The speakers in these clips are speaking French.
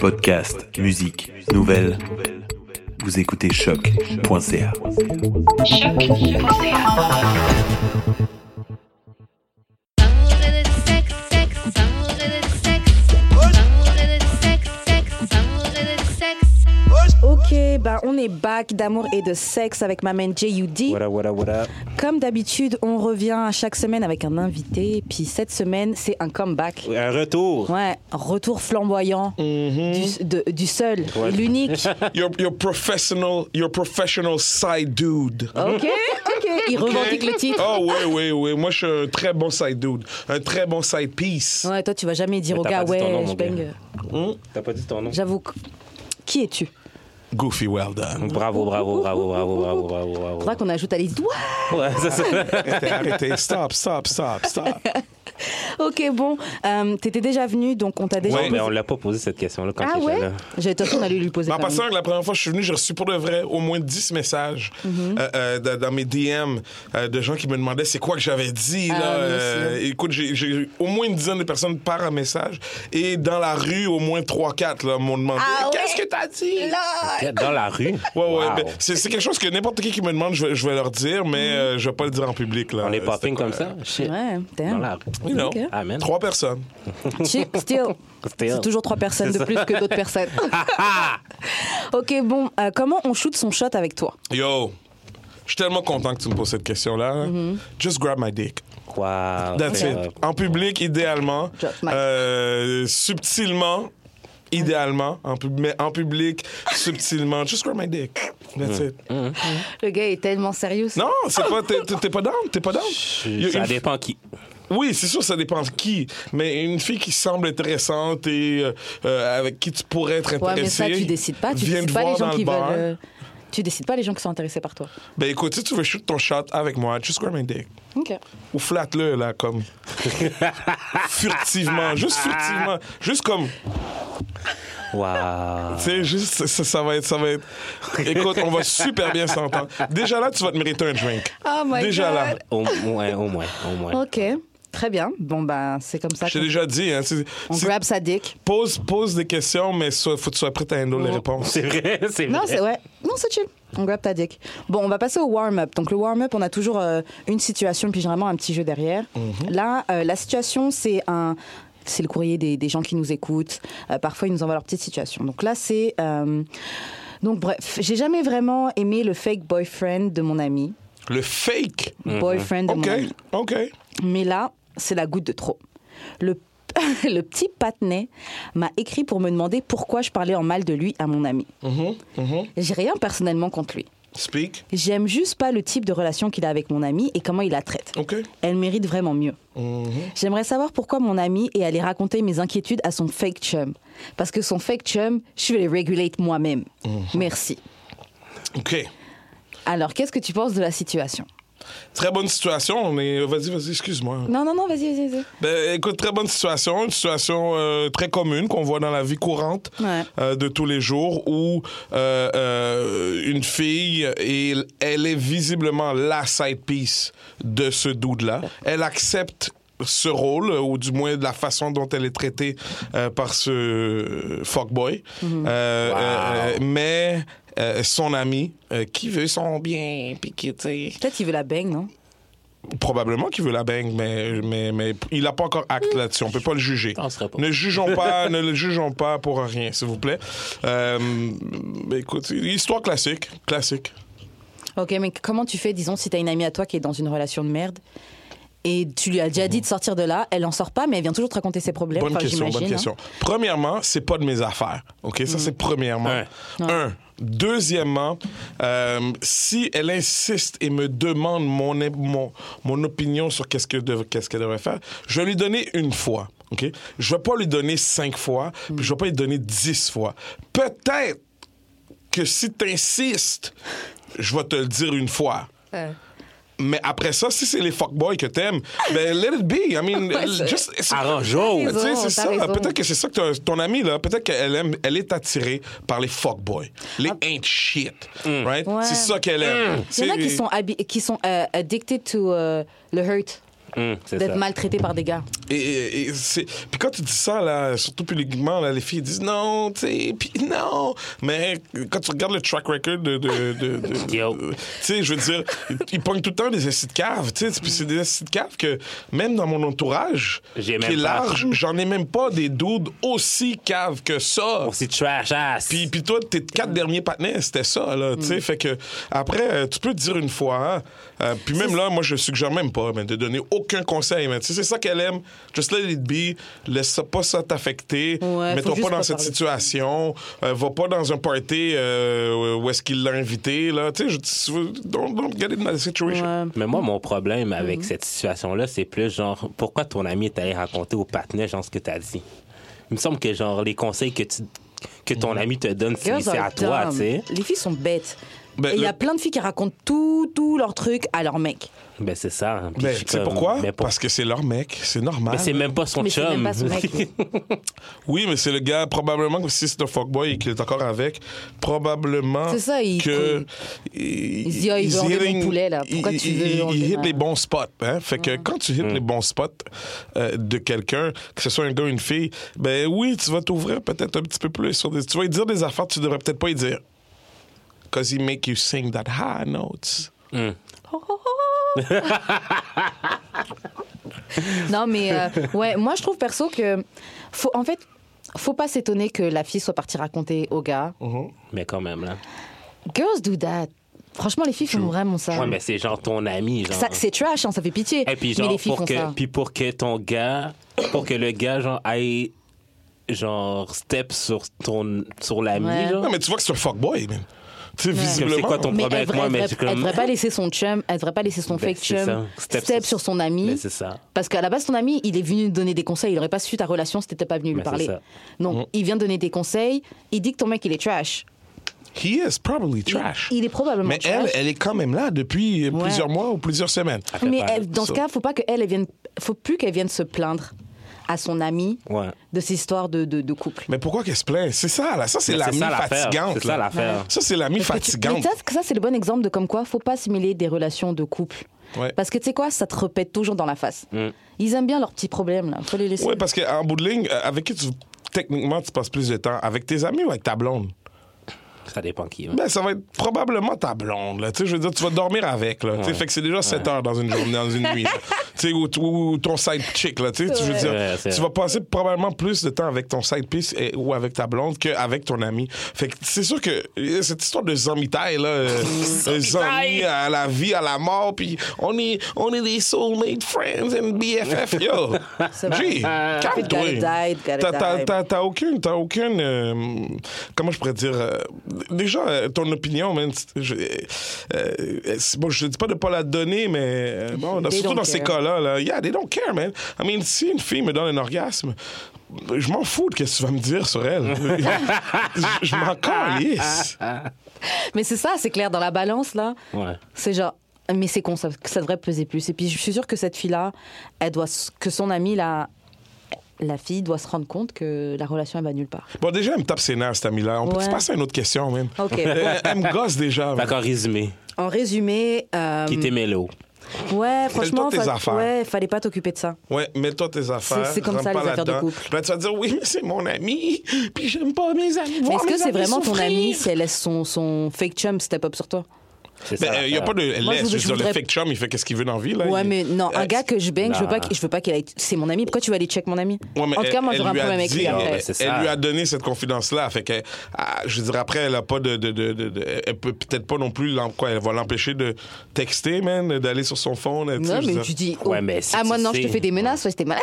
Podcast, musique, nouvelles. Vous écoutez choc.ca. Ok, bah on est back d'amour et de sexe avec ma main J.U.D. What up, what up, what up Comme d'habitude, on revient à chaque semaine avec un invité. Puis cette semaine, c'est un comeback. Un retour. Ouais, retour flamboyant Mhm. du, de- du seul, et l'unique. Your, your professional, your professional side dude. Ok, ok. Il revendique le titre. Oh oui, oui, oui. Moi, je suis un très bon side dude. Un très bon side piece. Ouais, toi, tu vas jamais dire Mais au t'as gars, pas dit ouais, ton nom, mon je gars. bang. T'as pas dit ton nom. J'avoue, que- qui es-tu Goofy, well done. Bravo, bravo, bravo, bravo, bravo, bravo, bravo. Faudra qu'on ajoute à les doigts. Ouais, c'est ça. Arrêtez, arrêtez. Stop, stop, stop, stop. Ok, bon. Euh, T'étais déjà venu, donc on t'a déjà Ouais, posé- Mais on l'a Bah, pas posé cette question-là quand Ah j'étais ouais là. J'avais toute façon d'aller lui poser. Mais en quand même. passant, la première fois que je suis venu, j'ai reçu pour de vrai au moins 10 messages Mhm. euh, euh, dans- dans mes DM euh, de gens qui me demandaient c'est quoi que j'avais dit. Ah, là. moi aussi. Euh, écoute, j'ai j'ai eu au moins une dizaine de personnes par un message et dans la rue, au moins 3-4 là, m'ont demandé Ah ouais? Qu'est-ce que t'as dit Dans la rue. Ouais, ouais, Wow. ben, c'est c'est quelque chose que n'importe qui qui me demande, je vais, je vais leur dire, mais euh, je vais pas le dire en public. Là. Mm. On est Euh, popping c'était comme pas- ça. Shit. Ouais, hein. Dans damn. la rue. You know. Ok. Amen. Trois personnes. Chill, still. Still. C'est toujours trois personnes de plus que d'autres personnes. Ah, ok, bon, euh, comment on shoot son shot avec toi Yo, je suis tellement content que tu me poses cette question-là. là. Mm-hmm. Just grab my dick. Wow. That's C'est, it. euh, En public, idéalement. Just my- Euh, subtilement. Idéalement, en pub- mais en public, subtilement, just grab my dick. Mm. That's it. Le gars est tellement sérieux. Non, c'est pas, t'es- t'es t'es pas down, t'es pas down. Y a Ça une- dépend qui. Oui, c'est sûr, ça dépend de qui. Mais une fille qui semble intéressante et euh, euh, avec qui tu pourrais être Ouais, intéressé. mais ça, tu décides pas. Tu vient décides te pas voir les gens dans qui le bar. veulent. euh, Tu décides pas les gens qui sont intéressés par toi. Ben écoute, si tu veux shoot ton shot avec moi, just grab my dick. Ok. Ou flatte-le, là, comme. furtivement, juste furtivement. Juste comme. Wow. Tu sais, juste, ça, ça va être, ça va être. Écoute, on va super bien s'entendre. Déjà là, tu vas te mériter un drink. Oh my Déjà là. God. Au moins, au moins, au moins. Ok. Très bien. Bon, ben, c'est comme ça. Je t'ai qu'on- déjà dit, hein. c'est- On c'est- grab sa dick. Pose, pose des questions, mais sois- faut que tu sois prêt à handle les réponses. C'est vrai, c'est Non, vrai. c'est ouais. Non, c'est chill. On grab ta dick. Bon, on va passer au warm-up. Donc le warm-up, on a toujours euh, une situation puis généralement un petit jeu derrière. Mhm. Là, euh, la situation, c'est un c'est le courrier des, des gens qui nous écoutent. Euh, parfois, ils nous envoient leur petite situation. Donc là, c'est euh, donc bref, j'ai jamais vraiment aimé le fake boyfriend de mon ami. Le fake. Mhm. Boyfriend de OK, mon ami. OK. Mais là, c'est la goutte de trop. Le, le petit patinet m'a écrit pour me demander pourquoi je parlais en mal de lui à mon ami. J'ai rien personnellement contre lui. Speak. J'aime juste pas le type de relation qu'il a avec mon ami et comment il la traite. OK. Elle mérite vraiment mieux. Mm-hmm. J'aimerais savoir pourquoi mon ami est allé raconter mes inquiétudes à son fake chum. Parce que son fake chum, je vais le regulate moi-même. Mhm. Merci. OK. Alors, qu'est-ce que tu penses de la situation Très bonne situation. On est. Vas-y, vas-y, excuse-moi. Non, non, non, vas-y, vas-y, vas-y. Ben, écoute, très bonne situation. Une situation euh, très commune qu'on voit dans la vie courante Ouais. euh, de tous les jours où euh, euh, une fille, et elle est visiblement la side piece de ce dude-là. Elle accepte ce rôle, euh, ou du moins de la façon dont elle est traitée euh, par ce euh, fuckboy. Euh, Wow. euh, mais euh, son ami, euh, qui veut son bien, puis qui, tu sais, Peut-être qu'il veut la bang, non Probablement qu'il veut la bang, mais, mais, mais il n'a pas encore acte là-dessus. On peut pas le juger. On serait pas. Ne jugeons pas, ne le jugeons pas pour rien, s'il vous plaît. Euh, écoute, histoire classique, classique. Ok, mais comment tu fais, disons, si t'as une amie à toi qui est dans une relation de merde et tu lui as déjà dit de sortir de là, elle en sort pas, mais elle vient toujours te raconter ses problèmes. Mhm. Bonne Enfin, question, bonne j'imagine, hein. Mm. question. Premièrement, c'est pas de mes affaires. OK, ça c'est premièrement. Ouais. Ouais. Un. Deuxièmement, euh, si elle insiste et me demande mon, mon, mon opinion sur qu'est-ce que dev- qu'est-ce qu'elle devrait faire, je vais lui donner une fois. OK? Je vais pas lui donner cinq fois, Mm. puis je vais pas lui donner dix fois. Peut-être que si tu insistes, je vais te le dire une fois. Mais après ça, si c'est les fuckboys que t'aimes, ben let it be. I mean, Ouais, c'est- just, it's- Arrangeons. tu sais, raison, c'est t'as ça. raison. Peut-être que c'est ça que ton- ton ami, là, peut-être qu'elle aime, elle est attirée par les fuckboys. Les ain't shit. Right? Ah. Mm. Ouais. Mm. C'est ça qu'elle aime. Il y en a C'est- qui sont, habi- qui sont euh, addicted to euh, le hurt. Hum, c'est d'être ça. maltraité par des gars. Et, et- et c'est... Puis quand tu dis ça, là, surtout publiquement, là, les filles disent non, tu sais, puis non. Mais quand tu regardes le track record de. de, de- de- Yo. de- tu sais, je veux dire, ils- ils pognent tout le temps des essais de cave, tu sais. Puis c'est des essais de cave que, même dans mon entourage, qui J'ai est même pas. large, j'en ai même pas des doudes aussi caves que ça. Aussi trash ass. Puis, puis toi, tes quatre derniers partenaires, c'était ça, là. Tu Mm. sais, fait que après, euh, tu peux te dire une fois. hein, euh, puis même là, moi, je suggère même pas mais, de donner aucun conseil. Mais tu sais, c'est ça qu'elle aime. Just let it be. Laisse ça- pas ça t'affecter. Ouais, faut Mets-toi juste pas dans pas cette parler. situation. Euh, va pas dans un party euh, où est-ce qu'il l'a invité, là. Tu sais, je- don't, don't get in that situation. Mais moi, mon problème avec cette situation-là, c'est plus genre, pourquoi ton ami est allé raconter au patinet, genre, ce que t'as dit? Il me semble que, genre, les conseils que tu que ton ami te donne, c'est Girls c'est are à toi, dumb. tu sais. Les filles sont bêtes. Ben, Et il y a le- plein de filles qui racontent tout, tout leur truc à leur mec. Ben, c'est ça. Puis Ben, je suis tu sais comme, pourquoi? ben, pour- Parce que c'est leur mec, c'est normal. Mais c'est même pas son Mais c'est chum. même pas son mec. Oui, mais c'est le gars, probablement que si c'est un fuckboy et qu'il est encore avec, probablement C'est ça, il- que... Il, se dit, Ah, il veut enlever mon poulet, là. Pourquoi il- tu veux il- enlever Il hit ma- les bons spots. Hein? Fait que quand tu hits Mm. les bons spots euh, de quelqu'un, que ce soit un gars ou une fille, ben oui, tu vas t'ouvrir peut-être un petit peu plus. Sur des, tu vas lui dire des affaires que tu devrais peut-être pas lui dire. Cause he make you sing that high notes. Non, mais euh, ouais, moi je trouve perso que faut en fait faut pas s'étonner que la fille soit partie raconter au gars. Oh. Mais quand même, là. Girls do that. Franchement, les filles font vraiment ça. Ouais, mais c'est genre ton ami, genre. Ça, c'est trash, hein, ça fait pitié. Et puis mais genre les filles pour font ça. que puis pour que ton gars pour que le gars genre aille genre step sur ton sur l'ami Ouais. genre. Non, mais tu vois que c'est un fuckboy, man. Tu sais, Comme visiblement. c'est quoi ton Mais problème elle avec devrait, moi elle mais devrait- je suis elle comme devrait pas laisser son chum, elle devrait pas laisser son Ben, fake c'est ça. chum step, Step sur sur- son ami. Ben, c'est ça. Parce qu'à la base, ton ami, il est venu nous donner des conseils. Il aurait pas su ta relation si t'étais pas venu lui Ben, c'est parler. ça. Donc, Mm. il vient donner des conseils. Il dit que ton mec, il est trash. He is probably trash. Il est probablement Mais trash. elle, elle est quand même là depuis euh, Ouais. plusieurs mois ou plusieurs semaines. fait Mais pas elle- dans ce ça. cas, faut pas que elle, elle vienne, faut plus qu'elle vienne se plaindre à son ami Ouais. de cette histoire de, de, de couple. Mais pourquoi qu'elle se plaint? C'est ça, là. Ça, c'est Mais l'ami ça, l'affaire. fatigante. Ben, C'est ça là. l'affaire. Ça, c'est l'ami Parce que tu- Mais fatigante. ça, ça, c'est le bon exemple de comme quoi faut pas assimiler des relations de couple. Ouais. Parce que tu sais quoi, ça te repète toujours dans la face. Ils aiment bien leurs petits problèmes, là. Faut les laisser. Oui, parce qu'en bout de ligne, euh, avec qui tu, techniquement tu passes plus de temps? Avec tes amis ou avec ta blonde? Ça dépend qui. hein. ouais. Ben, ça va être probablement ta blonde. Là. Tu sais, Je veux dire, tu vas dormir avec. Là. Tu sais, Fait que c'est déjà 7 heures dans une journée, dans une nuit. là. Tu sais, ou, ou- ou ton side chick. Là. Tu sais, tu veux dire, Ouais, c'est tu vrai. vas passer probablement plus de temps avec ton side piece et- ou avec ta blonde qu'avec ton ami. Fait que c'est sûr que euh, cette histoire de zombie-taille, là, euh, euh, zombie à la vie, à la mort, puis on est, on est des soulmate friends and BFF. Yo, C'est vrai. Gee, Gotta calme-toi. die, gotta T'as- t'as- die. t'as- Ah, T'as aucune, t'as aucune. euh, comment je pourrais dire. euh, déjà, euh, ton opinion, man. c'est- Je, euh, c'est- bon, je dis pas de pas la donner, mais euh, bon, dans- They surtout don't dans ces care. cas-là, là, yeah, they don't care, man. I mean, si une fille me donne un orgasme, je m'en fous de ce que tu vas me dire sur elle. je je m'en calisse. Mais c'est ça, c'est clair dans la balance là. Ouais. C'est genre, mais c'est con, ça, ça devrait peser plus. Et puis je suis sûre que cette fille-là, elle doit s- que son amie là, la fille doit se rendre compte que la relation elle va nulle part. Bon, déjà, elle me tape ses nerfs, cette amie-là. On peut Ouais. passer à une autre question, man. Ok. Elle, elle me gosse déjà. man. Fait qu'en résumé, En résumé, euh, Mm. quitter Mélo. ouais, franchement, tes fa- affaires. ouais, fallait pas t'occuper de ça. Ouais, mets-toi tes affaires. c'est comme rentre ça, pas les affaires de là-dedans. couple. Là, tu vas dire, oui, mais c'est mon ami, puis j'aime pas mes amis. Mais voir est-ce que mes c'est amis vraiment ton souffrir. ami si elle laisse son, son fake chum step up sur toi C'est ça. Ben, il n'y a l'affaire. pas de euh, Moi, je voudrais- laisse. Je veux je dire, voudrais- le fake chum, il fait qu'est-ce qu'il veut dans la vie. Là. Ouais, Il- mais non, un Euh, gars que je bang, je veux pas, Nah. qu'il- je veux pas qu'il aille. C'est mon ami. Pourquoi tu vas aller check mon ami ouais, mais En tout cas, moi elle- j'aurais un elle lui a problème avec dit- hein. lui elle- après. c'est Elle, ça. lui a donné cette confidence-là. Fait que, ah, je veux dire, après, elle a pas de. de, de, de- de- elle peut peut-être pas non plus. l'en- Quoi, elle va l'empêcher de texter, man, d'aller sur son phone. tu sais, Non, je veux mais dire. tu dis. Ouais, mais si ah, tu moi, non, je te sais- fais des menaces, ouais, c'était malade.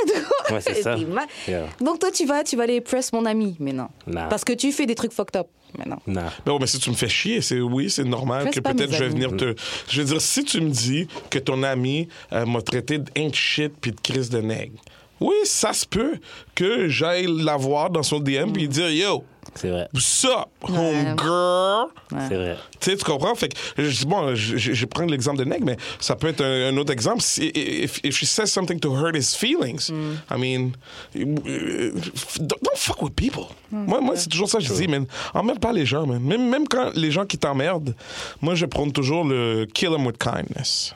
Ouais, c'est ça. T'es mal- Yeah. Donc, toi, tu vas, tu vas aller press mon ami, mais non. Nah. Parce que tu fais des trucs fucked up, mais non. Non. Mais bon, Ben mais si tu me fais chier, c'est oui, c'est normal Reste que pas peut-être mes je vais amis. venir te. Je veux dire, si tu me dis que ton ami euh, m'a traité d'inch shit puis de crise de nègre, oui, ça se peut que j'aille la voir dans son DM puis dire yo, C'est vrai. ça, Mm. Ouais. home girl. C'est vrai. Tu sais, tu comprends? Fait que, je- bon, je, je, je prends l'exemple de Neg, mais ça peut être un, un autre exemple. Si, if, if she says something to hurt his feelings, I mean, euh, don't, don't fuck with people. Moi, moi c'est toujours ça que je dis, man. Emmerde pas les gens, man. Même, même quand les gens qui t'emmerdent, moi, je prône toujours le kill them with kindness.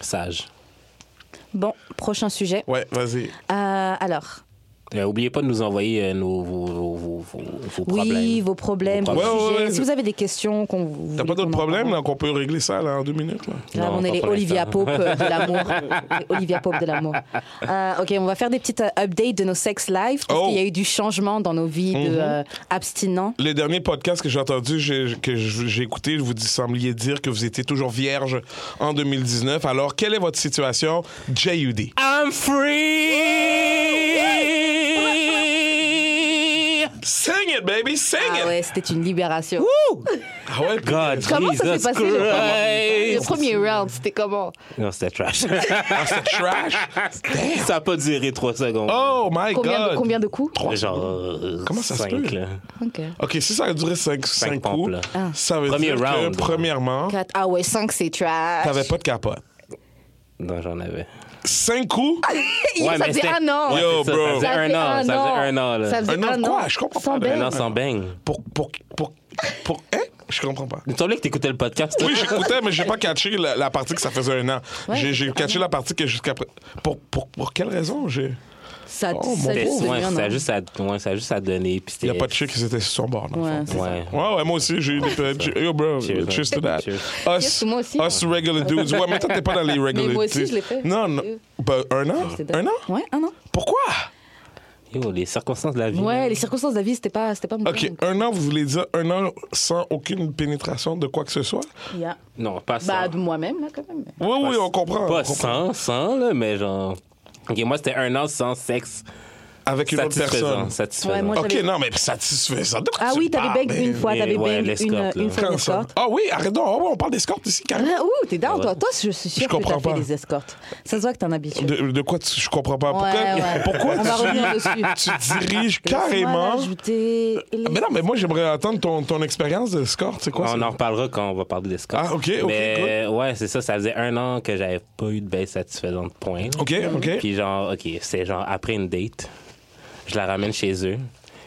Sage. Bon, prochain sujet. Ouais, vas-y. Euh, alors, Euh, oubliez pas de nous envoyer euh, nos, vos, vos, vos, vos- vos problèmes. oui, vos problèmes, Vos vos problèmes. sujets. Ouais, ouais, ouais. Si vous avez des questions qu'on vous. T'as pas d'autres problèmes, là, qu'on peut régler ça, là, en deux minutes, là? Là, Non, on pas est les pour Olivia l'instant. Pope euh, de l'amour. Les Olivia Pope de l'amour. Euh, ok, on va faire des petites euh, updates de nos sex lives parce Oh. qu'il y a eu du changement dans nos vies Mhm. de euh, abstinents. Le dernier podcast que j'ai entendu, j'ai- que je- j'ai écouté, vous dis- sembliez dire que vous étiez toujours vierge en 2019. Alors, quelle est votre situation, JUD? I'm free! Sing it, baby, sing Ah it! ouais, c'était une libération. Ah ouais, puis- God, Comment Jesus ça s'est passé le premier, le Christ! premier round C'était comment Non, c'était trash. ah, c'est trash! ça a pas duré trois secondes. Oh my combien de, God! combien de coups Trois Genre. euh, Comment ça se cinq, peut? là. Ok. OK, si ça a duré cinq, cinq pompes, coups, là. Ah. ça veut Premier dire que, round. premièrement, Quatre. Ah ouais, 5 c'est trash. t'avais pas de capote. Non, j'en avais. Cinq coups? Ouais, ça mais faisait c'était- un an. Ouais, Yo, c'est ça, bro. Ça faisait un an. Ça faisait un an, là. Ça faisait Un an de quoi? Je comprends Sans pas, Un baigne. an sans bang. Pour, pour, pour, pour, hein? Je comprends pas. Il me semblait que t'écoutais le podcast. toi. Oui, j'écoutais, mais j'ai pas catché la, la partie que ça faisait un an. Ouais. J'ai- J'ai catché la partie que jusqu'à. pré- Pour, pour, pour quelle raison? J'ai. Ça, Oh, ça mon C'était- juste Dieu. ouais, devient un ça a an. juste à, ouais, ça a juste à donner. Puis Il n'y a c'était- pas de chick qui s'était sur son bord. dans le Ouais, fond. c'est ça. Ouais. Ouais, ouais, moi aussi, j'ai eu des périodes- Yo, bro, Cheers, cheers man. to that. Cheers. Us, Yes, moi aussi. us regular dudes. Ouais, mais toi, t'es pas dans les regular moi aussi, dudes. je l'ai fait. Non, non. Ben, un an? C'était- Un an? Ouais, un an. Pourquoi? Yo, les circonstances de la vie. Ouais, là. les circonstances de la vie, c'était pas, c'était pas mon OK, un an, vous voulez dire un an sans aucune pénétration de quoi que ce soit? Yeah. Non, pas ça. Bah, de moi-même, là, quand même. Oui, oui, on comprend. on Pas sans, comprend. sans, là, mais genre. Ok, moi, c'était un an sans sexe. Avec une autre Satisfaisant. personne. Satisfaisant. Ouais, moi, OK, J'avais- non, mais satisfaisant. De quoi Ah tu oui, t'avais parles, bang mais- une fois, mais t'avais ouais, bang l'escorte, une, là. une fois Quand ça- d'escorte. Ah oui, arrête donc. Ah ouais, on parle d'escorte ici, carrément. Ah, ouh, t'es down, toi. Toi, je suis sûre que comprends t'as fait pas. des escortes. Ça se voit que t'en as habitué. De, de quoi tu, je comprends pas. Ouais, ouais. Pourquoi, pourquoi On va tu- revenir dessus. tu diriges Laisse-moi carrément. rajouter Euh, les- Ah, Mais non, mais moi j'aimerais entendre ton, ton expérience de score. C'est quoi on ça? en reparlera quand on va parler des scores. Ah, ok, ok, Mais ouais, c'est ça. Ça faisait un an que j'avais pas eu de baisse satisfaisante, point. Ok, ok. Puis genre, ok, c'est genre après une date, je la ramène chez eux.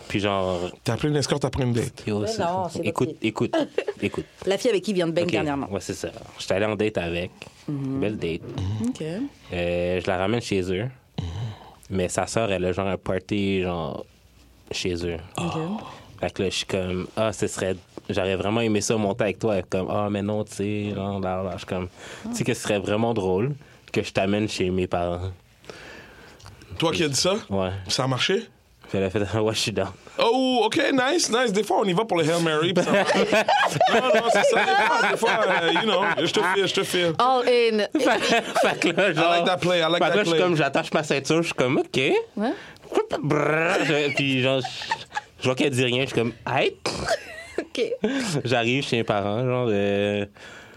Puis genre, T'as appelé une escorte après une date. yo, Mais c'est- non, c'est pas écoute, écoute, écoute. La fille avec qui vient de bang Ok, dernièrement. Ouais, c'est ça. J'étais allé en date avec. Mhm. Belle date. Ok. Euh, je la ramène chez eux. Mais sa sœur, elle a genre un party, genre, chez eux. Fait que là, je suis comme, ah, ce serait. J'aurais vraiment aimé ça monter avec toi. Elle est comme, ah, mais non, tu sais, non, là, là. Je suis comme, tu sais que ce serait vraiment drôle que je t'amène chez mes parents. Toi qui as dit ça? Ouais. Ça a marché? Puis elle a fait, ah, ouais, je suis down. Oh, ok, nice, nice. Des fois, on y va pour le Hail Mary. pis ça marche. non, non, c'est ça. Des fois, des fois, euh, you know, je te file, je te file. All in. fait que là, genre. I like that play, I like fait que là, that je suis play. comme, j'attache ma ceinture, je suis comme, OK. Ouais. Brrr, je- Puis genre, je- je vois qu'elle dit rien, je suis comme, hey. Ok. J'arrive chez mes parents, genre. euh,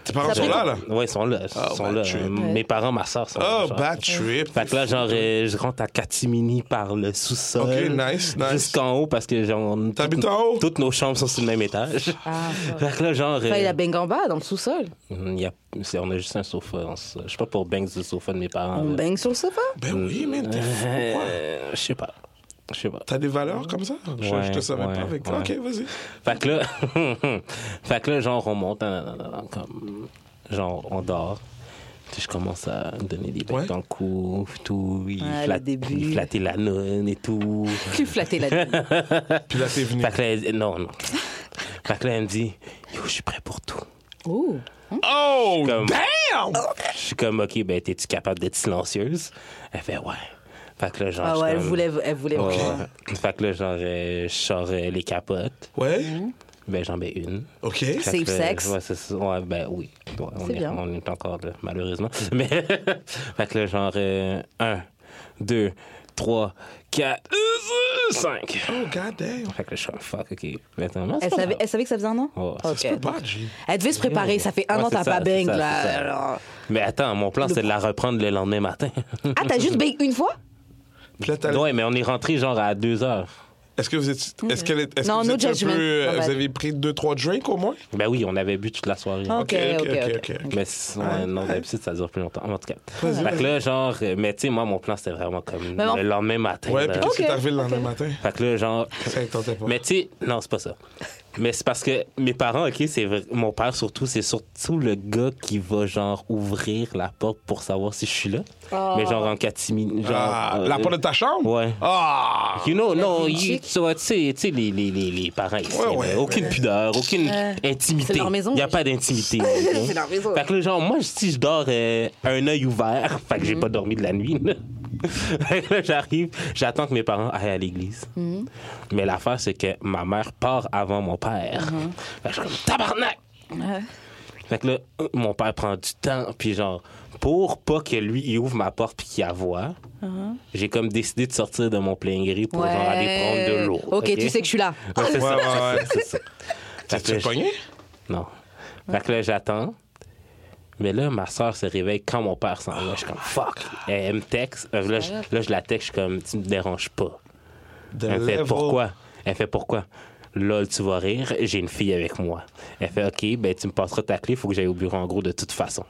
Tes parents Ça sont là, là. Ouais, ils sont là. Oh, ils sont bad là. trip. Euh, Mes parents, ma soeur sont là. Oh, genre. bad trip. Fait que là, genre, euh, je rentre à Katimini par le sous-sol. Ok, nice, nice. Jusqu'en haut, parce que, genre, on- T'habites toutes- en haut? Toutes nos chambres sont sur le même étage. Ah, ouais. Fait que là, genre. Enfin, il euh, a bang en bas, dans le sous-sol. il y a- c'est- on a juste un sofa. en soi. Je suis pas pour bangs du sofa de mes parents. On là. bang sur le sofa. Ben oui, man. t'es fou. Euh, je sais pas. Je sais pas. T'as des valeurs comme ça? Je, je Ouais, te savais ouais, pas avec toi. ouais. Ok, vas-y. Fait que là, fait que là genre, on monte, nan, nan, nan, nan, comme, genre, on dort. Puis je commence à me donner des becs Ouais. dans le cou, puis tout. Il, Ah, le flatte- début. il flattait la nonne et tout. Plus flatté la vie. Puis là, t'es venu. fait que là, elle, non, non. Fait que là, elle me dit, yo, je suis prêt pour tout. Ouh. Oh, comme- damn! Je suis comme, OK, ben, t'es-tu capable d'être silencieuse? Elle fait, ouais. Fait que là, genre, Ah je suis ouais, elle comme- voulait, elle voulait. Ouais, vraiment. ouais. Fait que là, genre, euh, je sors euh, les capotes. Ouais, Ben, j'en mets une. ok. Fait Safe que, sex. Ouais, c'est ça. Ouais, ben oui. Ouais, on, C'est est, bien. on est encore là, malheureusement. Mais, fait que là, genre, euh, 1, 2, 3, 4, 5. Oh, god damn. euh, Fait que là, je suis comme fuck, ok. Mais attends, non, c'est Elle pas savait, grave. elle savait que ça faisait un an? Ouais. Ok. Ça C'est pas bad, G. Elle devait se préparer, ça fait un Ouais, an c'est t'as ça, pas c'est bang ça, là. c'est ça. alors. Mais attends, mon plan, c'est de la reprendre le lendemain matin. Ah, t'as juste bang une fois? Puis là, t'as- ouais, mais on est rentré genre à 2 heures. Est-ce que vous êtes, est-ce qu'elle est, est-ce Non, que vous no étiez un judgment. peu, euh, Pas vous bad. avez pris deux trois drinks au moins Ben oui, on avait bu toute la soirée. Ah, Ok, ok, ok. ok. Mais c- ouais, non, d'habitude, ça dure plus longtemps. En tout cas. Vas-y, Fait que là, genre, euh, mais tu sais, moi, mon plan, c'était vraiment comme Mais bon. le lendemain matin. Ouais, là. puis qu'est-ce qui Ok, est arrivé le lendemain ok. matin Fait que là, genre, Ça ne tentait pas. Mais tu sais, non, c'est pas ça. Mais c'est parce que mes parents, OK, c'est vrai- mon père surtout, c'est surtout le gars qui va genre ouvrir la porte pour savoir si je suis là. Mais genre en catimini. Genre, Ah, euh, la porte de ta chambre? Ouais. Ah! You know, vie non, de you- chic. tu vois, tu sais, tu sais, les, les, les, les parents, ici, Ouais, ouais. ben, aucune pudeur, aucune intimité. Euh, c'est leur maison, Il n'y a les pas d'intimité. c'est leur maison. Fait que le genre, moi, si je dors euh, un œil ouvert, fait que Mm-hmm. j'ai pas dormi de la nuit, là. Fait que là, j'arrive, j'attends que mes parents aillent à l'église. Mm-hmm. Mais l'affaire, c'est que ma mère part avant mon père. Mm-hmm. Fait que je suis comme, tabarnak! Fait que là, euh, mon père prend du temps, puis genre, pour pas que lui, il ouvre ma porte puis qu'il la voit, Uh-huh. j'ai comme décidé de sortir de mon plein gris pour genre aller prendre de l'eau. Ok, tu sais que je suis là. Ouais, c'est ça, Ouais, ouais, ouais. c'est ça. Fait que T'es-tu là, je- pogné? Non. Fait que là, j'attends. Mais là, ma soeur se réveille quand mon père s'en va. Je suis comme, fuck. Elle, elle me texte. Euh, Là je, là, je la texte, je suis comme, tu me déranges pas. The Elle fait level. pourquoi? Elle fait pourquoi? Lol, tu vas rire, j'ai une fille avec moi. Elle fait OK, ben tu me passeras ta clé, faut que j'aille au bureau en gros de toute façon.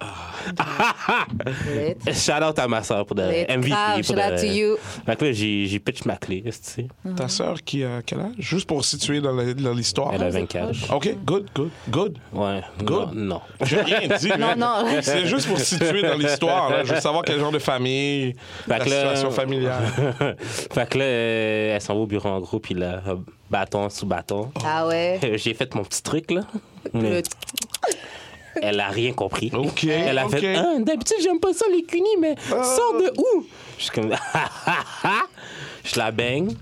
Ah. Let's- Shout out à ma soeur pour de Mais MVP. grave, pour shout de- out to you. Fait que là, j'ai j'ai pitch ma clé, tu sais. Ta soeur qui a quel âge? Juste pour situer dans la- dans l'histoire. Elle a 24. OK, good, good, good. Ouais. Good. Non, non. J'ai rien dit. Non, là. non. C'est juste pour situer dans l'histoire. là. Je veux savoir quel genre de famille, Fait la que là- situation familiale. fait que là, euh, elle s'en va au bureau en gros, puis là, euh, bâton sous bâton. Ah ouais. Euh, J'ai fait mon petit truc, là. Mais Le- elle a rien compris. OK, Elle a OK. Ah. fait Ah, D'habitude, j'aime pas ça, les cunis, mais sors de où Je suis comme Ah, ah, ah. Je la baigne.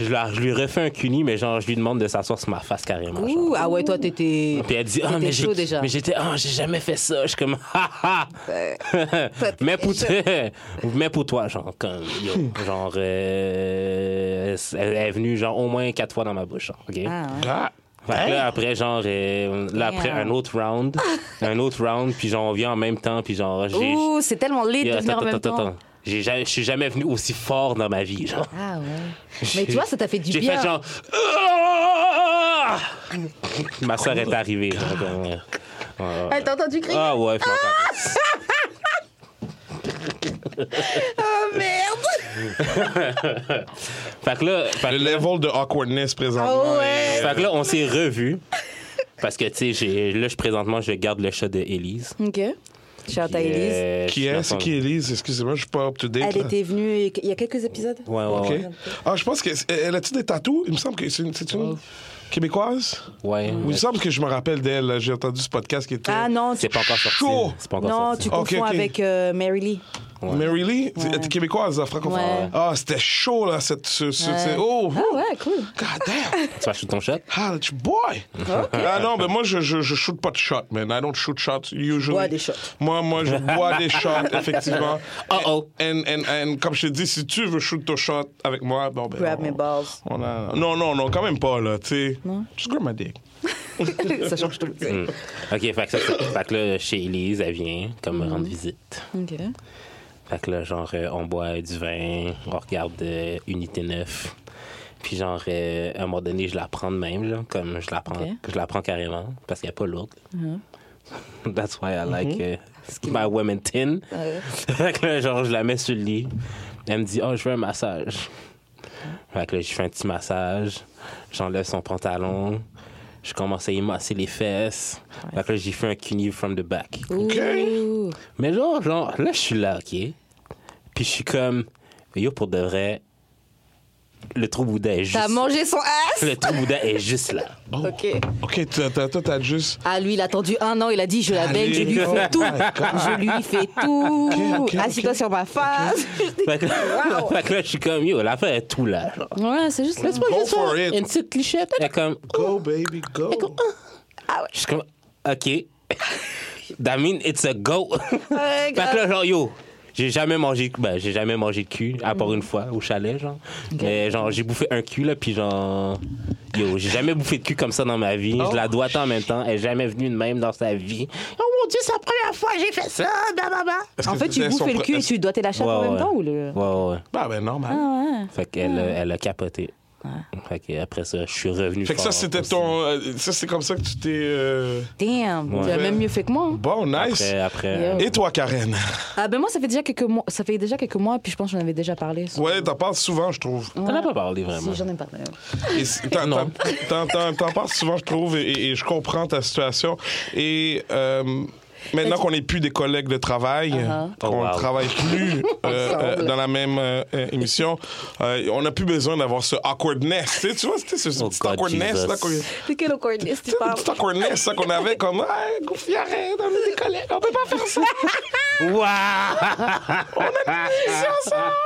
Je, la- je lui refais un cuni, mais genre, je lui demande de s'asseoir sur ma face carrément. genre. Ouh, ah ouais, toi, t'étais. Puis elle dit Ah, mais T'étais j'ai- chaud déjà. Ben, mais j'étais Ah, j'ai jamais fait ça. Je suis comme Ah, ah. mais pour toi, mais pour toi, genre comme yo, genre euh, elle est venue genre au moins quatre fois dans ma bouche, genre, ok. Ah, ouais. Ah, Fait que Hein? là, après, genre, euh, là, après un autre round, un autre round, puis genre, on vient en même temps, puis genre, j'ai. Ouh, c'est tellement lit Yeah, de venir en même temps. J'ai ja- Je suis jamais venu aussi fort dans ma vie, genre. Ah ouais. Mais tu vois, ça t'a fait du J'ai bien. fait genre. Ah! Ma Oh soeur est arrivée, genre, comme, ouais. Ouais, ouais. Elle t'a entendu crier. Ah ouais, je m'entends. euh, Oh merde. Fait que là, fait le que- level de awkwardness Oh, présentement. Ah ouais. est- fait que là, on s'est revus. Parce que, tu sais, j'ai- là, je, présentement, je garde le chat de Elise. Ok. Shout à euh, Elise. Qui est C'est qui Elise? Excusez-moi, je suis pas up to date. Elle là. était venue il y a quelques épisodes. Ouais, ouais, OK. ouais. Ah, je pense qu'elle a-tu des tatous? Il me semble que c'est une, c'est Oh. une québécoise. Ouais. Il me semble que je me rappelle d'elle. là. J'ai entendu ce podcast qui était. Ah non, C'est tu, pas encore sorti. Chaud. C'est pas encore non, sorti. tu Ok, confonds ok. avec euh, Mary Lee. Mary Lee? Elle était québécoise, la francophone. Ouais. Ah, c'était chaud, là. Cette, ce- ce- ce- oh, Ah ouais, cool. God damn! Tu vas shooter ton shot? Ah, tu boy! Ah non, mais moi, je, je, je shoot pas de shot, man. I don't shoot shots usually. Bois des shots. Moi, moi, je bois des shots, effectivement. Uh-oh. And, and, and comme je te dis, si tu veux shoot ton shot avec moi, bon, ben. Grab on- my balls. on a- Non, non, non, quand même pas, là, tu sais. Just grab my dick. ça change tout. Mm. OK, fait que, ça, c'est- fait que là, chez Elise, elle vient comme me rendre visite. Ok. Fait que là, genre, euh, on boit du vin, on regarde euh, Unité 9. Puis genre, euh, à un moment donné, je la prends de même, là, comme je la prends, Ok. je la prends carrément, parce qu'elle n'est pas lourde. That's why I like uh, my women tin. fait que là, genre, je la mets sur le lit. Elle me dit, oh, je veux un massage. Fait que là, je fais un petit massage. J'enlève son pantalon. Je commence à y masser les fesses. Fait que là, j'ai fait un cunni from the back. Mm. OK? Mais genre, genre, là, je suis là, OK? Puis je suis comme, yo, pour de vrai, le trou boudin est T'as juste... mangé son ass. Le trou boudin est juste là. Ok. Oh. OK, t'as- t'as- toi, t'as juste. Ah lui, il a attendu un an. Il a dit, je la baigne, je lui Allez, fais oh tout. my God. Je lui fais tout. Ok, ok, Assis-toi sur ma face. Fait que, fait que là, je suis comme, yo, l'affaire est tout là. genre. Ouais, c'est juste. Laisse-moi Go juste for faire it. une petite clichette. Elle est comme, Go, baby, go. je suis comme, OK. That mean it's a go. Ouais, fait que là, genre, yo, j'ai jamais mangé ben, j'ai jamais mangé de cul, à part une fois, au chalet, genre. Mais genre, j'ai bouffé un cul, là, puis genre... Yo, j'ai jamais bouffé de cul comme ça dans ma vie. Je la dois tant en même temps. Elle est jamais venue de même dans sa vie. Oh mon Dieu, c'est la première fois que j'ai fait ça, blablabla. Est-ce En que fait, tu c'était son bouffais le pre- cul et tu dois la chatte Ouais, en même ouais. temps ou le. Ouais, ouais. Bah, ben, normal. Ah ouais. Fait qu'elle a- elle a capoté. Fait que après ça, je suis revenu. Fait que ça, fort c'était aussi. ton. euh, Ça, c'est comme ça que tu t'es. euh, Damn, Ouais. tu as même mieux fait que moi. hein. Bon, nice. Après, euh, après Et toi, Karen? Ah ben moi ça fait déjà quelques mois, ça fait déjà quelques mois, puis je pense que j'en avais déjà parlé. ça. Ouais, t'en parles souvent, je trouve. on n'a pas parlé vraiment. Si, j'en ai parlé. Et c- t'en- Non. T'en t'en- t'en parles souvent, je trouve, et, et- et je comprends ta situation. Et euh, maintenant qu'on n'est plus des collègues de travail, qu'on Oh, wow. travaille plus euh, euh, dans la même euh, euh, émission, euh, on n'a plus besoin d'avoir ce awkwardness. Tu, sais, tu vois, c'était ce, ce Oh, petit God, awkwardness Jesus. là qu'on C'est quel accordiste tu tu sais, le petit awkwardness ça, qu'on avait comme hey, Goofy, arrête, on est des collègues, on peut pas faire ça. Waouh!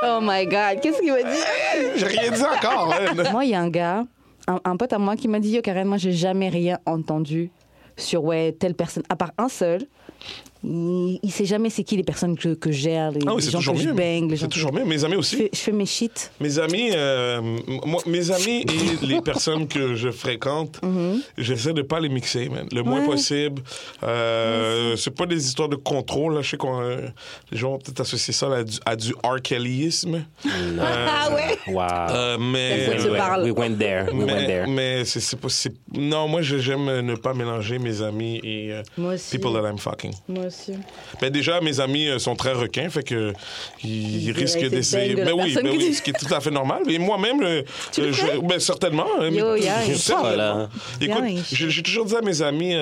Oh my God, qu'est-ce qu'il va dire? J'ai rien dit encore. hein. Moi, il y a un gars, un, un pote à moi qui m'a dit Yo, Karen, moi, j'ai jamais rien entendu sur ouais, telle personne, à part un seul. Il, il sait jamais c'est qui les personnes que, que je gère, les, Ah les oui, c'est gens que toujours je mieux. bang, les gens C'est que toujours mieux. Mes amis je aussi. fais, je fais mes shit. Mes amis, euh, m- moi, mes amis et les personnes que je fréquente, j'essaie de pas les mixer, man, le moins Mm-hmm. Ouais. possible. Euh, c'est pas des histoires de contrôle. Là. Je sais qu'on euh, les gens ont peut-être associé ça à du, à du R. Kellyisme. Ah ouais? Wow. Euh, mais Personne se We- parle. We went there. We went mais, there. mais c'est c'est pas c'est- non moi je- j'aime ne pas mélanger mes amis et euh, Moi aussi. people that I'm fucking Moi aussi. ben déjà, mes amis euh, sont très requins, fait que ils Ils risquent essaient de bang d'essayer. de la Ben oui, personne ben que oui, tu- ce qui est tout à fait normal. Et moi-même, euh, euh, je- ben certainement. hein, Yo, mais- yeah, il certainement. parle, hein. Écoute, Yeah, il- j'ai j'ai toujours dit à mes amis, euh,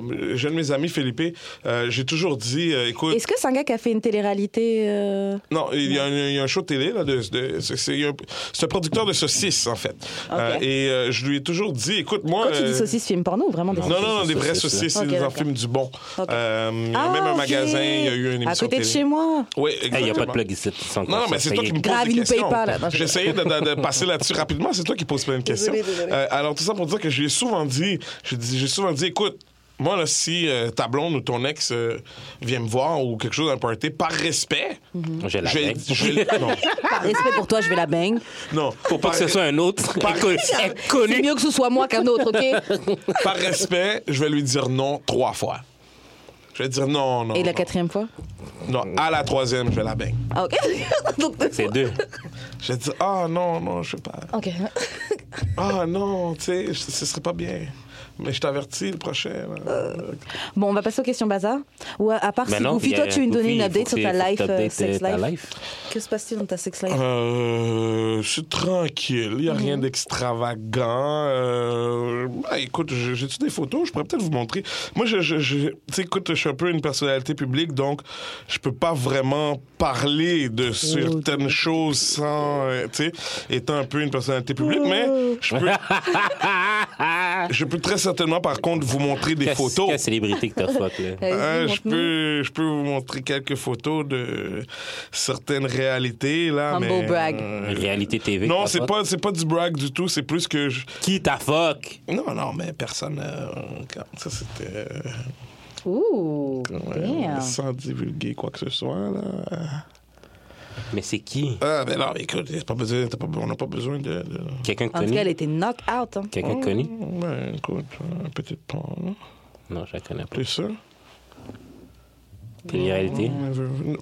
euh, j'ai un de mes amis, Philippe, euh, j'ai toujours dit, euh, écoute, Est-ce que c'est un gars qui a fait une télé-réalité euh, non, il y, a un, il y a un show télé, là, de, de- c'est- c'est il y a un, c'est un producteur de saucisses, en fait. Euh, et euh, je lui ai toujours dit, écoute, moi... Quand tu dis euh, saucisse, film porno ou vraiment des non, non, non, des vrais Saucisses, saucisses, là. ils Ok, en d'accord. filment du bon. Ok. Euh, il y a même un Ah, ok. magasin, il y a eu une émission À côté de télé. chez moi. Oui, Il n'y a pas de exactement. plug ici. ils sont Non, non, mais conseillés. c'est toi qui me poses Grave, des il nous paye questions. pas, là. Non, je- J'essayais de, de- de passer là-dessus rapidement. C'est toi qui poses plein de questions. Désolée, désolée. Euh, alors, tout ça pour dire que j'ai souvent dit, j'ai dit- j'ai souvent dit, écoute, moi, là, si euh, ta blonde ou ton ex euh, vient me voir ou quelque chose dans le party, par respect, Mhm. Je la je vais- bête. je vais- non, Ah! Par respect pour toi, je vais la bang. non, Pour pas par, que ce soit un autre Par- inconnu. C'est mieux que ce soit moi qu'un autre, ok par respect, je vais lui dire non trois fois. Je vais dire non, non. Et la non. quatrième fois Non, à la troisième, je vais la baigne. Ah, ok. Donc, C'est deux. Je vais dire, ah non, non, je sais pas. Ok. Ah non, tu sais, ce ce serait pas bien. Mais je t'avertis, le prochain. là. Bon, on va passer aux questions bazar. Ouais, à part Mais si Bah non, Goofy, il y a- toi, tu veux nous donner Goofy, une il faut update que sur tu- ta faut que life, euh, t'updates, euh, sex ta life. life. Que se passe-t-il dans ta sex life Euh, c'est tranquille, il n'y a rien d'extravagant. Euh, bah, écoute, j'ai- j'ai-tu des photos? Je pourrais peut-être vous montrer. Moi, je, je, je- tu sais, écoute, je suis un peu une personnalité publique, donc je peux pas vraiment parler de certaines choses sans, euh, tu sais, étant un peu une personnalité publique, mais je peux, je peux très certainement, par contre, vous montrer des Quelle- photos. Quelle célébrité que t'as fuck, là? Hein, je, peux, je peux vous montrer quelques photos de certaines réalités. Là, Humble mais, brag. euh, Réalité TV. que non, t'as c'est fuck. pas, c'est pas du brag du tout, c'est plus que je... Qui t'a fuck? Non, non, mais personne... euh, quand- ça, c'était... Ouh, euh, damn. sans divulguer quoi que ce soit, là. Mais c'est qui? Ah, ben non, écoute, c'est pas besoin, t'as pas- on n'a pas besoin de... de- Quelqu'un de En tout cas, elle connu? était knock out. hein. Quelqu'un de connu? Ben, écoute, euh, peut-être pas, non? Non, je la connais pas. Plus ça? Télé réalité?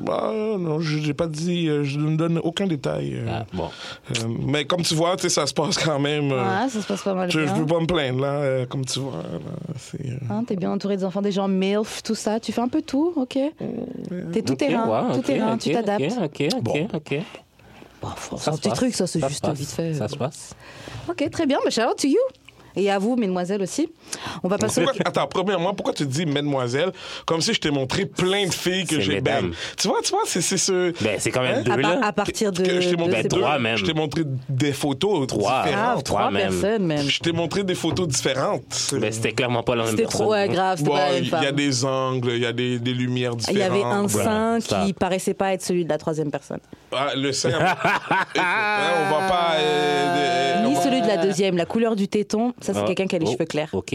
Bah, non, je n'ai pas dit... euh, Je ne donne aucun détail. euh. Ah, bon. Euh, mais comme tu vois, tu sais, ça se passe quand même... euh, Ouais, ça se passe pas mal Je, je peux bien. pas me plaindre, là, euh, comme tu vois. là, c'est, euh, Ah, Hein, T'es bien entouré des enfants, des gens MILF, tout ça. Tu fais un peu tout, ok? T'es tout Ok, terrain, wow, tout ok, terrain, ok, tu t'adaptes. Ok, ok, Bon. ok, ok. Bah, faut- Ça c'est un se petit passe. truc, ça, c'est Ça se juste passe. vite fait. Ça se passe. Ok, très bien. Bah, shout out to you. Et à vous, mesdemoiselles aussi. On va passer aux... Pourquoi, attends, premièrement, pourquoi tu dis mademoiselle comme si je t'ai montré plein de filles que C'est j'ai mesdames. bang? Tu vois, tu vois, c'est c'est ce. Ben, c'est quand Hein? même deux, À, par- là. à partir de. que je t'ai de montré ces- Ben, trois deux, même. Je t'ai montré des photos Trois. Grave, différentes. trois Trois-même. personnes, même. Je t'ai montré des photos différentes. Mais Ben, c'était clairement pas la même C'était personne. trop ouais, grave, c'était Bon, pas la même il y a femme. Ah, des angles, il y a des, des lumières différentes. Il y avait un sein Voilà, ça. qui paraissait pas être celui de la troisième personne. Ah, le sein. Écoute, hein, on va pas. euh, de- on Ni va- celui de la deuxième. La couleur du téton, ça, c'est Ah, quelqu'un qui a les oh, cheveux clairs. OK.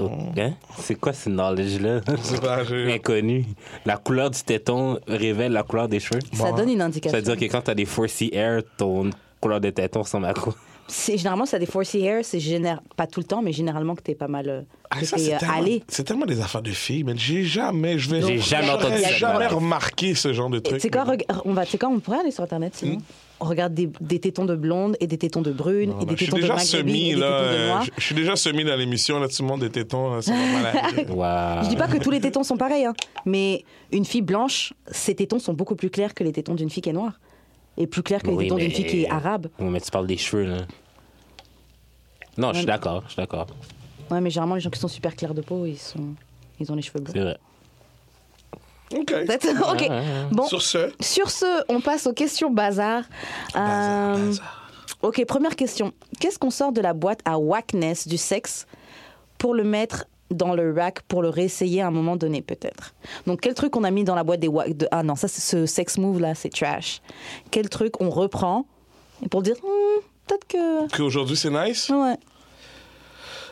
Oh, Hmm. hein? C'est quoi ce knowledge-là? sais pas, je- Inconnu. La couleur du téton révèle la couleur des cheveux. Ça donne une indication. C'est-à-dire que quand t'as des 4C air, ton couleur de téton ressemble à quoi? c'est- généralement, ça a des 4C hair, c'est génér- pas tout le temps, mais généralement que t'es pas mal. euh, Ah, que ça, t'es, c'est euh, tellement- allé. C'est tellement des affaires de filles, mais j'ai jamais, je vais, J'ai jamais j'aurais entendu ça de ma jamais vie. remarqué ce genre de truc. Hmm. C'est quoi, reg- on va, c'est quoi, on pourrait aller sur Internet sinon On regarde des, des tétons de blonde et des tétons de brune et des Ah, bah, Je suis tétons de déjà maghrébine et semi des là, tétons de euh, noir. je- je suis déjà semi dans l'émission là, tout le monde des tétons, là, ça va mal aller. Wow. Je dis pas Ah. que tous les tétons sont pareils, hein, mais une fille blanche, ses tétons sont beaucoup plus clairs que les tétons d'une fille qui est noire. Et plus clairs que les Oui, tétons mais- d'une fille qui est arabe. Oui, mais tu parles des cheveux, là. Non, je suis d'accord, je suis d'accord. Ouais, mais généralement, les gens qui sont super clairs de peau, ils, sont... ils ont les cheveux C'est blancs. vrai. Ok. ok, bon. Ah, Sur ce, Sur ce, on passe aux questions bazar. Bazar, Euh, bazar. Ok, première question. Qu'est-ce qu'on sort de la boîte à whackness du sexe pour le mettre dans le rack pour le réessayer à un moment donné peut-être Donc quel truc on a mis dans la boîte des wack de ah non ça c'est ce sex move là c'est trash. Quel truc on reprend et pour dire Hmm, peut-être que qu'aujourd'hui c'est nice. ouais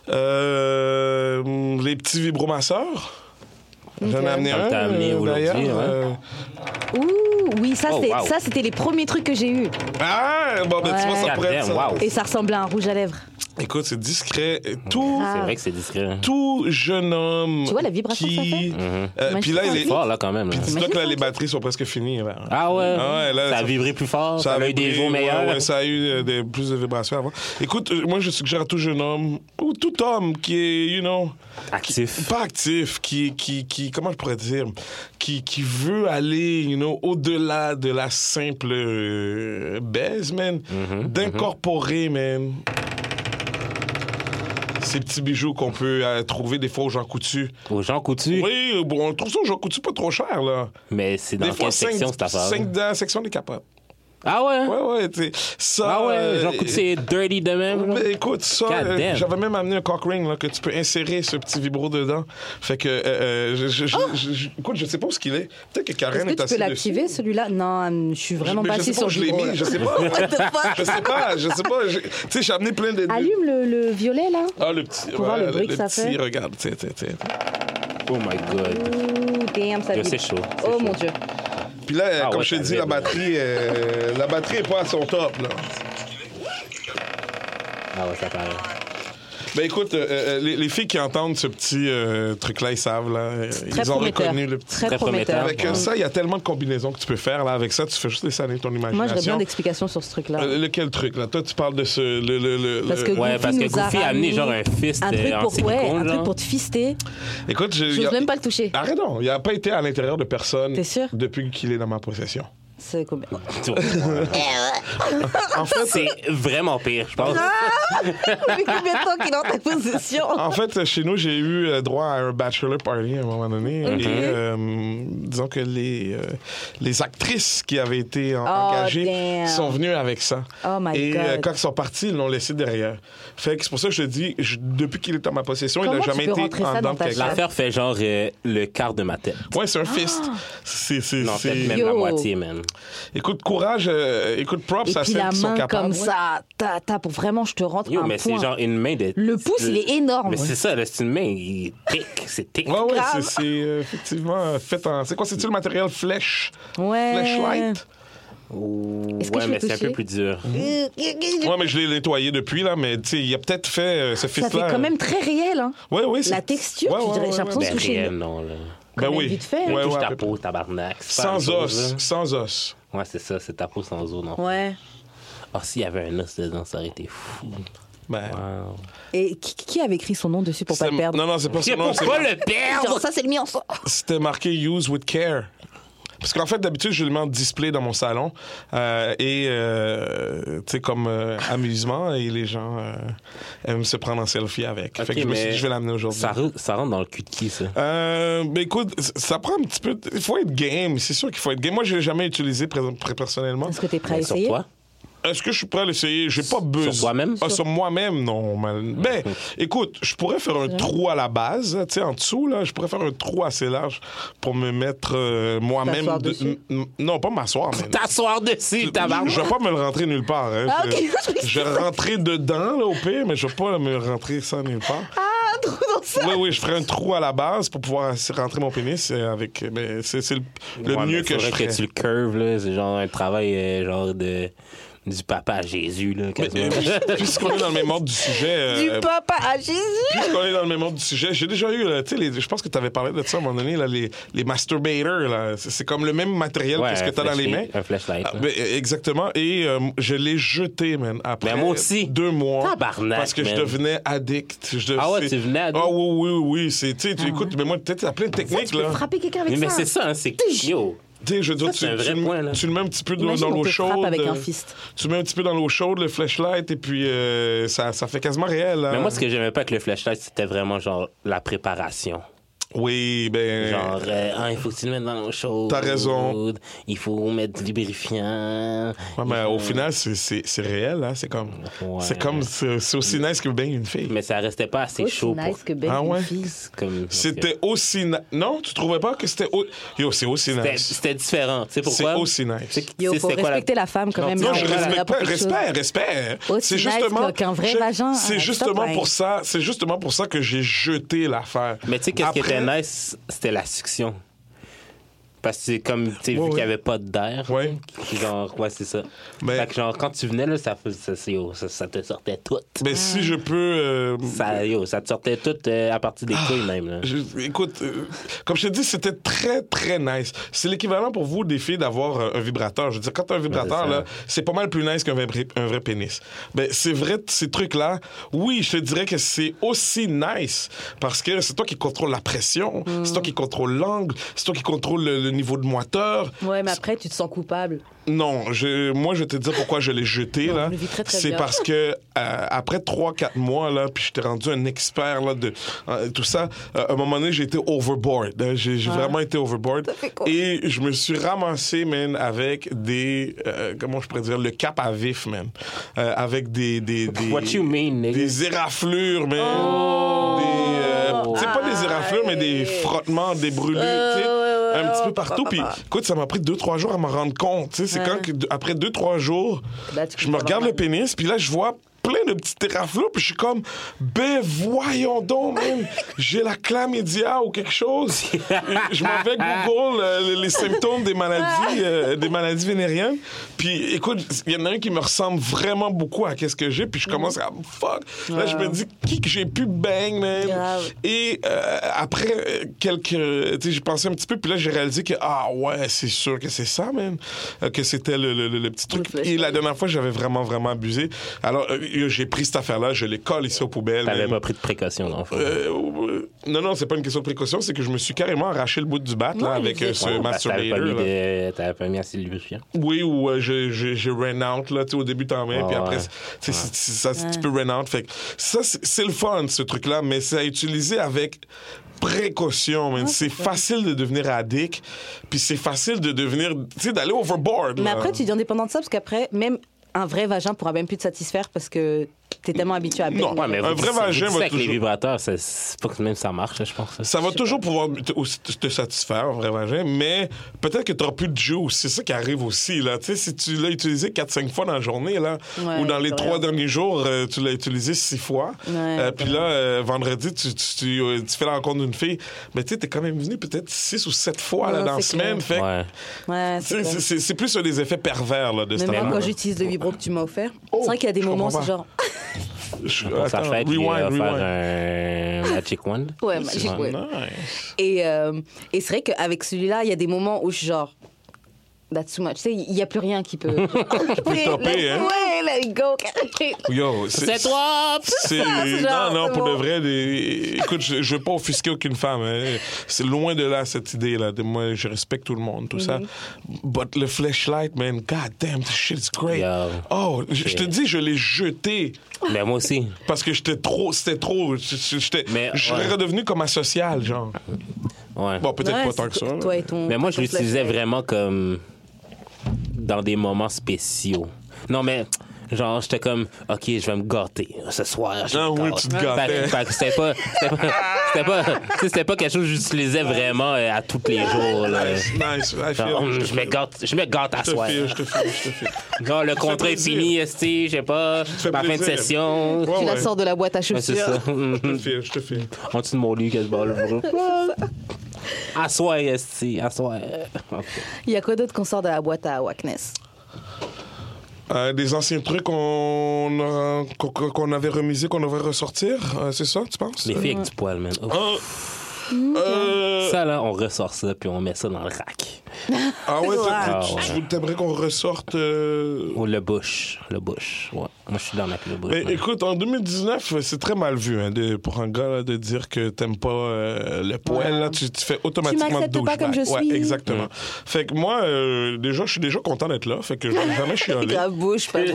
Euh, les petits vibromasseurs. J'en Ok. ai amené T'en un. t'as amené euh, aujourd'hui, d'ailleurs. ouais. euh, ouh oui ça Oh, c'était wow. ça c'était les premiers trucs que j'ai eu Ah, bon, ben, tu vois, ça Ouais. pourrait être ça. Goddamn, wow. et ça ressemblait à un rouge à lèvres. Écoute, c'est discret. Et Tout, Ah. C'est vrai que c'est discret. hein. tout jeune homme. Tu vois la vibration que ça qui... fait Mhm. Euh, Imagine puis là, ça, il C'est est... fort, là, quand même. là. puis dis-toi Imagine que là, ça. les batteries sont presque finies. là. Ah ouais? Ah ouais, là, ça a ça- vibré plus fort, ça, a avait eu des pris- jours ouais, meilleurs. ouais, ça a eu euh, des- plus de vibrations avant. Écoute, euh, moi, je suggère à tout jeune homme, ou tout homme qui est, you know, Actif. pas actif, qui, qui, qui comment je pourrais dire, qui, qui veut aller, you know, au-delà de la simple euh, baise, man, Mm-hmm, d'incorporer, man, ces petits bijoux qu'on peut euh, trouver des fois aux gens coutus. Aux gens coutus, Oui, bon, on trouve ça aux gens coutus pas trop cher, là. mais c'est dans des fois, quelle section cinq- cette affaire? cinq dans la section des capotes. Ah ouais? Ouais, ouais, tu sais, ça... Ah ouais, euh, Jean Coutu, c'est dirty de même. mais écoute, ça, God euh, damn. j'avais même amené un cock ring là, que tu peux insérer ce petit vibro dedans. Fait que, euh, euh, je, je- je- je- je- écoute, je sais pas où ce qu'il est. Peut-être Ah! que Est-ce Karen est, que tu assise peux l'activer dessus. celui-là Non, hum, je suis vraiment Mais pas je sais assise pas où sur le je l'ai bureau, mis, là. je sais pas. je sais pas, je sais pas. j'ai- Tu sais, j'ai amené plein de. de- Allume le, le violet là. Ah, le petit. Pour voir le bruit que ça petit, fait. regarde, tiens, tiens, tiens. Oh my god. Ouh, damn, ça Yo, vibre. c'est chaud. c'est Oh chaud. mon dieu. Puis là, Ah comme ouais, je t'ai ça dit, la vibre. batterie, euh, la batterie est pas à son top, là. Ah ouais, ça paraît. Ben écoute, euh, euh, les, les filles qui entendent ce petit euh, truc-là, ils savent, là. euh, Très ils ont prometteur. reconnu le petit. Très, Très prometteur. prometteur. Avec euh, ça, il y a tellement de combinaisons que tu peux faire. Là. Avec ça, tu fais juste dessiner ton imagination. Moi, j'aurais bien d'explications sur ce truc-là. Euh, lequel truc, là? Toi, tu parles de ce. Le, le, le- Parce le- que Ouais, Goofy parce que nous a Goofy a amené ramené genre un fist un truc euh, en pour, ouais, silicone, un truc genre. pour te fister. Écoute, je. il Ah. y J'ose a- même pas le toucher. Arrête donc. Il n'a pas été à l'intérieur de personne T'es sûr depuis qu'il est dans ma possession. C'est comme- oh, Tu vois. En fait, C'est vraiment pire, je pense. Ah. Mais combien de temps qu'il est en ta position en fait, chez nous, j'ai eu euh, droit à un bachelor party à un moment donné. Et euh, disons que les, euh, les actrices qui avaient été en- engagées Ah, damn. sont venues avec ça. Oh my et euh, God. quand ils sont partis, ils l'ont laissé derrière. Fait que c'est pour ça que je te dis, je- depuis qu'il est en ma possession, il Comment n'a tu jamais peux été en rentrer ça dedans dans ta Ah! de quelqu'un. chambre? L'affaire fait genre euh, le quart de ma tête. Ouais, c'est un fist. C'est, c'est, Non, c'est- peut-être même la Yo. moitié, man. Écoute, courage, euh, écoute, props Et à puis celles la qui sont main capables. comme ça, ta, ta, pour vraiment, je te rentre Yo, un mais c'est point. genre une main de. Le pouce, il est énorme. Mais c'est ça, là, c'est une main, il tic, c'est tic. Ouais, ouais, c'est, Grave. c'est, euh, effectivement euh, fait en. C'est quoi, c'est-tu le matériel flèche Euh, Ouais. Flashlight Est-ce que Ouais, je mais peux c'est un peu toucher plus dur. Ouais, mais je l'ai nettoyé depuis, là, mais tu sais, il a peut-être fait euh, ce Ça fist-là. fait quand même très réel. Hein. Ouais, ouais, c'est- La texture, Ouais, tu ouais, dirais, ouais, j'ai l'impression ouais. de Ben, toucher. rien, une- non, là. Ben même oui. vite fait. hein. Ouais, Touche ouais, ta peau, tabarnak. c'est pas la même Sans chose, os, sans os. là. Ouais, Ah, c'est ça, c'est ta peau sans os, non. Ouais. Ah, s'il y avait un os dedans, ça aurait été fou. Ben, Wow. Et qui, qui avait écrit son nom dessus pour pas c'était- le perdre Non, non, c'est pas C'est son nom. c'est- pourquoi le perdre? Genre, ça, c'est le mien. ça. C'était marqué Use with care. Parce qu'en fait, d'habitude, je le mets en display dans mon salon. euh, et, euh, tu sais, comme euh, amusement, et les gens euh, aiment se prendre en selfie avec. Ok, fait que je me suis mais dit, je vais l'amener aujourd'hui. Ça, re- ça rentre dans le cul de qui, ça? Euh, ben écoute, ça prend un petit peu. Il faut être game, c'est sûr qu'il faut être game. Moi, je l'ai jamais utilisé pré- pré- personnellement. Est-ce que t'es prêt à Sur essayer toi? Est-ce que je suis prêt à l'essayer? J'ai pas besoin. toi-même? Ah, sur moi-même, non. man. Ben, écoute, je pourrais faire un trou à la base, tu sais, en dessous, là. Je pourrais faire un trou assez large pour me mettre euh, moi-même. T'asseoir de- dessus? n- Non, pas m'asseoir, mais. T'asseoir dessus, tabarnak. Je vais pas me le rentrer nulle part. hein. Ah, ok. Je- Je vais rentrer dedans, là, au pire, mais je vais pas me rentrer ça nulle part. Un trou dans ça. Oui, oui, je ferai un trou à la base pour pouvoir assi- rentrer mon pénis euh, avec. euh, ben, c'est c'est le, le Ouais, mais mieux c'est que je vrai ferais. que tu le curves, là, c'est genre un travail euh, genre de du papa à Jésus, là, Mais, quasiment. euh, puisqu'on est dans le même ordre du sujet, euh, Du euh, papa à Jésus puisqu'on est dans le même ordre du sujet, j'ai déjà eu, là, tu sais, les- je pense que tu avais parlé de ça à un moment donné, là, les, les masturbators, là. C'est, c'est comme le même matériel Ouais, que ce un que tu as dans les mains. flashlight- Un flashlight. Ah, là. ben, exactement. Et euh, je l'ai jeté, man, après Mais moi aussi. deux mois. Tabarnak, Parce que man. je devenais addict. Je dev- Ah ouais, c'est- tu venais addict? Ah Ah oui, oui, oui. C'est, tu sais, tu écoutes, mais moi, tu sais, t'as plein de Ça, techniques, tu peux là. frapper quelqu'un avec mais mais ça. c'est ça, hein, c'est. Yo! Tu sais, je veux dire, Ça, tu, c'est un vrai tu le- point, là. tu le mets un petit peu dans, Imagine dans on l'eau te frappe chaude. avec euh, un fist. tu mets un petit peu dans l'eau chaude, le flashlight, et puis euh, ça, ça fait quasiment réel. hein. Mais moi, ce que j'aimais pas avec le flashlight, c'était vraiment genre la préparation. Oui, ben. Genre, euh, ah, il faut que tu le mettes dans l'eau chaude. T'as raison. Il faut mettre du lubrifiant. Ouais, mais Il au faut- final, c'est- c'est c'est réel, hein. C'est comme. euh, Ouais. C'est comme. C'est c'est aussi nice que bang une fille. Mais ça restait pas assez Aussi chaud nice que belle Ah une ouais? fille. pour. Comme... C'était aussi. na- Non, tu trouvais pas que c'était. au- Yo, c'est aussi C'était- nice. C'était différent. Tu sais pourquoi? C'est aussi nice. Tu sais- Yo, tu sais, faut c'était quoi respecter la femme quand Non, même. tu sais, hein, là, Non, je on est là pour respecte pas. quelque chose. Respect, respect. hein. Aussi C'est nice justement. que- qu'un vrai je- vagin, C'est euh, justement stop, pour hein. ça. C'est justement pour ça que j'ai jeté l'affaire. Mais tu sais, qu'est-ce qui Après- était nice, c'était la suction. Parce que c'est comme, tu sais, vu Ouais, qu'il n'y ouais. avait pas d'air, Ouais. genre, ouais, c'est ça. Mais- Fait que genre, quand tu venais, là, ça, fais- ça, c'est- oh, ça- ça te sortait tout. Mais si je peux. euh, Ça, yo, ça te sortait tout euh, à partir Ah, des couilles, même. Là. je- écoute, euh, comme je te dis, c'était très, très nice. C'est l'équivalent pour vous, des filles, d'avoir euh, un vibrateur. Je veux dire, quand t'as un Ouais, vibrateur, c'est ça. là, c'est pas mal plus nice qu'un vrai, un vrai pénis. Ben, c'est vrai, t- ces trucs-là, oui, je te dirais que c'est aussi nice parce que c'est toi qui contrôle la pression, c'est Mm. toi qui contrôle l'angle, c'est toi qui contrôle le, le niveau de moiteur. Ouais, mais après, tu te sens coupable. Non, je, moi, je vais te dire pourquoi je l'ai jeté. on là. le vit très, très C'est bien. parce que euh, après 3-4 mois, là, puis j'étais rendu un expert là, de euh, tout ça, euh, à un moment donné, j'ai été overboard. hein. j'ai Ah. j'ai vraiment été overboard. Et je me suis ramassé, man, avec des. euh, comment je pourrais dire Le cap à vif, man. Euh, avec des. des, des What you mean, nigga? Des éraflures, man. Des. euh, tu sais, pas des éraflures, mais des frottements, des brûlures. tu sais, un petit peu partout. Puis, écoute, ça m'a pris 2-3 jours à m'en rendre compte. tu sais. C'est quand, que- après 2-3 jours, Là, Bah, tu je me comprends regarde le mal. pénis, puis là, je vois plein de petits éraflures, puis je suis comme, ben voyons donc, man, j'ai la chlamydia ou quelque chose. je m'en vais Google euh, les symptômes des maladies, euh, des maladies vénériennes. Puis écoute, il y en a un qui me ressemble vraiment beaucoup à qu'est-ce que j'ai, puis je commence à fuck. Là, je me dis, qui que j'ai pu bang, man. Grave. Et euh, après euh, quelques. euh, Tu sais, j'ai pensé un petit peu, puis là, j'ai réalisé que, ah ouais, c'est sûr que c'est ça, man. Euh, que c'était le, le- le- le petit truc. flashlight. Et la dernière fois, j'avais vraiment, vraiment abusé. Alors, euh, j'ai pris cette affaire-là, je l'ai collée ici aux poubelles. T'avais man. pas pris de précaution, dans le fond. Euh, euh, non, non, c'est pas une question de précaution, c'est que je me suis carrément arraché le bout du bat là, avec euh, ce Ouais, parce que t'avais pas masturbator. mis là. de- T'avais pas mis assez de lubrifiant. Oui, ou euh, je, je, je ran out, là, tu sais, au début t'en mets, Ah puis après, ouais. tu sais, c'est- c'est- ça, c'est- tu peux run out. Fait que ça, c'est c'est le fun, ce truc-là, mais c'est à utiliser avec précaution, man. c'est facile de devenir addict, puis c'est facile de devenir, tu sais, d'aller overboard. Mais là. après, tu dis indépendant de ça, parce qu'après, même un vrai vagin pourra même plus te satisfaire parce que t'es tellement habitué à Non, peine. Ouais, Ah, mais Un vous vrai dites- vous vagin dites ça va avec les toujours- vibrateurs, c'est- c'est pas que même ça marche, là, je pense. là. Ça va toujours pouvoir te, aussi te- te satisfaire, en vrai vagin, mais peut-être que tu n'auras plus de juice. C'est ça qui arrive aussi. Là. Tu sais, Si tu l'as utilisé 4-5 fois dans la journée, là, Ouais, ou dans les c'est trois vrai. derniers jours, euh, tu l'as utilisé 6 fois. Ouais, Euh, c'est puis là, euh, vendredi, tu, tu, tu, euh, tu fais la rencontre d'une fille. Mais tu sais, tu es quand même venu peut-être 6 ou 7 fois là, Ouais, dans la c'est clair. semaine. Fait que, Ouais. Ouais, tu c'est sais, c'est- clair. c'est c'est plus sur les effets pervers là, de cette Même moi, affaire-là. quand j'utilise le vibro que tu m'as offert, Oh, c'est vrai qu'il y a des je moments, comprends c'est pas. genre. ah Je- Pour sa attends, fête, euh, il a rewind, offert rewind. un Magic Wand. Ouais, magique, vrai. ouais. Nice. Et, euh, et c'est vrai qu'avec celui-là, il y a des moments où je suis genre. That's too much. Tu sais, il n'y a plus rien qui peut. qui peut topper, hein. Ouais, let's go. Yo, c'est C'est toi! C'est- C'est non, genre, non, c'est pour bon. de vrai, des- écoute, je, je veux pas offusquer aucune femme. hein. C'est loin de là, cette idée-là. De Moi, je respecte tout le monde, tout ça. But le flashlight, man, god damn, this shit's great. Yo. Oh, je je te dis, je l'ai jeté Mais Ben, moi aussi. parce que j'étais trop, c'était trop, j'étais, Mais, je ouais. serais redevenu comme asocial, genre. Ouais. Bon, peut-être Ouais, pas tant que c'est ça. Toi là. et ton. Mais moi, je ton l'utilisais flashlight. vraiment comme dans des moments spéciaux. Non, mais genre, j'étais comme, OK, je vais me gâter ce soir. je me Ah oui, gâte. tu te gâtais. Fait- fait que C'était pas, c'était pas, c'était pas, tu sais, c'était pas quelque chose que j'utilisais vraiment euh, à tous les jours. là. Nice, nice. I feel Genre, you, hum, je te je me file. gâte, je me gâte à Je te soir. file, je te file, je te file. Genre, le contrat est plaisir. fini, esti, je sais pas, fais ma fin de plaisir. session. Ouais, Tu ouais. la sors de la boîte à Ouais, c'est chaussures. ça. Je te file, je te file. En dessous de mon lit, que je balle. À soir, esti, à soir. Il y a quoi d'autre qu'on sort de la boîte à Wackness Euh, des anciens trucs qu'on aura- qu'on- qu'on avait remisés, qu'on devrait ressortir, euh, c'est ça, tu penses? Les filles avec du poil, man. Oh. Euh, Hmm. euh, Ça, là, on ressort ça, puis on met ça dans le rack. ah ouais, Ah t'as- tu- tu- ouais. t'aimerais qu'on ressorte. euh, Ou le bush. Le bush, ouais. Moi, je suis dans avec le bush. Mais man. écoute, en 2019, c'est très mal vu hein, de- pour un gars là, de dire que t'aimes pas euh, le poil. Là, tu, tu fais automatiquement m'acceptes pas comme douchebag. je Ouais, suis. exactement. Hmm. Fait que moi, euh, déjà, je suis déjà content d'être là. Fait que je vais jamais chialer. La bouche, pas bouche.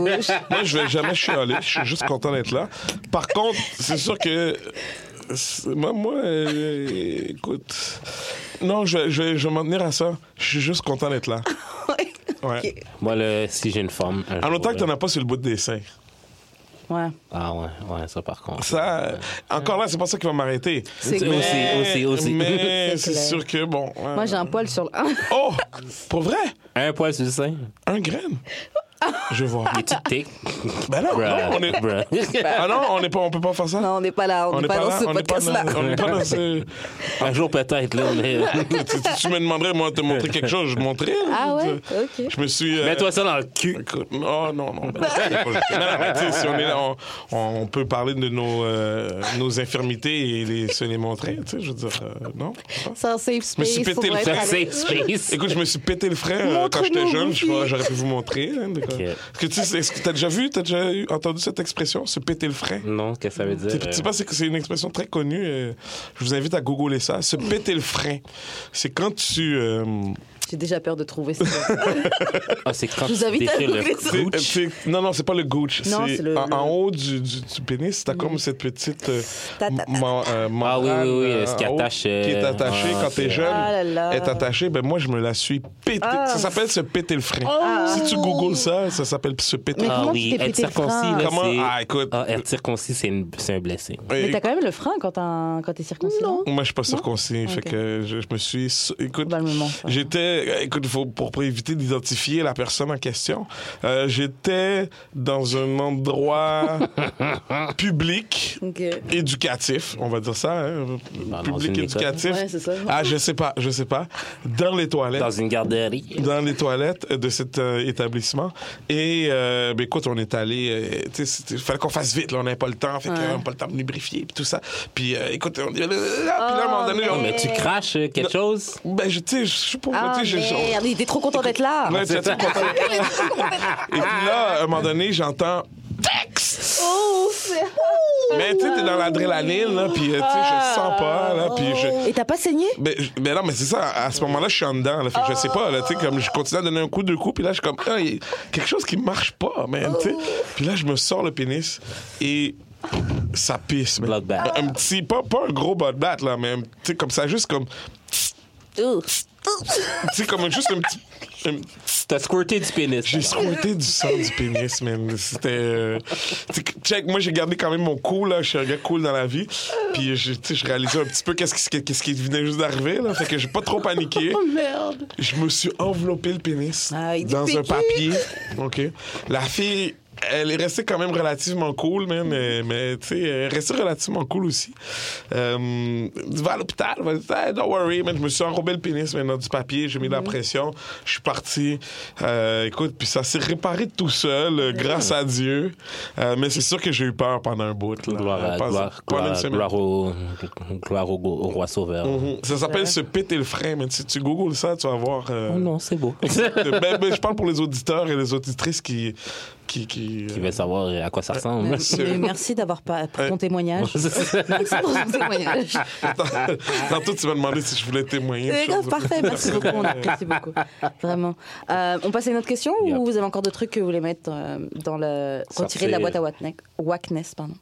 Moi, je vais jamais chialer. Je suis juste content d'être là. Par contre, c'est sûr que. c'est- Moi, moi, euh, écoute. Non, je, vais- je, vais- je vais m'en tenir à ça. Je suis juste content d'être là. Ouais. Moi, là, si j'ai une forme. un En jour, autant que là- t'en as pas sur le bout de dessin. Ouais. Ah, ouais, ouais, ça, par contre. Ça, euh, encore là, c'est pas ça qui va m'arrêter. C'est Aussi, clair. aussi, aussi. Mais C'est c'est clair. sûr que bon. euh, Moi, j'ai un poil sur le. Oh, pour vrai, Un poil sur le sein. un grain. Je vois. Des petites tics. Ben non, Bruh, non, on est- bruh. Ah non, on n'est pas, on peut pas faire ça. Non, on n'est pas là. On n'est pas, dans là, ce on n'est pas podcast-là. dans- on n'est pas dans ce. Un jour, peut-être, là, mais. Si si tu me demanderais, moi, de te montrer quelque chose, je montrais. Ah ouais? OK. Je me suis. euh, Mets-toi ça dans le cul. écoute, Oh non, non. ben, c'est pas- non, non, mais tu sais, si on est là, on, on- on peut parler de nos, euh, nos infirmités et les, se les montrer, tu sais, je veux dire, euh, non. C'est un safe me suis space. pété pour le être C'est frère. un avec- safe space. Écoute, je me suis pété le frère euh, quand j'étais Montre-nous, jeune, Goofy. je vois, j'aurais pu vous montrer. hein, de quoi. Ok. Est-ce que tu sais, est-ce que t'as déjà vu, t'as déjà eu- entendu cette expression, se péter le frein? Non, qu'est-ce que ça veut dire? Euh, C'est- Tu sais pas, c'est que c'est une expression très connue. euh, je vous invite à googler ça. Se péter le frein. C'est quand tu. euh, J'ai déjà peur de trouver ça. Ah, c'est quand Je vous tu invite à déchires le googler ça. c'est- gooch. euh, c'est- non, non, c'est pas le gooch. Non, C'est c'est le- en, le- en haut du, du, du pénis, t'as comme cette petite. euh, Ta- ta- ta- man- euh, Ah oui, membrane, oui, oui, euh, ce qui en haut, attache, Qui est euh, attachée ah, quand ok. t'es jeune. Ah là là. Est attachée. Ben moi, je me la suis pétée. Ah. Ça s'appelle se péter le frein. Si tu googles ça, ça s'appelle se péter Mais le frein. Ah comment tu oui, t'es être pété le circoncis, frein? là, Comment- c'est... Ah, écoute. Ah, être circoncis, c'est, une- c'est un blessing. Mais Et- t'as quand même le frein quand, t'as un- quand t'es circoncis. Non. Moi, je suis pas circoncis. Fait Ok. Bah, que je, je me suis. Écoute, Probablement, ça. j'étais. Écoute, faut, pour, pour éviter d'identifier la personne en question, euh, j'étais dans un endroit public, OK. éducatif, on va dire ça. hein, Dans public une école. éducatif. Ouais, c'est ça. Ah, je sais pas, je sais pas. Dans les toilettes Dans une garderie. dans les toilettes de cet euh, établissement. Et euh, ben, écoute, on est allé. euh, il fallait qu'on fasse vite, là, on n'avait pas le temps. Fait qu'on n'avait pas le temps de lubrifier puis tout ça. Puis euh, écoute, on, là, là, là, puis là, à un moment donné, Non, on- mais tu craches euh, quelque chose? Ben, je tu sais, je suis pas. Ah, tu sais, je- je- merde, il était trop content d'être là. Ouais, tu sais, tu sais, quand on- Et puis là, à un moment donné, j'entends. Texte! Oh, c'est- Mais tu sais, t'es dans l'adrénaline, là, puis euh, tu sais, je sens pas, là, puis je. Et t'as pas saigné? Ben, je- ben non, mais c'est ça. À ce moment-là, je suis en dedans. Là, fait que je sais pas. Là, tu sais, comme je continue à donner un coup, deux coups, puis là, je suis comme, Ah, il y a quelque chose qui marche pas, man. tu sais. Puis là, je me sors le pénis et ça pisse, man. Blood bath. Un petit, pas, pas un gros blood bath, là, mais un- tu sais, comme ça, juste comme, Ouh. tu sais, comme juste un petit. un- T'as squirté du pénis. J'ai alors. squirté du sang du pénis, man. C'était. euh, tu sais, check, moi, j'ai gardé quand même mon cool, là. Je suis un gars cool dans la vie. Puis, je, tu sais, je réalisais un petit peu qu'est-ce qui, qu'est-ce qui venait juste d'arriver, là. Fait que j'ai pas trop paniqué. Merde. Je me suis enveloppé le pénis Ah, il dit dans un piqûre. papier. OK. La fille, elle est restée quand même relativement cool, même, mais, mais tu sais, elle est restée relativement cool aussi. Euh, va à l'hôpital, va à l'hôpital, don't worry, man. Je me suis enrobé le pénis maintenant du papier, j'ai mis de Mm-hmm. la pression, je suis parti. Euh, écoute, puis ça s'est réparé tout seul, Mm-hmm. euh, grâce à Dieu. Euh, mais c'est sûr que j'ai eu peur pendant un bout. Là. Euh, Gloire, à- Pas- gloire, pendant une gloire, semaine. gloire au, gloire au, au roi sauveur. Mhm. Ça s'appelle se péter le frein, mais si tu googles ça, tu vas voir. euh, Oh non, c'est beau. Euh, ben, ben, je parle pour les auditeurs et les auditrices qui. qui, qui, Tu veux savoir euh, à quoi ça ressemble? Mais Merci d'avoir pas pour ton Ouais. témoignage. Merci pour ton témoignage. euh, Tantôt, tu m'as demandé si je voulais témoigner. C'est de choses. grave, parfait, merci beaucoup, on apprécie beaucoup. Vraiment. Euh, on passe à une autre question Yep. ou vous avez encore d'autres trucs que vous voulez mettre euh, dans le. Retirer de la Sortir. boîte à Wackness, Wackness, pardon.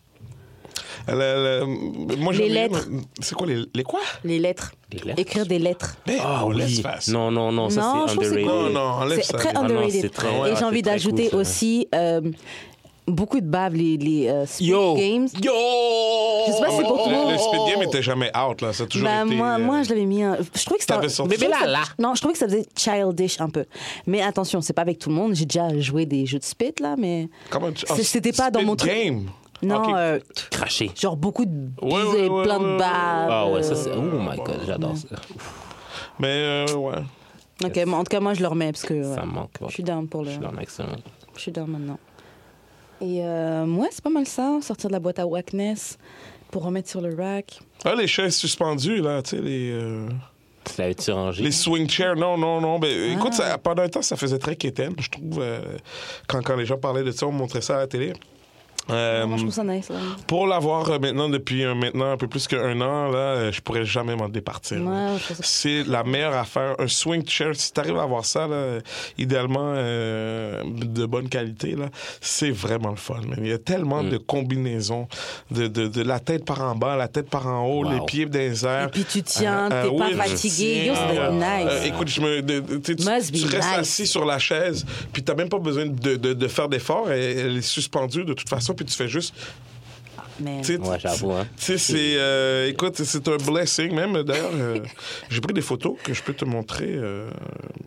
La- la- euh, moi, j'en Les ai une. lettres. C'est quoi les, les quoi Les lettres. Les lettres. Écrire des lettres. Ben, on laisse faire ça. Ah Non, non, non, ça Non, je c'est trouve que c'est underrated. Non, non, on laisse C'est ça. très Ah non, underrated. c'est très- ouais, Et j'ai c'est envie très d'ajouter cool, ça. aussi euh, beaucoup de baves, les, les euh, speed Yo! games. Yo! Je sais pas si c'est pour Oh, Le, toi. le speed game était jamais out, là. Ça a toujours Bah, été. moi, euh, moi, je l'avais mis. un- Je trouvais que c'était. T'avais un- sorti- je trouvais Bébé que Lala. ça- Non, je trouvais que ça faisait childish un peu. Mais attention, c'est pas avec tout le monde. J'ai déjà joué des jeux de spit là, mais comment tu- oh, c'est- c'était pas dans speed mon truc. game. non, Ok. euh, Craché. genre beaucoup de bisous Ouais, ouais, et ouais, plein ouais, ouais, de baves. Ah ouais, euh, ça c'est. Oh my god, j'adore ça. Mais, euh, ouais. Ok, mais en tout cas, moi, je le remets parce que ouais, Ça me manque. ouais. je suis down pour le. Je suis dans l'action. Je suis dehors maintenant. Et euh, ouais, c'est pas mal ça, sortir de la boîte à Wackness pour remettre sur le rack. Ah, les chaises suspendues, là, tu sais, les, euh, Tu l'avais-tu rangé? les swing chairs. Non, non, non. Ben, Ah. Écoute, ça- pendant un temps, ça faisait très quétaine, je trouve. euh, quand, quand les gens parlaient de ça, on montrait ça à la télé. Euh, Moi, je trouve ça nice. là. pour l'avoir euh, maintenant depuis euh, maintenant un peu plus qu'un an, là, euh, je pourrais jamais m'en départir. Ouais, je trouve ça- C'est la meilleure affaire. Un swing chair, si t'arrives à avoir ça, là, euh, idéalement euh, de bonne qualité, là, c'est vraiment le fun. man. Il y a tellement de combinaisons, de, de, de la tête par en bas, la tête par en haut, Wow. les pieds dans les airs. Et puis tu tiens, Euh, euh, t'es pas oui, je fatigué. tiens. Yo, ça doit être nice. Euh, écoute, je me, de- de- tu, sais, tu- Must be tu restes nice. assis sur la chaise, puis t'as même pas besoin de, de, de faire d'efforts. Elle, elle est suspendue de toute façon, puis tu fais juste Mais tu sais, Ouais, j'avoue, hein. tu sais, c'est. euh, écoute, c'est un blessing, même. D'ailleurs, euh, j'ai pris des photos que je peux te montrer euh,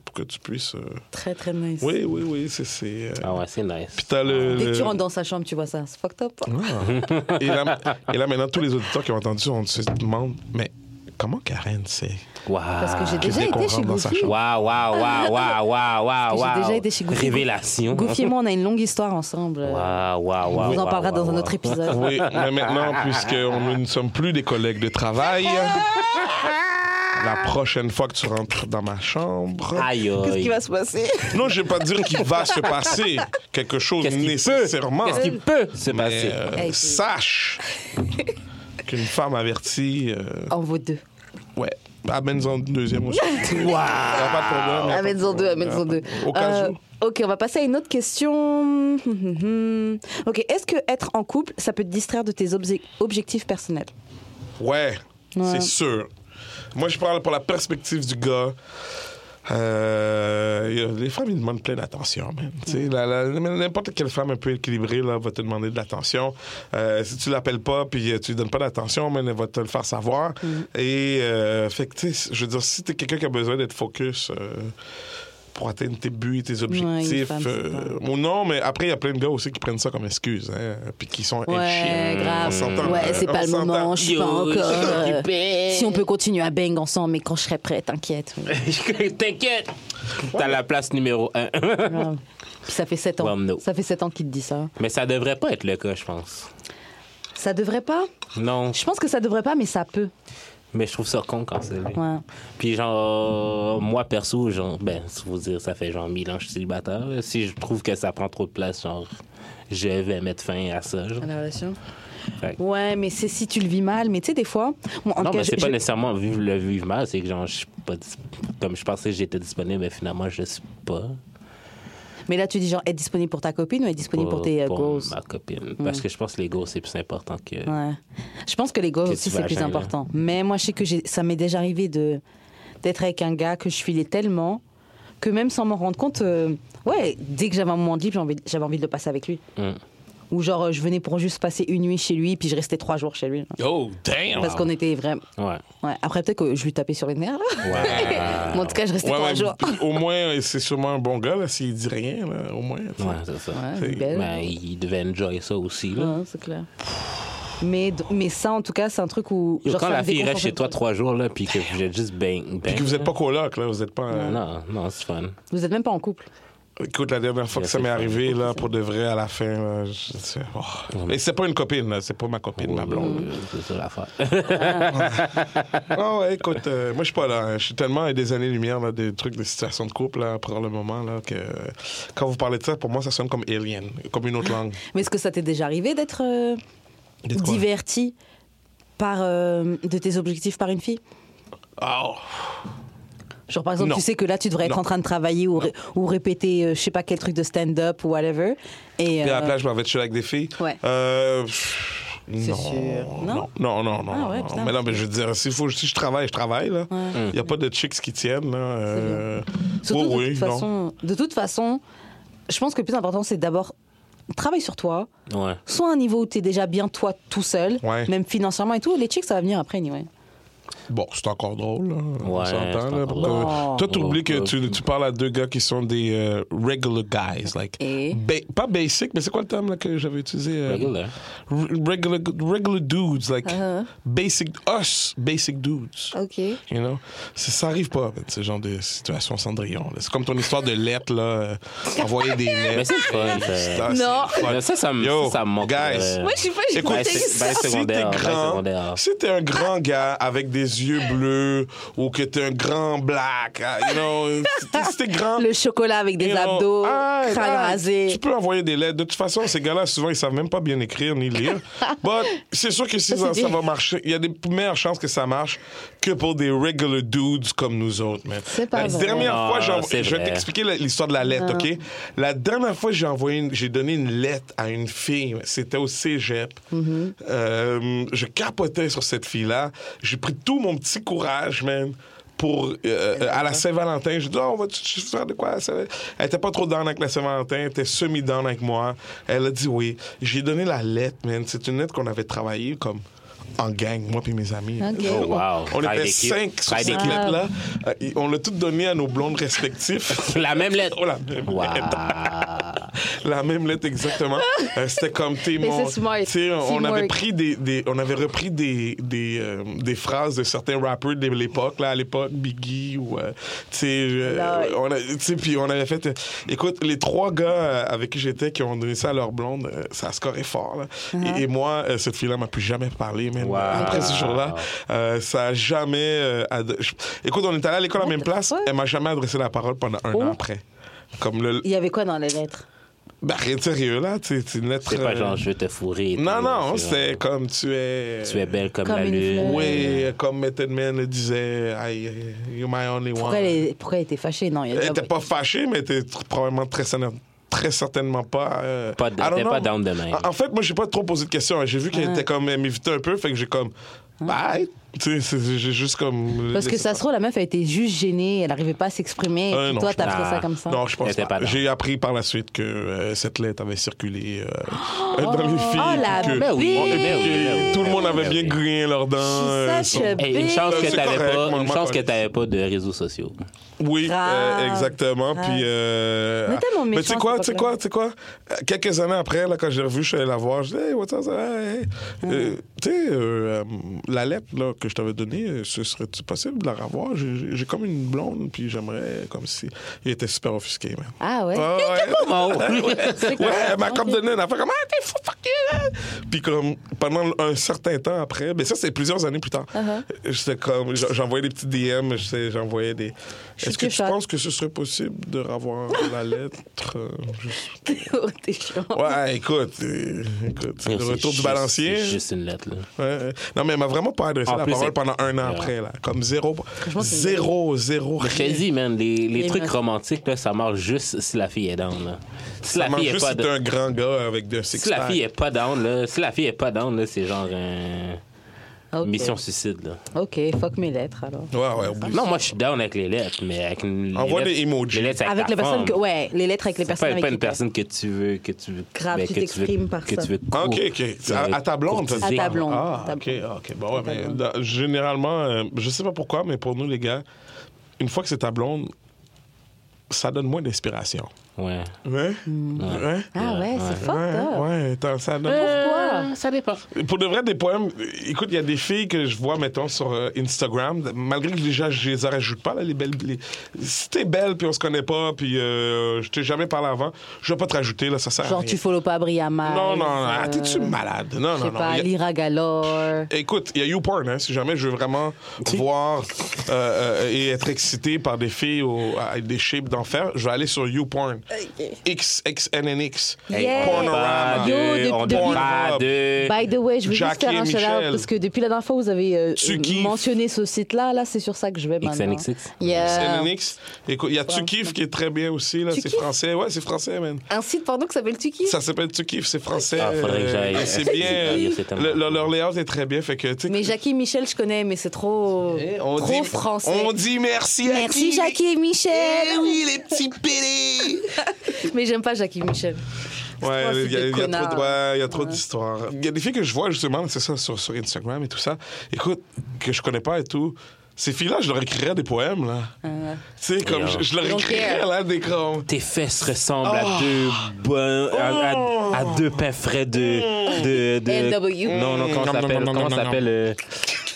pour que tu puisses. euh, Très, très nice. Oui, euh, oui, oui, c'est. c'est, euh, Ah ouais, c'est nice. Puis t'as le. Dès que tu le- rentres dans sa chambre, tu vois ça. C'est fucked up. hein. Ah. et, là, et là, maintenant, tous les auditeurs qui ont entendu, on se demande, mais comment Karen, c'est. Wow. Parce que j'ai déjà dès qu'on été chez rentre dans sa Goofy. chambre- Wow, wow, wow, wow, wow, wow, Parce que j'ai wow. déjà été chez Goofy. Révélation. Goofy et moi, on a une longue histoire ensemble. Wow, wow, wow. on vous en wow, parlera wow, dans un wow. autre épisode. Oui, mais maintenant, puisque on- nous ne sommes plus des collègues de travail, la prochaine fois que tu rentres dans ma chambre. Aïe, aïe. qu'est-ce qui va se passer Non, je vais pas dire qu'il va se passer quelque chose Qu'est-ce qui nécessairement. Qu'est-ce qui peut se passer? Euh, Hey, puis- sache qu'une femme avertie, euh, En vaut deux. ouais, amène-en une deuxième aussi. Il y a pas de problème. y a pas de Ah! Amène-en deux, problème. amène-en deux. Au cas Euh, où. Ok, on va passer à une autre question. Ok, est-ce que être en couple, ça peut te distraire de tes obje- objectifs personnels Ouais, c'est sûr. Moi, je parle pour la perspective du gars. Euh, y a- les femmes, ils demandent plein d'attention. man. Tu sais, la- la- N'importe quelle femme un peu équilibrée là, va te demander de l'attention. Euh, si tu l'appelles pas puis euh, tu lui donnes pas d'attention, man, elle va te le faire savoir. Mm. Et euh, fait que, tu sais, je veux dire, si tu es quelqu'un qui a besoin d'être focus euh, pour atteindre tes buts, tes objectifs, femme, c'est euh, ou non, mais après, il y a plein de gars aussi qui prennent ça comme excuse, hein, puis qui sont Ouais, inchis. euh, On grave. s'entend, Ouais, c'est euh, pas on le s'entend. moment. Je suis pas Yo, encore. je suis euh, occupé. si on peut continuer à bang ensemble, mais quand je serai prête, t'inquiète. oui. T'inquiète. T'as la place numéro un. Grave. Puis Ah. ça fait 7 ans. Well, no. Ça fait 7 ans qu'il te dit ça. Mais ça devrait pas être le cas, je pense. Ça devrait pas Non, Je pense que ça devrait pas, mais ça peut. mais je trouve ça con quand c'est lui. Ouais. Puis genre, moi perso, genre, ben, si vous dire, ça fait genre mille ans que je suis célibataire. là. Si je trouve que ça prend trop de place, genre, je vais mettre fin à ça. genre. la relation Ah, Fait que- Ouais, mais c'est si tu le vis mal. Mais tu sais, des fois. moi, en non, tout cas, mais c'est je- pas je- nécessairement vivre le vivre mal, c'est que genre, je suis pas dis- comme je pensais que j'étais disponible, mais finalement, je le suis pas. mais là, tu dis genre, être disponible pour ta copine ou être disponible pour, tes euh, goals Mm. ma copine. Parce que je pense que les goals, c'est plus important que. Ouais. Je pense que les goals Que aussi, tu vas c'est plus atteindre. important. Mais moi, je sais que j'ai- ça m'est déjà arrivé de d'être avec un gars que je filais tellement que même sans m'en rendre compte, euh, ouais, dès que j'avais un moment de libre, j'avais envie- j'avais envie de le passer avec lui. Mm. Ou genre, euh, je venais pour juste passer une nuit chez lui, puis je restais trois jours chez lui. Oh, damn! Parce qu'on était vraiment. Ouais. Ouais. Après, peut-être que je lui tapais sur les nerfs. là. Mais en tout cas, je restais Ouais, trois mais jours. p- au moins, euh, c'est sûrement un bon gars, là, s'il dit rien, là, au moins. tu sais. Ouais, c'est ça. Ouais, c'est belle. bah, Ben, il devait enjoy ça aussi. Là. Ouais, c'est clair. Mais, d- mais ça, en tout cas, c'est un truc où. Yo, genre, quand ça la me fille reste déconcentre chez toi trop. trois jours, là, puis que vous êtes juste bang, Puis bang. que vous n'êtes pas coloc, là, vous n'êtes pas... euh, Non, non, c'est fun. Vous n'êtes même pas en couple. Écoute, la dernière fois que Il a ça fait m'est ça, arrivé, beaucoup, là, ça. pour de vrai, à la fin, là, je- c'est- oh. Et c'est pas une copine, là, c'est pas ma copine, ma blonde. Euh, C'est ça l'affaire. Ah ouais, écoute, euh, moi, je suis pas là. hein. Je suis tellement à des années-lumière, là, des trucs, des situations de couple, là, pour le moment, là, que... euh, Quand vous parlez de ça, pour moi, ça sonne comme alien, comme une autre langue. Mais est-ce que ça t'est déjà arrivé d'être euh, D'être quoi? diverti par, euh, de tes objectifs par une fille Ah, oh. Genre, par exemple, Non. tu sais que là, tu devrais être Non. en train de travailler ou, ré- ou répéter, euh, je sais pas quel truc de stand-up ou whatever. Et, Puis à euh, la plage, je m'en vais chiller avec des filles. Ouais. Euh, pff, non, sûr. non, Non? non, non, non, Ah ouais, non. putain, mais non, parce mais je veux dire, s'il faut, si je travaille, je travaille là. Il n'y a pas de chicks qui tiennent là. euh, Surtout, oui, de, toute oui, non. façon, de toute façon, je pense que le plus important, c'est d'abord travailler sur toi. Ouais. Soit à un niveau où tu es déjà bien toi tout seul, Ouais. même financièrement et tout, les chicks, ça va venir après, anyway. Bon, c'est encore drôle. Là. On Ouais, c'est s'entend. là, encore Oh, pour drôle. que- Toi, t'oublies que tu, tu parles à deux gars qui sont des euh, regular guys. Like, Et? ba- pas basic, mais c'est quoi le terme là, que j'avais utilisé? euh, Regular. r- regular. Regular dudes. Like, Uh-huh. basic, us, basic dudes. Ok. You know? Ça, ça arrive pas, man, ce genre de situation Cendrillon. là. C'est comme ton histoire de lettres, là. euh, envoyer des lettres. Mais c'est le fun. ça. Ah, c'est Non. le fun. Mais ça, ça me- Yo, ça me manque, Guys, euh, Moi, je suis pas. j'ai Écoute, pas Bail été- sec- bail si t'es secondaire, bail grand, secondaire. si t'es un grand gars avec des yeux bleus ou que t'es un grand black, ah, you know, si t'es- si t'es grand. Le chocolat avec des you know, abdos, ah, crâne ah, rasé. Tu peux envoyer des lettres. De toute façon, ces gars-là, souvent, ils savent même pas bien écrire ni lire. But c'est sûr que si ça, ça va marcher, il y a des meilleures chances que ça marche que pour des regular dudes comme nous autres, man. C'est pas La vrai. dernière fois, j'ai Ah, envo- c'est je vais vrai. t'expliquer la- l'histoire de la lettre, OK? La dernière fois, j'ai envoyé, une- j'ai donné une lettre à une fille. C'était au cégep. Euh, je capotais sur cette fille-là. J'ai pris tout mon petit courage, même. Pour, euh, euh, à la Saint-Valentin, j'ai dit, Oh, on va faire de quoi? à la Saint- Elle était pas trop down avec la Saint-Valentin, elle était semi-down avec moi. Elle a dit oui. J'ai donné la lettre, man. C'est une lettre qu'on avait travaillée comme en gang, moi puis mes amis. Oh, wow. On Travail était d'équipe. cinq sur Travail cette d'équipe. lettre-là. Euh, et On l'a tout donné à nos blondes respectifs. La même lettre. Oh, la même Wow. lettre. La même lettre, exactement. Euh, C'était comme, t'es Mais mon... c'est smart. tu sais, on, on avait Teamwork. pris des, des- On avait repris des, des, euh, des phrases de certains rappers de l'époque, là, à l'époque, Biggie ou... euh, tu sais, euh, on a- tu sais, puis on avait fait... euh, écoute, les trois gars euh, avec qui j'étais qui ont donné ça à leur blonde, euh, ça a scoré fort, là. Uh-huh. et, et moi, euh, cette fille-là m'a plus jamais parlé, mais Wow. après ce jour-là, euh, ça a jamais... euh, ad- je- Écoute, on était allés à l'école à la même place, elle m'a jamais adressé la parole pendant un Oh. an après. Comme le, Il y avait quoi dans les lettres bah, rien de sérieux, là. tu sais, C'est une lettre. C'est pas euh, genre, je veux te fourrer. et Non, tout, non, c'est c'est genre, comme tu es. Tu es belle comme, Comme la une lune. fleur. Oui, comme Method Man le disait, I- you're my only one. Pourquoi, elle, est- pourquoi elle était fâchée Non, il y a Elle était déjà- pas fâchée, mais elle était tr- probablement très, certain- très certainement pas. euh, Pas d- I don't t'es pas know. down de même. En- En fait, moi, j'ai pas trop posé de questions. hein. J'ai vu Ah. qu'elle était comme. Elle m'évitait un peu, fait que j'ai comme. Bye! Tu sais, c'est- j'ai juste comme. Parce que ça se trouve, la meuf a été juste gênée, elle n'arrivait pas à s'exprimer. Euh, et non, toi, je t'as pris pense- ça comme ça. Non, je pense était pas. pas down. J'ai appris par la suite que euh, cette lettre avait circulé euh, dans les filles. Oh, la puis que- bête. Et Oui, puis ben que tout le monde avait bien grillé leurs dents. euh, She's such son- a Ben Hey, une chance C'est que t'avais correct, pas, moi, une moi, chance quand- que t'avais pas de réseaux sociaux. Oui, Grave, euh, exactement. grave. Puis, euh, Mais tellement mais tu méchant, sais quoi, cette tu sais quoi, époque-là. tu sais quoi. Euh, Quelques années après, là, quand j'ai revu, je suis allé la voir. Je dis, hey, what's up? ça va? Hey, hey. Euh, Mm. tu sais, euh, euh, la lettre là, que je t'avais donnée, euh, ce serait-tu possible de la revoir? J'ai- J'ai j'ai comme une blonde, puis j'aimerais comme si. Il était super offusqué, man. Ah ouais Ah, ouais. C'est Ouais, quoi elle m'a comme donné une affaire comme Ah, t'es fou, fuck you! hein. Puis comme pendant un certain temps après, mais ça, c'est plusieurs années plus tard, Uh-huh. j'étais comme, j'en- j'envoyais des petits DM, je sais, j'envoyais des. suis Est-ce que tout tu choc. penses que ce serait possible de revoir la lettre? euh, juste- Oh, T'es chiant. Ouais, écoute, euh, écoute, c'est le C'est retour du juste- balancier. C'est juste une lettre, là. Ouais, ouais. Non, mais elle m'a vraiment pas adressé En la plus, parole elle- pendant un an Ouais. après, là. Comme zéro. c'est une- Zéro, zéro. Je te rien. dis, man, les, les Les trucs meufs. romantiques, là, ça marche juste si la fille est down. Là. Si Ça la manque fille est juste pas si t'es down. un grand gars avec de six Si la fille est pas down, là, si la fille est pas down, là, c'est genre euh, Oh, Ok. mission suicide. Là. Ok, fuck mes lettres alors. Ouais, ouais, Ah, oublie Non, moi, je suis down avec les lettres, mais avec une. les Envoie lettres- des emojis. Les lettres avec, Avec ta les personnes femme. que. Ouais, les lettres avec les C'est personnes pas, avec pas une qui t'es- personne que tu veux que tu veux Grave, ben, tu que veux- t'exprimes par que ça. tu veux Ah, OK, cour- OK. que- À, à ta blonde, ça se À dit? ta blonde. Ah, Ta OK, blonde. OK. Bon, ouais, mais dans- généralement, euh, je sais pas pourquoi, mais pour nous, les gars, une fois que c'est ta blonde, ça donne moins d'inspiration. Ouais. Ouais? Ouais? Ah ouais, c'est Euh. fucked Ouais, Euh, up. ouais, attends, ça donne... Pourquoi Ça dépend. Pour de vrai, des poèmes. euh, Écoute, il y a des filles que je vois, mettons, sur euh, Instagram. Malgré que déjà, je les rajoute pas, là, les belles. les- Si t'es belle, puis on se connaît pas, puis euh, je t'ai jamais parlé avant, je vais pas te rajouter, là, ça sert à Genre, rien. tu follow pas Briama. ah, euh, Non, non, non. ah, T'es-tu malade? Je Non, non, sais non. pas, Il y a- Lira Galore. Écoute, il y a YouPorn, hein, si jamais je veux vraiment voir euh, euh, et être excité par des filles ou à- des shapes d'enfer, je vais aller sur YouPorn. XXNNX. Yeah. Pornorama. Pas Yo, de, depuis- on donne depuis- pas de. By the way, je veux juste Jackie faire un et shout Michel. parce que depuis la dernière fois, vous avez euh, Tu euh, kiffes. mentionné ce site-là. Là, c'est sur ça que je vais maintenant. XNXX. Yeah. XNNX. Écoute, il y a Tu kiffes qui est très bien aussi, là. C'est kiffes? français. Ouais, c'est français, man. Un site porno qui s'appelle Tuki. Ça s'appelle Tu kiffes, c'est français. Ah, faudrait que euh, j'aille. Ah, et C'est bien. euh, le- le- leur layout est très bien, fait que, tu sais, Mais Jackie et Michel, je connais, mais c'est trop, Eh, on trop dit, français. On dit merci à Merci qui? Jackie et Michel. Eh oui, les petits pédés! Mais j'aime pas Jackie et Michel. Ouais, c'est il y a, des il y a trop, de- connards. ouais, il y a trop d'histoires. Il y a des filles que je vois justement, c'est ça, sur, sur Instagram et tout ça. Écoute, que je connais pas et tout. Ces filles-là, je leur écrirais des poèmes, là. Ah Tu sais, comme je, je leur Don't écrirais, care. là, des grands. Tes fesses ressemblent à deux bonnes, à, à- à deux pains frais de, de, de- NW. Non, non, comment ça Nom, nom, s'appelle, nom, nom, comment nom, ça s'appelle euh,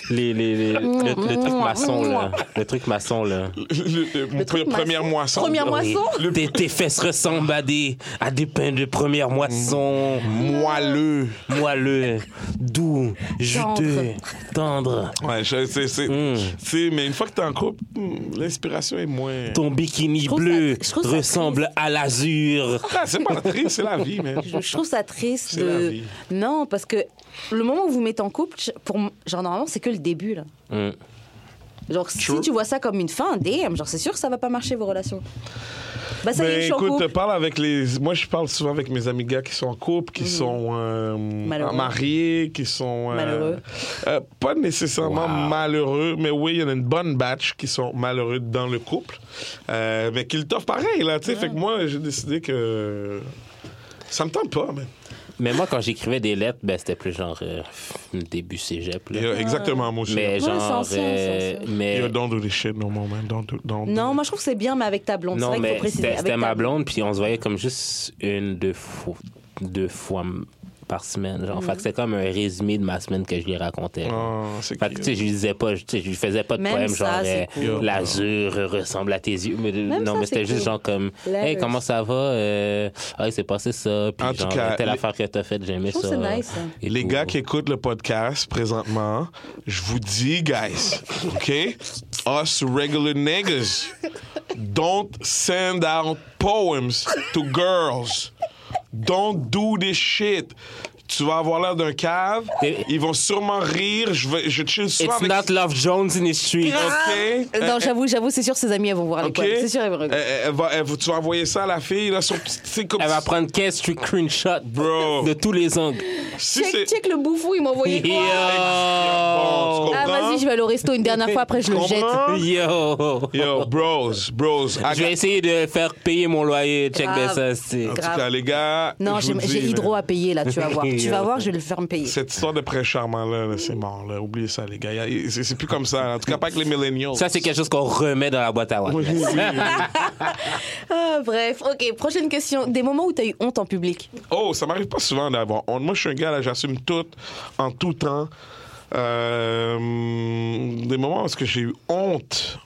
les, les, les- le, le truc maçon là, le truc maçon là. Le- le- mon truc pre- première maçon. moisson. Première moisson? Le Tes, tes fesses ressemblent à des à des pains de première moisson, moelleux. moelleux, doux, juteux, tendre. Ouais, je- c'est. c'est- Mm. c'est- Mais une fois que t'es en couple, hmm, l'inspiration est moins. Ton bikini trouve bleu ça- je trouve ça ressemble à l'azur. Ah, c'est pas triste, c'est la vie, mais. Je, je trouve ça triste C'est la de. vie. Non, parce que le moment où vous mettez en couple, je- pour m- genre normalement, c'est que le début là. Mm. Genre si True. tu vois ça comme une fin, damn, genre c'est sûr que ça va pas marcher vos relations. Bah ça y est, je Mais suis en Ben, écoute, couple. parle avec les. Moi, je parle souvent avec mes amis gars qui sont en couple, qui sont euh, Mm. Malheureux. mariés, qui sont. euh, Malheureux. euh, pas nécessairement malheureux, mais oui, il y en a une bonne batch qui sont malheureux dans le couple, euh, mais qui le toffent pareil, là, tu sais. Fait que moi, j'ai décidé que. Ça me tente pas, mais. Mais moi quand j'écrivais des lettres, ben c'était plus genre euh, début cégep là. Ah. Et, euh, Exactement, moi aussi. Mais c'est genre, ancien, c'est euh, ancien. mais Yo, don't do this shit no more, man. Don't do, don't do- Non, moi je trouve que c'est bien, mais avec ta blonde. non c'est vrai qu'il mais faut préciser. c'était avec c'était ta ma blonde puis on se voyait comme juste une deux fois deux fois m- par semaine genre Mm. fait que c'est comme un résumé de ma semaine que je lui racontais. Ah, c'est Fait que, tu sais, cute. je lui disais pas, je, tu sais, je lui faisais pas de Même poème, ça, genre, c'est euh, cool. l'azur ressemble à tes yeux. Mais, euh, Même non, ça, mais c'était c'est juste cool. genre comme, hey, Letters. comment ça va? Euh, ah, il s'est passé ça. Puis, En tout genre, cas, telle les- affaire que t'as faite, Je j'aimais ça. trouve que c'est nice, hein. ça. Et Les tout. gars qui Oh. écoutent le podcast présentement, je vous dis, guys, OK? Us regular niggas don't send out poems to girls. Don't do this shit. Tu vas avoir l'air d'un cave. Ils vont sûrement rire. Je, vais, je chill souvent It's avec... not Love Jones in the street. OK? Euh, blonde. Non, j'avoue, j'avoue, c'est sûr, ses amis, elles vont voir les Eh, OK? Eh, poèmes. Ah! C'est sûr, elles vont Elle- regarder. elle va- elle va- tu vas envoyer ça à la fille. Là, sur, c'est comme Elle va prendre 15 street screenshots Bro. de tous les angles. si Check, c'est- check le bouffou, il m'a envoyé quoi Bon, Yo! tu Ah, comprends? vas-y, je vais aller au resto une dernière fois, après je le Comprends? jette. Yo! Yo, bros, bros. I Je vais essayer de faire payer mon loyer. Check bien Grave. ça, c'est. En tout Grave. cas, les gars. Non, je vous j'ai dis, j'ai hydro là, à payer là, tu vas voir. tu vas voir, je vais le faire me payer. Cette histoire de prêt charmant-là, là, c'est mort. Là. Oubliez ça, les gars. Y a- C'est c'est plus comme ça. là. En tout cas, pas avec les millennials. Ça, c'est quelque chose qu'on remet dans la boîte à Oui, watch. oui, oui. Ah, bref, ok, prochaine question. Des moments où t'as eu honte en public Oh, ça m'arrive pas souvent d'avoir honte. Moi, je suis un gars, là, j'assume tout, en tout temps. Euh, des moments où est-ce que j'ai eu honte.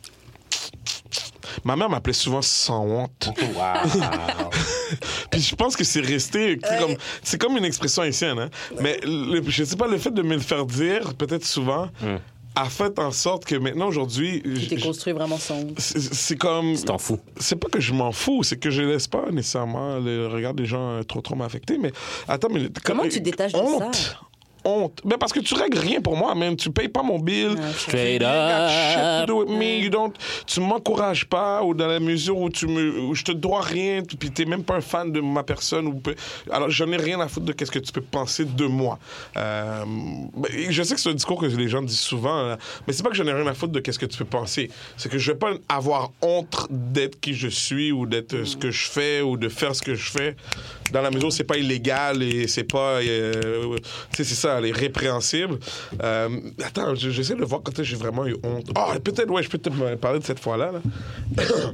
Ma mère m'appelait souvent sans honte. Wow. Puis je pense que c'est resté c'est comme c'est comme une expression haïtienne hein. Mais le, je sais pas le fait de me le faire dire peut-être souvent a fait en sorte que maintenant aujourd'hui Tu je- t'es je- construit vraiment sans honte. c'est c'est comme Tu t'en fous. c'est pas que je m'en fous, c'est que je laisse pas nécessairement le regard des gens euh, trop trop m'affecter mais attends mais euh, Comment tu détaches de ça? Honte. Mais parce que tu règles rien pour moi, même. Tu payes pas mon bill. Straight You got shit to up. do with me. You don't- Tu m'encourages pas ou dans la mesure où tu me, où je te dois rien, t- puis t'es même pas un fan de ma personne ou peu- alors j'en ai rien à foutre de qu'est-ce que tu peux penser de moi. Euh, ben, et je sais que c'est un discours que les gens disent souvent, là, mais c'est pas que j'en ai rien à foutre de qu'est-ce que tu peux penser. C'est que je vais pas avoir honte d'être qui je suis ou d'être euh, ce que je fais ou de faire ce que je fais dans la mesure où c'est pas illégal et c'est pas, euh, tu sais, c'est ça, les répréhensibles. Euh, attends, je- j'essaie de voir quand est-ce que j'ai vraiment eu honte. Ah, peut-être, ouais, je peux te parler de cette fois-là. là.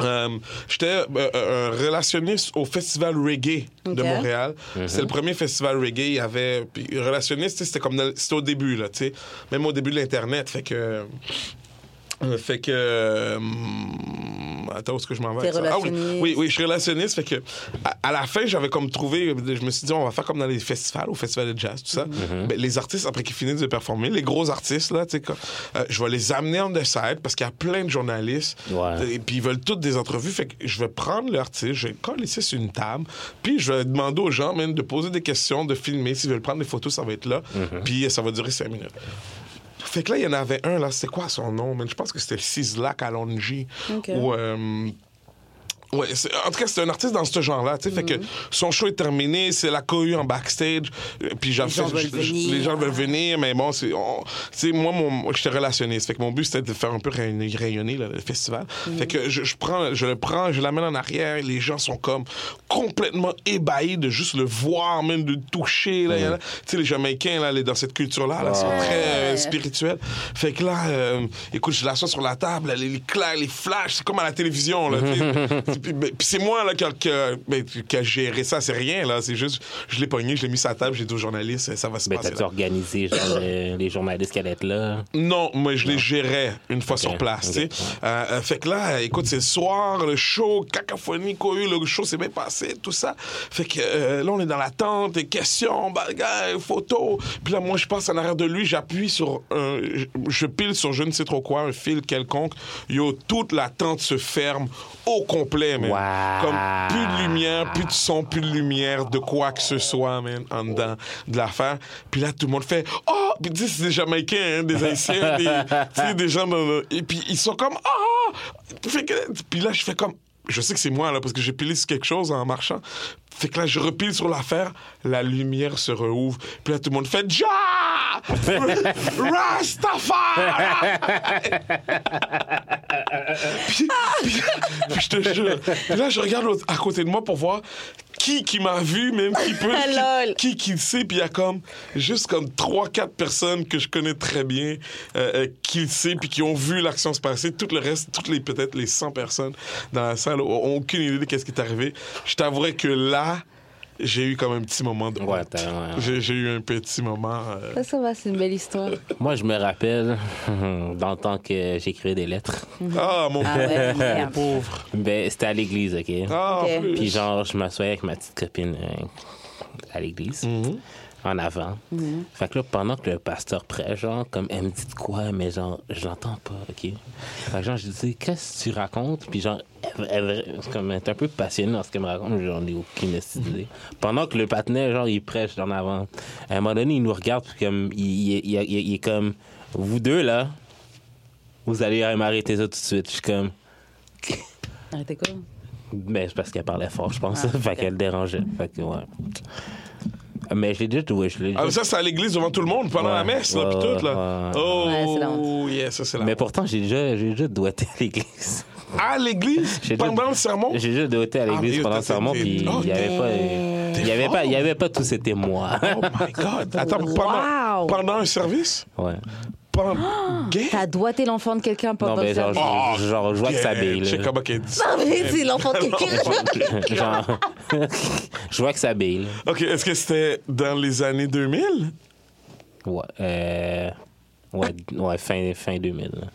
Euh, J'étais euh, euh, un relationniste au Festival Reggae de Ok. Montréal. C'est le premier festival reggae. Il y avait. Puis, relationniste, tu sais, c'était comme. dans le- C'était au début, là, tu sais. Même au début de l'Internet. Fait que. euh, fait que. euh, attends, où est-ce que je m'en vais? T'es avec ça? Ah oui, relationniste. oui, oui, je suis relationniste. Fait que. À, à la fin, j'avais comme trouvé. Je me suis dit, on va faire comme dans les festivals, au festival de jazz, tout ça. Ben, les artistes, après qu'ils finissent de performer, les gros artistes, là, tu sais, comme, euh, je vais les amener en side parce qu'il y a plein de journalistes. Ouais. Et puis ils veulent toutes des entrevues. Fait que je vais prendre l'artiste, je vais coller ça sur une table, puis je vais demander aux gens même de poser des questions, de filmer. S'ils veulent prendre des photos, ça va être là. Puis ça va durer cinq minutes. Fait que là, il y en avait un, là, c'est quoi son nom? man? Je pense que c'était Sislak à Longy. Ok. Ou, euh, Ouais, c'est- en tout cas, c'est un artiste dans ce genre-là. tu sais, Fait que Mhm. son show est terminé, c'est la cohue en backstage. euh, Puis les gens, gens veulent venir. les gens veulent venir, mais bon, c'est, on- tu sais, moi, mon, moi, j'étais relationniste. Fait que mon but, c'était de faire un peu rayon- rayonner le, le festival. Fait que je, je prends, je le prends, je l'amène en arrière. et les gens sont comme complètement ébahis de juste le voir, même de le toucher. Mhm. Là, Il y en a- Tu sais, les Jamaïcains, là, les- dans cette culture-là, là, sont très euh, spirituels. Fait que là, euh, écoute, je l'assois sur la table, là, les, les clairs, les flashs, c'est comme à la télévision. Là, tu sais. puis puis- puis c'est moi là, qui, a- qui a- ben, qui a géré ça, c'est rien. là. C'est juste, je l'ai pogné, je l'ai mis sur la table, j'ai dit aux journalistes, ça va se Ben, passer. t'as-tu là. organisé genre, le- les journalistes qui allaient être là? Non, moi, je les gérais une fois sur place. ok. tu sais. Euh, euh, fait que là, écoute, c'est le soir, le show, cacophonie qu'on a eu, le show s'est bien passé, tout ça. Fait que euh, là, on est dans l'attente, et questions, bagages, photos. Puis là, moi, je passe en arrière de lui, j'appuie sur un. je- Je pile sur je ne sais trop quoi, un fil quelconque. Yo, toute la tente se ferme au complet, man. Wow. Comme plus de lumière, plus de son, plus de lumière, de quoi que ce soit, man, en dedans de l'affaire. Puis là, tout le monde fait Oh! Puis tu sais, c'est des Jamaïcains, hein, des Haïtiens, des, tu sais, des gens dans le- Et puis ils sont comme Ah! Fait que- Puis là, je fais comme. Je sais que c'est moi, là, parce que j'ai pilé sur quelque chose en marchant. Fait que là, je repile sur l'affaire, la lumière se rouvre. Puis là, tout le monde fait Ja! Rastafari! puis, puis- puis Ah, je te jure. Puis là, je regarde l'autre- à côté de moi pour voir qui qui m'a vu, même qui peut, Lol. qui, qui qui le sait. Puis il y a comme juste comme trois, quatre personnes que je connais très bien euh, euh, qui le sait, puis qui ont vu l'action se passer. Tout le reste, toutes les peut-être les 100 personnes dans la salle ont aucune idée de qu'est-ce qui est arrivé. Je t'avouerais que là, j'ai eu comme un petit moment de Ouais, honte. t'as- ouais. J'ai j'ai eu un petit moment. euh, Ça, ça va, c'est une belle histoire. Moi, je me rappelle dans le temps que j'écrivais des lettres. Ah, mon Ah pauvre. ouais, merde. pauvre. Ben, c'était à l'église, OK? Ah, en Ok. plus. Puis genre, je m'assoyais avec ma petite copine euh, à l'église, en avant. Fait que là, pendant que le pasteur prêche, genre, comme elle me dit de quoi, mais genre, je l'entends pas, OK? Fait que genre, je lui dis, qu'est-ce que tu racontes? Puis genre, elle, elle- comme, elle est un peu passionnée dans ce qu'elle me raconte, mais j'en ai aucune idée. Pendant que le patinet, genre, il prêche en avant, à un moment donné, il nous regarde, puis comme, il, il- il- il- il est comme, vous deux, là, vous allez m'arrêter ça tout de suite. Je suis comme... Arrêtez quoi Ben, c'est parce qu'elle parlait fort, je Ah, pense. fait qu'elle dérangeait. Fait que, ouais. Mais je l'ai déjà joué, je l'ai Ah, mais déjà- ça, c'est à l'église devant tout le monde, pendant Ouais, la messe, là, ouais, puis tout, ouais, là. ouais. Ouais, c'est la Oh, yeah, ça, c'est la Mais pourtant, j'ai déjà, j'ai déjà doigté à l'église. À l'église, J'ai déjà- pendant le sermon, J'ai déjà doigté à Ah, l'église mais pendant le t'as- sermon, t'es- puis il oh, n'y avait pas. Il y avait pas, il y avait pas tous ces témoins. Oh my God! Attends, pendant, Wow. pendant un service? ouais. Pendant... Gay? T'as doigté l'enfant de quelqu'un Non, pendant mais le genre, service. Oh, je- genre, je vois que ça gay. bille. Je sais là. comment qu'elle dit ça. Ah, mais c'est l'enfant de quelqu'un. Genre, je vois que ça bille. là. OK, est-ce que c'était dans les années 2000? Ouais. Euh, ouais, ouais, fin, fin 2000. là.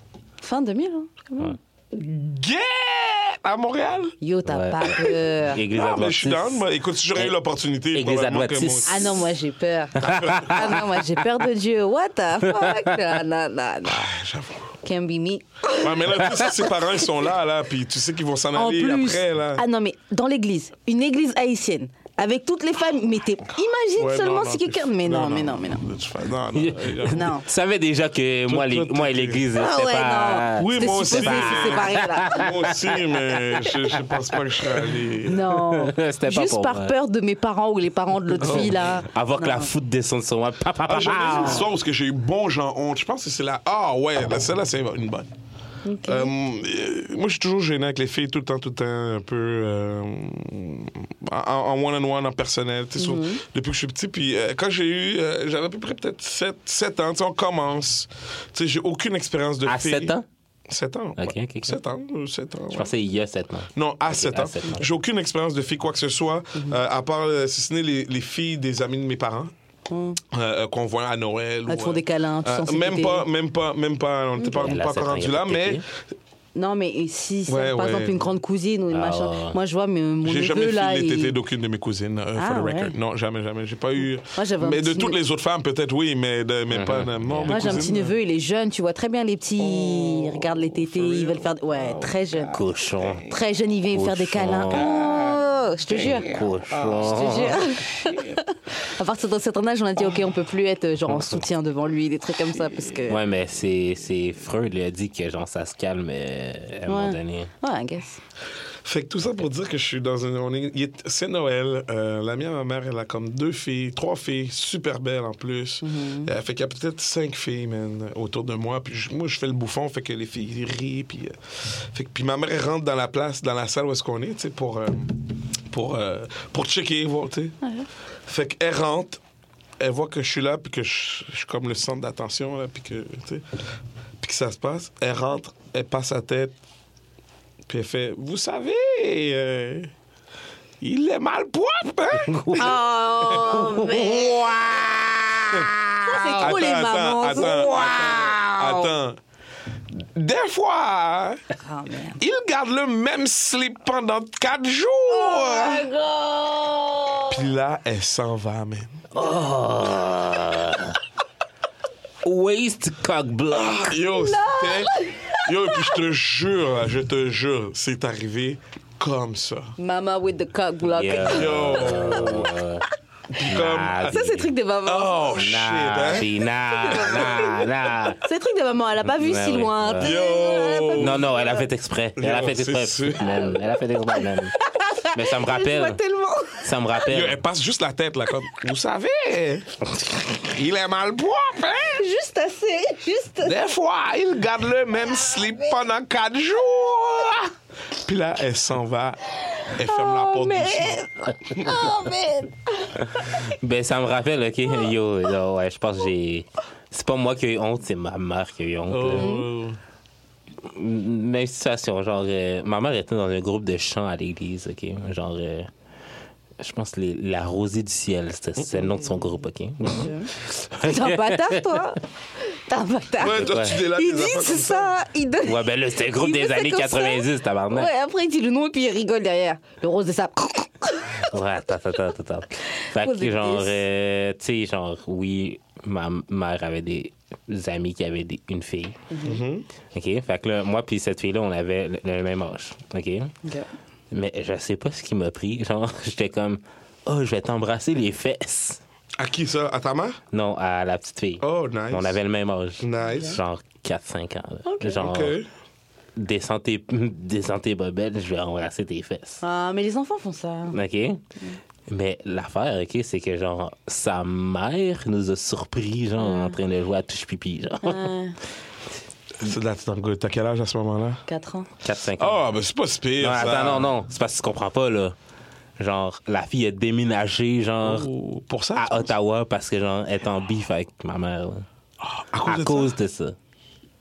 Fin 2000, hein. quand même. Gay! À Montréal? Yo, t'as Ouais. pas peur. Église Ah, mais je suis down. adventiste. moi. Écoute, si j'aurais eu Et- l'opportunité... Église probablement que moi adventiste. aussi. Ah non, moi j'ai peur. ah non, moi j'ai peur de Dieu. What the fuck? Non, non, non, non. Ah, j'avoue. Can be me. Ouais, mais là, tu sais, ses parents, ils sont là, là, puis tu sais qu'ils vont s'en En aller plus. après, là. Ah non, mais dans l'église, une église haïtienne, avec toutes les femmes, mais t'es- imagine Ouais, non, seulement non, si t'es quelqu'un. fou. Mais non, mais non, mais non. De toute façon, Non, non. Non. Tu savais déjà que moi, les- tout- moi et tout- l'église, c'était Ah ouais, pas. Oui, C'était moi aussi. supposé se séparer, là. Moi aussi, mais je, je pense pas que je serais allé. Non. C'était pas Juste pour par moi. peur de mes parents ou les parents de l'autre Oh. fille, là. Avoir que la Non. foudre descende sur moi. Pa, pa, pa, Ah, j'en ai une pa. histoire parce que j'ai eu bon Jean honte. Je pense que c'est la. Ah ouais, là, celle-là, c'est une bonne. Euh, euh, moi, je suis toujours gêné avec les filles, tout le temps, tout le temps, un peu euh, en- en one-on-one, en personnel, tu sais, sur- Mhm. depuis que je suis petit. Puis euh, quand j'ai eu, euh, j'avais à peu près peut-être 7, ans, tu sais, on commence. Tu sais, j'ai aucune expérience de À fille. 7 ans 7 ans. Ok, ouais. ok, ok. 7 ans, 7 ans. Je ouais. pensais il y a 7 ans. Non, à 7 à ans. sept ans. J'ai aucune expérience de filles, quoi que ce soit, Mhm. euh, à part, euh, si ce n'est les, les filles des amis de mes parents. euh, euh, qu'on voit à Noël. Mm. Elles ou, te font euh, des câlins, tu euh, sens même pas, même pas, même pas, on n'était pas, Elle a pas sept encore ans, rendu il a là, pas mais pété. Non, mais si, c'est Ouais, par ouais. exemple une grande cousine ou une Ah, machin. ouais. Moi, je vois, mais mon j'ai neveu, jamais là. filé les il- tétés d'aucune de mes cousines, euh, Ah, for the ouais. record. Non, jamais, jamais. J'ai pas eu. Moi, j'avais un mais de petit toutes neveu. les autres femmes, peut-être, oui, mais, de, mais pas. non, mes Moi, j'ai un petit cousines, neveu, il est jeune, tu vois très bien les petits. Oh, Ils regardent les tétés, ils veulent faire. Ah, Ouais, très jeune. Cochon. Très jeune, il vient me faire des Cochon. câlins. Oh, je te jure. Je te Ah, jure. Cochon. à partir d'un certain âge, on a dit, OK, on peut plus être euh, genre en soutien devant lui, des trucs comme ça, parce que. Ouais, mais c'est c'est Freud lui a dit que genre ça se calme euh, à un moment donné. Ouais, I guess. Fait que tout ça pour dire que je suis dans une. on est- il est- C'est Noël. Euh, la mienne, ma mère, elle a comme deux filles, trois filles, super belles en plus. Euh, fait qu'il y a peut-être cinq filles, man, autour de moi. Puis je- moi, je fais le bouffon, fait que les filles rient. Puis, euh, fait que, puis ma mère, elle rentre dans la place, dans la salle où est-ce qu'on est, tu sais, pour, euh, pour, euh, pour checker, voir, tu sais. Fait qu'elle rentre, elle voit que je suis là, puis que je, je suis comme le centre d'attention, là, puis que, tu sais, puis que ça se passe. Elle rentre, elle passe sa tête, puis elle fait Vous savez, euh, il est mal propre, hein? Oh, mais. Ah, C'est trop les mamans. attends, attends, attends. Des fois, hein, Ah, merde. il garde le même slip pendant quatre jours. Oh, Puis là, elle s'en va, man. Waste cock block. Yo, c'était. Yo, et puis je te jure, je te jure, c'est arrivé comme ça. Mama with the cock Ah, block. Yeah. Yo. Puis comme. ah, Ça, c'est le truc des mamans. Oh shit, Nah, hein? she- nah, nah, nah. C'est le truc des mamans. Elle a pas vu Ouais, si ouais, loin. ouais. Yo! Non, non, elle a fait exprès. Elle a Yo, fait c'est exprès. sûr. Même. Elle a fait exprès même. Mais ça Je me vois rappelle. tellement. Ça me Yo, elle rappelle. passe juste la tête, là, comme. Vous savez, il est mal propre, hein? Juste assez. Juste assez. Des fois, il garde le même slip pendant quatre jours. Puis là, elle s'en va. Elle ferme la porte Oh, mais- doucement. Oh, Ben, ça me rappelle, Ah. ok. Yo, yo, ouais, je pense que j'ai. C'est pas moi qui ai eu honte, c'est ma mère qui a eu honte. là. Oh. même situation. Genre, euh, ma mère était dans un groupe de chants à l'église, OK? Genre, euh, je pense les, La Rosée du Ciel, c'était- c'est le nom de son groupe, OK? T'es un bâtard, toi. T'es un bâtard. Ouais, toi, tu t'es là, il tes dit, affaires c'est comme ça. Il donne... ouais, ben là, c'était un groupe Il fait des ça années comme ça? 90, tabarnak. Ouais, après, il dit le nom et puis il rigole derrière. Le rose de sable. Ouais, attends, attends, attends, attends. Fait Pose des que, genre, pistes. euh, tu sais, genre, oui, ma mère avait des amis qui avaient des- une fille. OK? Fait que là, moi puis cette fille-là, on avait le, le même âge. OK? Mais je sais pas ce qui m'a pris. Genre, j'étais comme, oh, je vais t'embrasser les fesses. À qui ça? À ta mère? Non, à la petite fille. Oh, nice. On avait le même âge. Nice. Genre 4-5 ans. là. Genre, OK. descends tes, descends tes bobettes, je vais embrasser tes fesses. Ah, mais les enfants font ça. OK? Mais l'affaire, OK, c'est que, genre, sa mère nous a surpris, genre, en train de jouer à touche pipi, genre. Ah. So that's not good. T'as quel âge à ce moment-là? 4 ans. 4-5 ans. Ah, ben c'est pas si pire. non, ça. attends, non, non. C'est parce que tu comprends pas, là. Genre, la fille a déménagé, genre, Oh, Pour ça? à Ottawa parce que, genre, elle est en bif avec ma mère, là. à À cause de ça.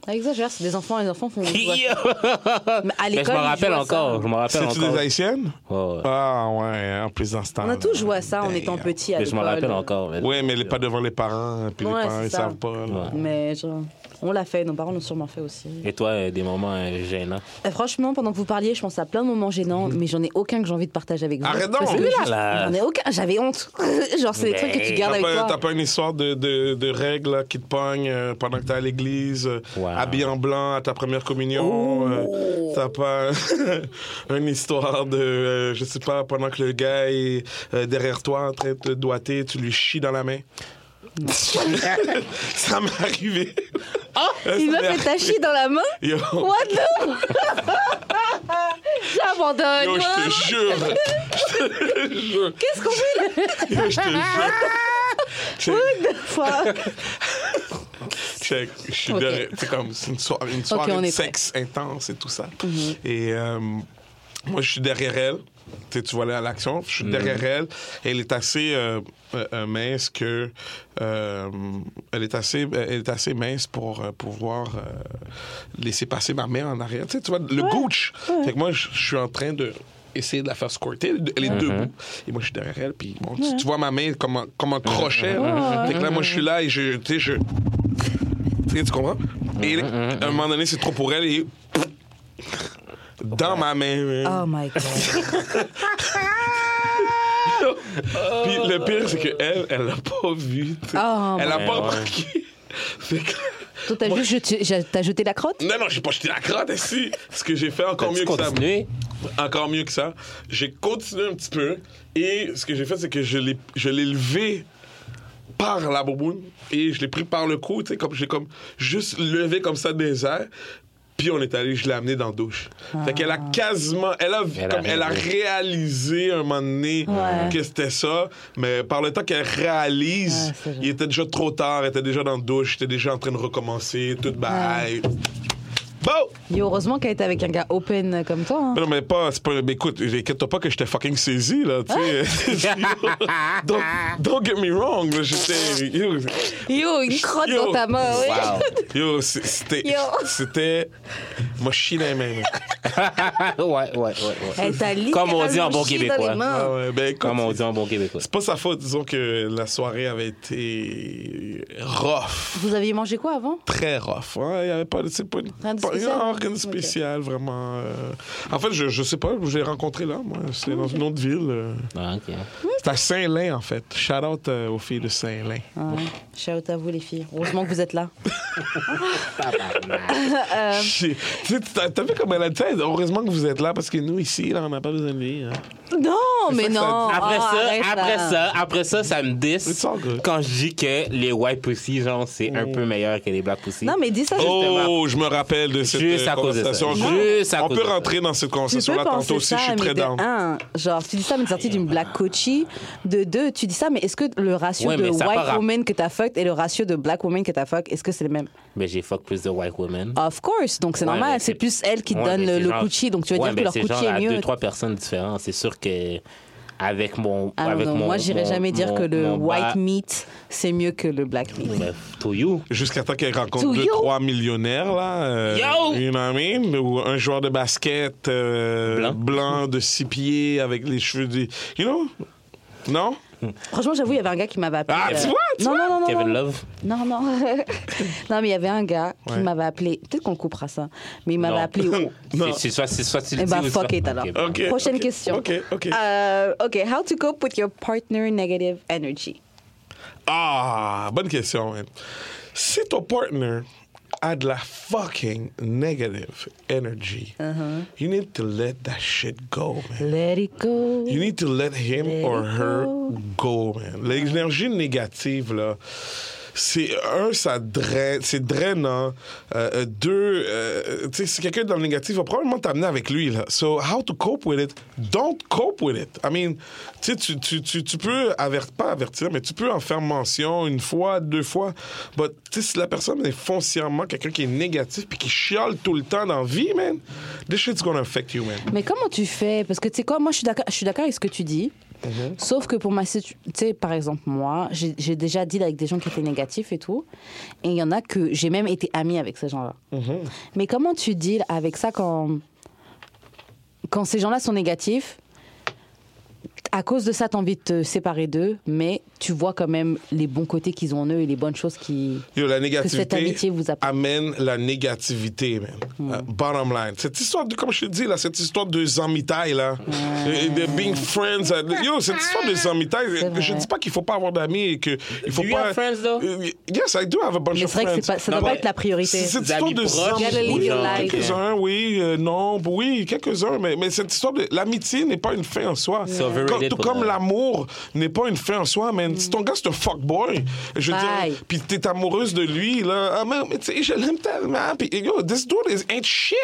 Ah, exagère, c'est des enfants. Les enfants font. Yo! Mais à Mais je l'école, m'en ils rappelle jouent à ça. encore. Je m'en rappelle C'est-tu encore. des haïtiennes? Ouais, ouais. Ah, ouais, en plus dans ce temps On a tous joué à ça en étant petits à Mais je m'en l'école. euh, rappelle encore. mais- Oui, mais les- pas devant les parents, puis Ouais, les parents, c'est ils ça. savent pas. là. Mais genre, on l'a fait, nos parents l'ont sûrement fait aussi. Et toi, euh, des moments euh, gênants. Et franchement, pendant que vous parliez, je pense à plein de moments gênants, mais j'en ai aucun que j'ai envie de partager avec vous. Arrête donc. Parce que Oui, là. là, j'en ai aucun, j'avais honte. genre, c'est Mais des trucs que tu gardes T'as avec pas, t'as toi. pas une histoire de, de, de règles là, qui te pognent euh, pendant que t'es à l'église, euh, Wow. habillé en blanc à ta première communion. euh, t'as pas une histoire de, euh, je sais pas, pendant que le gars est euh, derrière toi en train de te doiter, tu lui chies dans la main. ça m'est arrivé. Une meuf est tachée dans la main Yo. What the J'abandonne. Yo, je te jure. Qu'est-ce qu'on fait là Yo, je te jure. What the fuck Check. Je suis Ok. derrière. C'est comme c'est une soirée, une soirée on de est prêt. Mm-hmm. sexe intense et tout ça. Et euh, moi, je suis derrière elle. Tu sais, tu vois là à l'action. Je suis derrière elle. Elle est assez euh, euh, euh, mince que. euh, elle, est assez, euh, elle est assez mince pour euh, pouvoir euh, laisser passer ma main en arrière. Tu sais, tu vois, le gooch. Fait que moi, je je suis en train de essayer de la faire squirter. Elle est debout. Et moi, je suis derrière elle. Puis bon, tu- tu, vois ma main comme un, comme un crochet. là. Fait que là, moi, je suis là et je, tu sais, je, tu sais, tu comprends? Et à un moment donné, c'est trop pour elle et. Dans ma main. man. Oh my god. Puis le pire, c'est qu'elle, elle l'a pas vu. tu sais. Oh, elle a my pas God. remarqué. Fait que- Toi, t'as Moi, juste jeté, j'ai- t'as jeté la crotte Non, non, j'ai pas jeté la crotte ici. Ce que j'ai fait encore mieux As-tu que ça. continué? Encore mieux que ça. J'ai continué un petit peu. Et ce que j'ai fait, c'est que je l'ai je l'ai levé par la boboune et je l'ai pris par le cou, tu sais, comme j'ai comme juste levé comme ça des airs. Puis on est allé, je l'ai amené dans la douche. Ah. Fait qu'elle a quasiment, elle a, Elle a comme, elle a réalisé. réalisé un moment donné Ouais. que c'était ça. Mais par le temps qu'elle réalise, Ouais, c'est vrai. il était déjà trop tard, elle était déjà dans la douche, elle était déjà en train de recommencer, tout bye. Bon! Et heureusement qu'elle était avec un gars open comme toi. hein. Mais non, mais pas, c'est pas, mais écoute, inquiète pas que j'étais fucking saisi, là, tu sais. don't, don't get me wrong, là, j'étais. yo, Yo, une crotte Yo. dans ta main. oui. Yo, c'est- c'était. Yo. Ah. C'était. Moi, je chie dans les mains. ouais, Ah, ouais, ouais, ouais. Elle t'a Comme on dit en bon littéralement chié dans québécois. les mains. Ah ouais, ben écoute. Comme on dit en bon québécois. C'est pas sa faute, disons que la soirée avait été rough, Vous aviez mangé quoi avant très rough. hein. Il y avait pas, de- c'est pas, une- Rien de pas- spécial? non, rien de Ok. spécial, vraiment. euh. En fait, je, je sais pas, je l'ai rencontré là, moi. Ah, C'est dans une autre ville. euh. Ah, ok. C'est à Saint-Lin, en fait. Shout out euh, aux filles de Saint-Lin. Shout à vous les filles. Heureusement que vous êtes là. J'ai- Tu sais, t'as- t'as vu comme elle a dit, ça, heureusement que vous êtes là parce que nous ici, là, on n'a pas besoin de lui. hein. Non, mais ça que ça non. Après Oh, arrête, ça, après là. ça, après ça, ça me It's diss all good. Mm. quand je dis que les white pussy, genre, c'est un peu meilleur que les black pussy. Non, mais dis ça. Oh, je me rappelle de cette Juste euh, à cause de ça. conversation. Juste à on cause peut de ça. rentrer dans cette Tu peux conversation-là penser tantôt aussi, ça, je suis mais très de down. un, genre, tu dis ça, mais t'es sorti d'une black coachie. De deux, tu dis ça, mais est-ce que le ratio Ouais, de mais ça a pas white rap- woman que t'as fuck et le ratio de black woman que t'as fuck, est-ce que c'est le même Mais ben, j'ai fuck plus de white women. Of course, donc Ah, c'est Ouais, mais normal. C'est plus elle qui te donne mais le, c'est le genre- coochie, donc tu veux Ouais, dire mais que leur c'est coochie genre est à deux, mieux. trois personnes différentes. C'est sûr que avec mon. Ah avec non, mon moi, j'irais mon- jamais dire mon- que le mon white bas- meat, c'est mieux que le black meat. Bref, to you. Jusqu'à temps qu'elle rencontre To deux, you. trois millionnaires, là. euh, Yo! You know what I mean? Ou un joueur de basket euh, Blanc. blanc. de six pieds avec les cheveux. Des... You know? Non? Franchement, j'avoue, il y avait un gars qui m'avait appelé. euh, Ah, tu vois, tu non, vois? non, non, non, Kevin non. Love. Non, non. non, mais il y avait un gars qui Ouais. m'avait appelé. Peut-être qu'on coupera ça. Mais il m'avait Non. appelé. au- Non. C'est- C'est soit, c'est soit tu le Eh dis ben, ou fuck soit- it, alors. Ok, bon. OK. Prochaine OK, question. OK, OK. Euh, OK, how to cope with your partner negative energy? Ah, bonne question, man. Si ton partner a de la fucking negative energy, you need to let that shit go, man. Let it go. You need to let him Let or it her go. go, man. L'énergie négative, là, c'est un, ça draine, c'est drainant. Euh, euh, deux, euh, tu sais, si quelqu'un est dans le négatif, il va probablement t'amener avec lui, là. So, how to cope with it? Don't cope with it. I mean, tu sais, tu, tu, tu, tu peux avertir, pas avertir, mais tu peux en faire mention une fois, deux fois. But, tu sais, si la personne est foncièrement quelqu'un qui est négatif puis qui chiale tout le temps dans la vie, man, this shit's gonna affect you, man. Mais comment tu fais Parce que tu sais quoi, moi je suis d'accord, je suis d'accord avec ce que tu dis. Sauf que pour ma situation, tu sais, par exemple, moi, j'ai j'ai déjà deal avec des gens qui étaient négatifs et tout. Et il y en a que j'ai même été amie avec ces gens-là. Mais comment tu deals avec ça quand, quand ces gens-là sont négatifs à cause de ça, tu as envie de te séparer d'eux, mais tu vois quand même les bons côtés qu'ils ont en eux et les bonnes choses qui. Yo, cette la amitié négativité vous apporte. Hmm. amène la négativité, man. Euh, bottom line. Cette histoire de, comme je te dis, là, cette histoire de zamitaille, là, et de being friends. euh, Yo, cette histoire de zamitaille, C'est vrai. je dis pas qu'il faut pas avoir d'amis et que il faut Do you pas. have friends, though? Euh, Yes, I do have a bunch Mais of c'est vrai friends. que c'est pas- ça Non, doit pas mais être la priorité. c'est- Cette Des histoire amis de proches, Gotta live your zamitaille. life. Quelques-uns, oui, euh, non, oui, quelques-uns, mais, mais cette histoire de. L'amitié n'est pas une fin en soi. C'est overrated Comme- Tout pour comme moi. l'amour n'est pas une fin en soi, man. Si ton gars, c'est un fuckboy, je veux Mm. Bye. dire, puis t'es amoureuse de lui, là. Ah, mais, mais tu sais, je l'aime tellement. Puis, yo, this dude is ain't shit.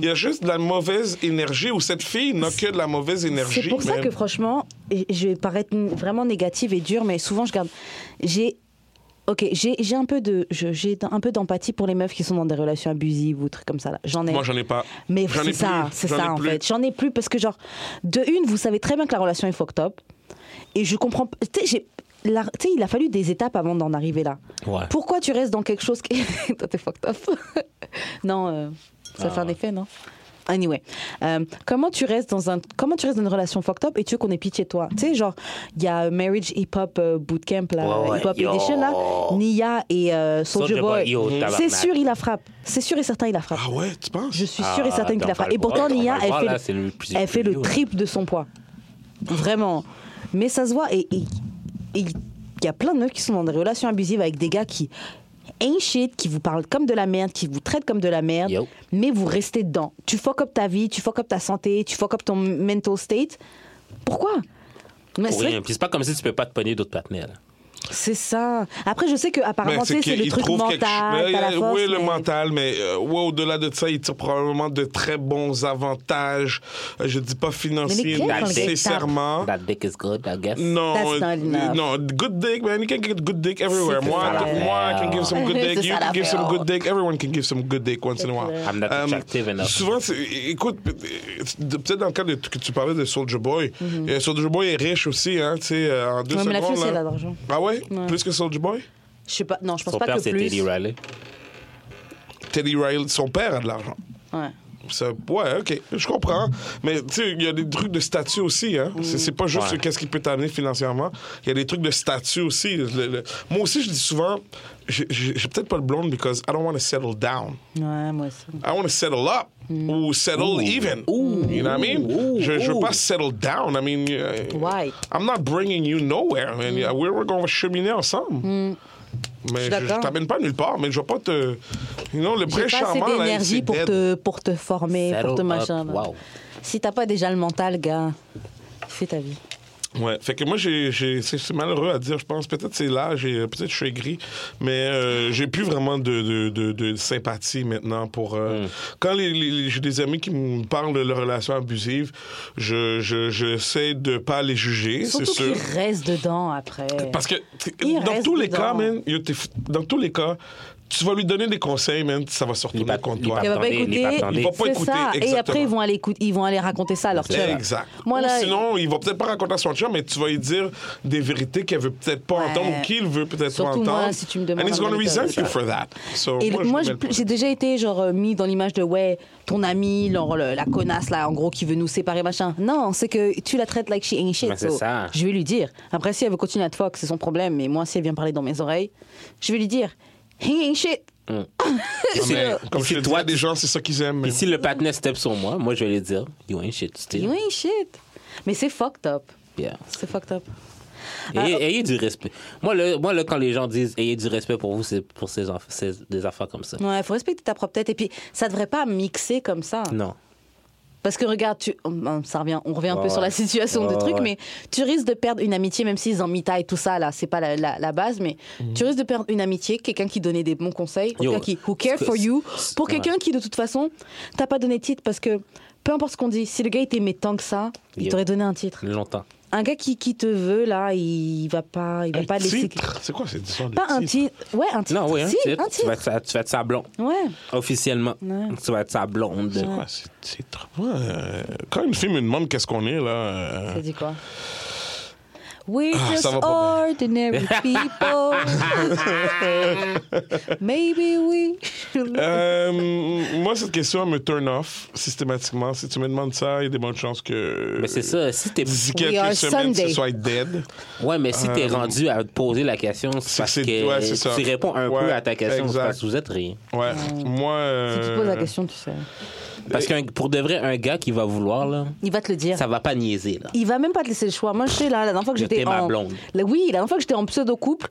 Il y a juste de la mauvaise énergie, ou cette fille n'a que de la mauvaise énergie. C'est pour ça man. que franchement, et je vais paraître n- vraiment négative et dure, mais souvent je garde. J'ai. Ok, j'ai j'ai un peu de, je- j'ai un peu d'empathie pour les meufs qui sont dans des relations abusives ou trucs comme ça. là. J'en ai. Moi, j'en ai pas. Mais J'en c'est ai plus. ça, c'est J'en ai ça en plus. fait. J'en ai plus parce que genre, de une, vous savez très bien que la relation est fucked up. Et je comprends. p- Tu sais, j'ai- la- tu sais, il a fallu des étapes avant d'en arriver là. Ouais. Pourquoi tu restes dans quelque chose qui. Toi, t'es fucked up. non, euh, ça Ah, fait un ouais. effet, non Anyway, Euh, comment tu restes dans un comment tu restes dans une relation fucked up et tu veux qu'on ait pitié de toi Tu sais genre il y a euh, Marriage Hip Hop euh, Bootcamp là, Ouais, ouais, Hip Hop yo. Edition là, Nia et euh, Soulja Soulja Boy, Boy. yo, Mhm. tabarnak. c'est sûr il la frappe. C'est sûr et certain il la frappe. Ah ouais, tu penses? Je suis sûre et Ah, certaine attends, qu'il a frappé. Et on va le pourtant, voir, on Nia, va le elle voir, fait, là, c'est le, le plus- elle fait plus le haut. triple de son poids. Vraiment. Mais ça se voit. Et et- et il y a plein de meufs qui sont dans des relations abusives avec des gars qui ain't shit, qui vous parlent comme de la merde, qui vous traitent comme de la merde, Yo. mais vous restez dedans. Tu fuck up ta vie, tu fuck up ta santé, tu fuck up ton mental state. Pourquoi Mais Pour c'est vrai rien. Puis c'est pas comme si tu peux pas te pogner d'autres partenaires. là. C'est ça. Après, je sais que apparemment, Mais tu sais, c'est qu'il- le il truc trouve mental. quelque chose. t'as la Mais, euh, force, oui, le mais- mental, mais euh, ouais, au-delà de ça, il tire probablement de très bons avantages. Euh, je dis pas financiers Oh, lesquels, dans le détail? nécessairement. That dick is good, I guess. Non, euh, That's not enough. non, good dick, man. You can get good dick everywhere. C'est Moi, ça l'affaire. moi, I can give some good C'est dick. ça You can give some l'affaire. good dick. Everyone can give some good dick once in a while. I'm not Euh, attractive enough. Souvent, c'est- écoute, peut- de- peut-être dans le cadre de, que tu parlais de Soldier Boy, Mm-hmm. euh, Soldier Boy est riche aussi, hein, tu sais, euh, en deux Ouais, mais la fille secondes. aussi, là. elle a de l'argent. Ah ouais? Plus que Soldier Boy? Je sais pas, non, je pense Son pas père, que c'est plus. Teddy Riley. Teddy Riley, son père a de l'argent. Ouais. Ça- ouais, ok, je comprends. Mais tu sais, il y a des trucs de statut aussi. Hein? C'est, c'est pas juste Ouais. qu'est-ce qui peut t'amener financièrement. Il y a des trucs de statut aussi. Le- le- Moi aussi, je dis souvent, j'ai, j'ai- j'ai peut-être pas de blonde because I don't want to settle down. Ouais, moi aussi. I want to settle up ou settle even. You know what I mean? je, je veux pas settle down. I mean, euh, Why? I'm not bringing you nowhere. man. We We're going to cheminer ensemble. Mais je, je Hmm. d'accord. t'amène pas nulle part, mais je vais pas te. You know, le J'ai vrai pas assez charmant, là, c'est d'énergie pour dead. te, pour te former, Settle pour te up, machin. là. wow. Si t'as pas déjà le mental, gars, fais ta vie. Ouais, fait que moi, j'ai, j'ai- c'est, c'est malheureux à dire, je pense. Peut-être c'est l'âge et euh, peut-être je suis gris, mais euh, j'ai plus vraiment de, de, de, de sympathie maintenant pour. euh, Quand les, les- les- j'ai des amis qui me parlent de leurs relations abusives, je, je, j'essaie de pas les juger, Surtout c'est sûr. Euh, qu'il reste dedans après. Parce que t- Il dans reste tous les dedans. cas, man, yo, t'es f- dans tous les cas, tu vas lui donner des conseils, man, ça va se Il retourner va- contre il toi. va Il va pas attendez, écouter. il va attendez. Il va pas C'est écouter, ça. Et exactement. après, ils vont aller, écouter, ils vont aller raconter ça à leur chum. Exact. Moi, Ou là, sinon, il va peut-être pas raconter à son chien, mais tu vas lui dire des vérités qu'elle veut peut-être pas Ouais. entendre ou qu'il veut peut-être pas Surtout entendre. moi, si tu me demandes And he's gonna un moniteur, resent c'est you for that. So, Et le- moi, je j'ai mets le- j'ai déjà été genre euh, mis dans l'image de ouais, ton ami, genre, le- la connasse là, en gros, qui veut nous séparer, machin. Non, c'est que tu la traites like she ain't shit. Mais c'est so, ça. Je vais lui dire. Après, si elle veut continuer à te fuck, c'est son problème. Mais moi, si elle vient parler dans mes oreilles, je vais lui dire, he ain't shit. Ah, mais Comme Et je si le toi, dis, des gens, c'est ça qu'ils aiment. Et si le patinet step sur moi, moi, je vais lui dire, you ain't shit still. You ain't shit. Mais c'est fucked up. Yeah. C'est fucked up. Ayez, ayez du respect. Moi le, moi, le, quand les gens disent ayez du respect pour vous, c'est pour ces, enf- ces- des affaires comme ça. Ouais, faut respecter ta propre tête. Et puis, ça devrait pas mixer comme ça. Non. Parce que regarde, tu... oh, ça revient, on revient un Ouais, peu sur ouais. la situation Ouais, de truc, ouais. mais tu risques de perdre une amitié, même s'ils en mitaillent tout ça, là, c'est pas la, la- la base, mais tu risques de perdre une amitié, quelqu'un qui donnait des bons conseils, Mhm. Yo, quelqu'un qui who care c'est- for you, c'est- pour ouais. quelqu'un qui, de toute façon, t'as pas donné de titre, parce que peu importe ce qu'on dit, si le gars était métant que ça, il Yo. t'aurait donné un titre. Longtemps. Un gars qui, qui te veut, là, il va pas, il va Un pas laisser. titre. C'est quoi cette histoire de Pas un titre? titre. Ouais, un titre. Non, oui, un Si, titre. un Tu vas être Ah. sa- tu vas être sa blonde. Ouais. Officiellement. Tu vas être sa blonde. hein. C'est quoi ce titre? Moi, euh, quand une fille me demande qu'est-ce qu'on est, là. euh, T'as dit quoi We're Ah, just ça va pas ordinary people. Maybe we. Euh, moi, cette question, elle me turn off systématiquement. Si tu me demandes ça, il y a des bonnes chances que. Mais c'est ça. Si t'es. D'ici We quelques are semaines, Sunday. ce soit dead. Ouais, mais si t'es Euh, rendu à te poser la question, c'est c'est- parce c'est- que ouais, c'est ça. tu réponds un Ouais, peu à ta question, c'est exact. parce que vous êtes rien. Ouais. Moi. Si tu te euh, poses la question, tu sais. Parce que pour de vrai, un gars qui va vouloir, là, Il va te le dire. ça va pas niaiser. Là. Il va même pas te laisser le choix. Moi, je sais, là, la dernière fois que Je j'étais t'aime, ma en. blonde. La- Oui, la dernière fois que j'étais en pseudo-couple,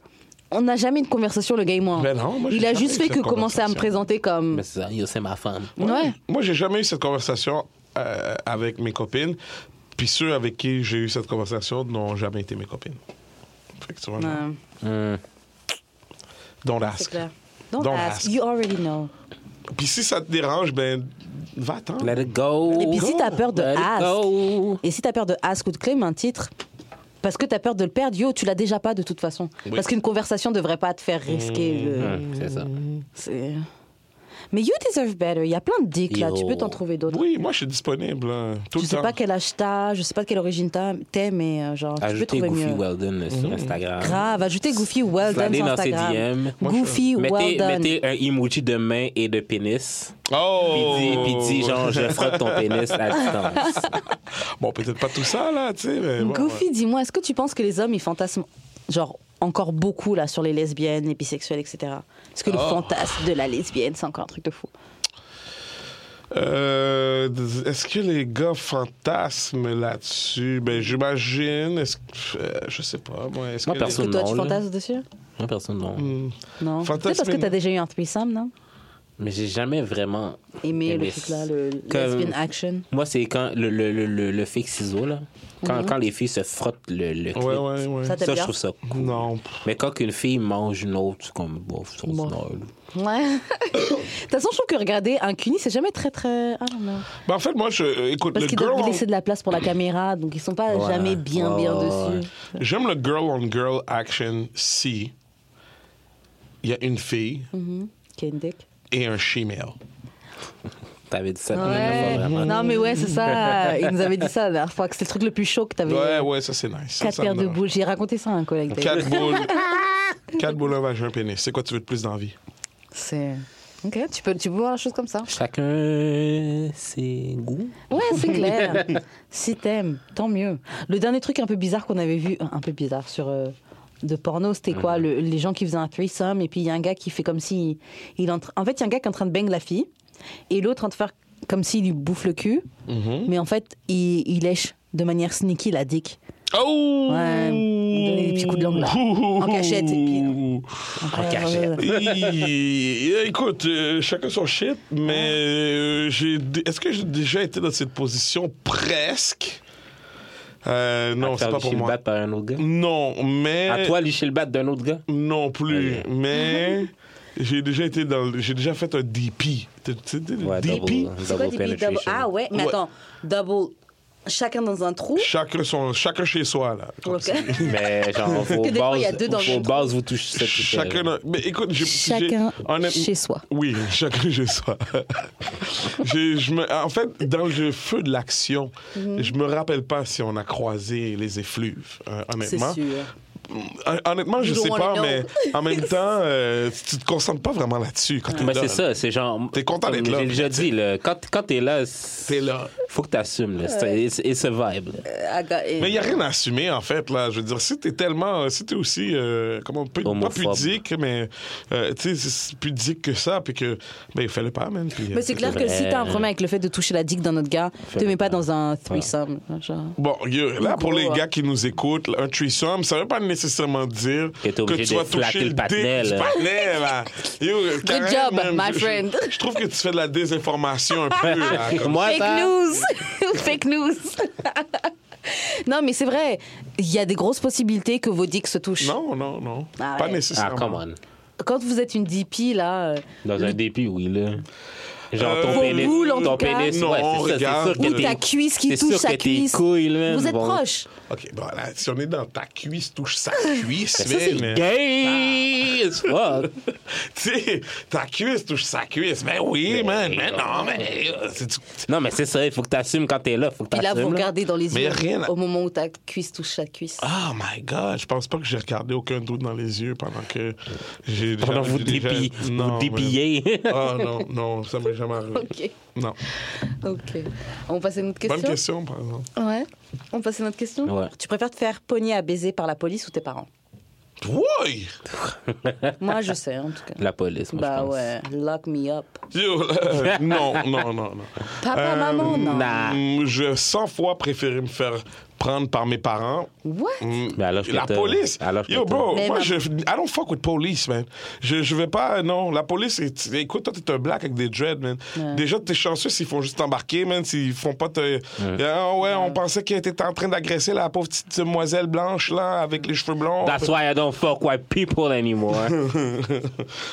on n'a jamais eu de conversation, le gars et moi. Ben non, moi, j'ai Il a jamais juste eu fait que cette commencer à me conversation. présenter comme. Mais c'est ça, yo, c'est ma femme. Ouais. Moi, j'ai jamais eu cette conversation euh, avec mes copines. Puis ceux avec qui j'ai eu cette conversation n'ont jamais été mes copines. Fait que tu vois, non. Ouais, Mm. Hum. Don't C'est ask. clair. Don't, Don't ask. ask. You already know. Puis si ça te dérange, ben, va-t'en. Let it go. Et puis si t'as peur de Let it ask. go. Et si t'as peur de ask ou de claim un titre, parce que t'as peur de le perdre, yo, tu l'as déjà pas de toute façon. Oui. Parce qu'une conversation devrait pas te faire risquer. le- Hum, c'est ça. c'est- Mais you deserve better. Il y a plein de dicks là. Yo. Tu peux t'en trouver d'autres. Oui, moi, je suis disponible hein, tout Je le sais temps. pas quel âge t'as, je sais pas de quelle origine t'as- t'es, mais euh, genre, tu peux Ajoutez trouver Goofy mieux. Mm. Weldon euh, sur Instagram. Grave, ajoutez Goofy well done Allez sur dans ses Instagram. DM. Goofy Mettez, well done. mettez un emoji de main et de pénis. Oh! Puis dis, puis dis genre, je frotte ton pénis à distance. Bon, peut-être pas tout ça, là, tu sais. mais bon, Goofy, dis-moi, est-ce que tu penses que les hommes, ils fantasment, genre, encore beaucoup, là, sur les lesbiennes, les bisexuelles, etc. Est-ce que le Oh. fantasme de la lesbienne, c'est encore un truc de fou Euh, est-ce que les gars fantasment là-dessus? Ben, j'imagine. Est-ce que, euh, je sais pas, moi. Est-ce Moi, que perso, Est-ce que toi, Non, tu là. fantasmes dessus Moi, personne, non. Hmm. Non. Fantasme- Peut-être parce que t'as déjà eu un threesome, non Mais j'ai jamais vraiment. Aimer le aimé truc-là, ça. le Comme- lesbian action. Moi, c'est quand le, le, le, le, le fake ciseau, là. Quand, quand les filles se frottent le, le clit. Ouais, ouais, ouais. Mhm. Ça, Ça, t'aimes je bien? trouve ça cool. Non. Mais quand une fille mange une autre, c'est comme, bof, c'est Bof. ordinaire. Ouais. De toute façon, je trouve que regarder un cuny, c'est jamais très, très. Ah non, non. Ben, en fait, moi, je, euh, écoute, Parce le qu'ils girl doivent on- laisser de la place pour la caméra, donc ils sont pas Ouais. jamais bien, bien Ouais, ouais, dessus. j'aime le girl on girl action si il y a une fille Mm. Kendrick. et un shemale. T'avais dit ça la Ouais. dernière fois, vraiment. Non, mais ouais, c'est ça. Il nous avait dit ça la dernière fois, que c'était le truc le plus chaud que t'avais. Ouais, ouais, ça c'est nice. Ça, Quatre ça paires me- de boules. J'ai raconté ça à un collègue. d'ailleurs. Quatre boules. Quatre boules, un vagin, un pénis. C'est quoi tu veux de plus d'envie? C'est. Ok, tu peux, tu peux voir la chose comme ça. Chacun ses goûts. Ouais, c'est clair. si t'aimes, tant mieux. Le dernier truc un peu bizarre qu'on avait vu, un peu bizarre sur euh, de porno, c'était quoi Mhm. le- Les gens qui faisaient un threesome et puis il y a un gars qui fait comme si il, est en train- en fait il y a un gars qui est en train de bang la fille et l'autre en train de faire comme s'il lui bouffe le cul, Mm-hmm. mais en fait il, il lèche de manière sneaky la dick. Oh! Ouais, donner des petits coups de langue, là. En cachette, et puis- Ah, euh, En cachette. Hi, Écoute, euh, chacun son shit, mais euh, j'ai dé- est-ce que j'ai déjà été dans cette position presque? Euh, non, À c'est faire pas licher pour le moi. bat par un autre gars. Non, mais. À toi, licher le bat d'un autre gars. Non plus, Ok. mais j'ai déjà été dans. le- J'ai déjà fait un DP. Tu tu- tu- Ouais, DP? double- C'est quoi des double big double penetration. Ah ouais, mais Ouais. attends, double chacun dans un trou. Chacun, son, chacun chez soi, là. comme Ok. ça. Mais genre, vos des fois, il y a deux dans bases, le vos même bases vous touchez cette Chacun. dans- Mais écoute, j'ai- j'ai- Chacun honnêt- chez soi. Oui, chacun chez soi. J'ai- je me, en fait, dans le feu de l'action, je me rappelle pas si on a croisé les effluves, euh, honnêtement. Hon- Honnêtement, je You don't sais wanna pas, know. mais en même temps, euh, tu te concentres pas vraiment là-dessus quand tu Mais c'est ça, c'est genre. T'es content comme d'être là. J'ai déjà dit, là, quand, quand t'es là, c'est- T'es là. faut que t'assumes. là. C'est it's- it's a vibe. là. Mais il n'y a rien à assumer, en fait, là. Je veux dire, si t'es tellement... euh, Si t'es aussi, euh, comment on peut... Pas Homophobe. pudique, mais... euh, tu sais, c'est- c'est pudique que ça, puis que... Ben, il fallait pas, man. puis, euh, Mais c'est clair c'est que si vrai. t'as un problème avec le fait de toucher la dick d'un autre gars, te mets pas dans un threesome. Genre. Bon, yo, là, pour gros, les hein. gars qui nous écoutent, là, un threesome, ça veut pas nécessairement dire Que t'es obligé tu de vas toucher flatter le le patinet, dick du là. patinet, là. Yo, Karen, job, même, my je- friend. Je, je trouve que tu fais de la désinformation un peu, Ah, là. comme- Moi, Fake ça- news Fake news Non, mais c'est vrai, il y a des grosses possibilités que vos dicks se touchent. Non, non, non. Ah pas ouais. Ah, nécessairement. come on. Quand vous êtes une DP, là, euh, Dans un début, oui, là. Genre, ton Vos pénis. boules, en tout ton cas. pénis, Non, ouais, c'est ça. regarde. C'est sûr ou que t'es- ta cuisse qui c'est touche sûr sa que tes cuisse. couilles, man, vous êtes vont- proche. OK, bon, là, si on est dans ta cuisse, touche sa cuisse, Ça, c'est man. gay as fuck. Tu sais, ta cuisse touche sa cuisse. Mais Ben oui, man, mais non, mais... euh, c'est- Non, mais c'est ça, il faut que t'assumes quand t'es là. Faut que Puis là, vous t'assumes. là. regardez dans les Mais yeux rien à- au moment où ta cuisse touche sa cuisse. Oh my God, je pense pas que j'ai regardé aucun doute dans les yeux pendant que j'ai Pendant que vous j'ai déjà- dépillez. Non, Vous man. dépillez. Ah non, non, ça m'est jamais arrivé. Ok, Non. ok. On passe à une autre Bonne question. question, par exemple. Ouais. On passe à notre question. Ouais. Tu préfères te faire pogner à baiser par la police ou tes parents Oui! Moi, je sais, en tout cas. La police, moi, je Bah pense. ouais, lock me up. Yo, euh, non, non, non, non. Papa, Euh, maman, non. Nah. Mm, Je 100 fois préféré me faire prendre par mes parents. What Mm, Mais alors, je la te- police. alors, je Yo, te- bro, Mais moi, ma- je, I don't fuck with police, man. Je, je vais pas, non. La police, c'est- écoute, toi, t'es un black avec des dreads, man. Déjà, t'es chanceux s'ils font juste t'embarquer, man, s'ils font pas te. Ah ouais, on pensait qu'elle était en train d'agresser la pauvre petite demoiselle blanche, là, avec les cheveux blonds. That's why I don't fuck white people anymore.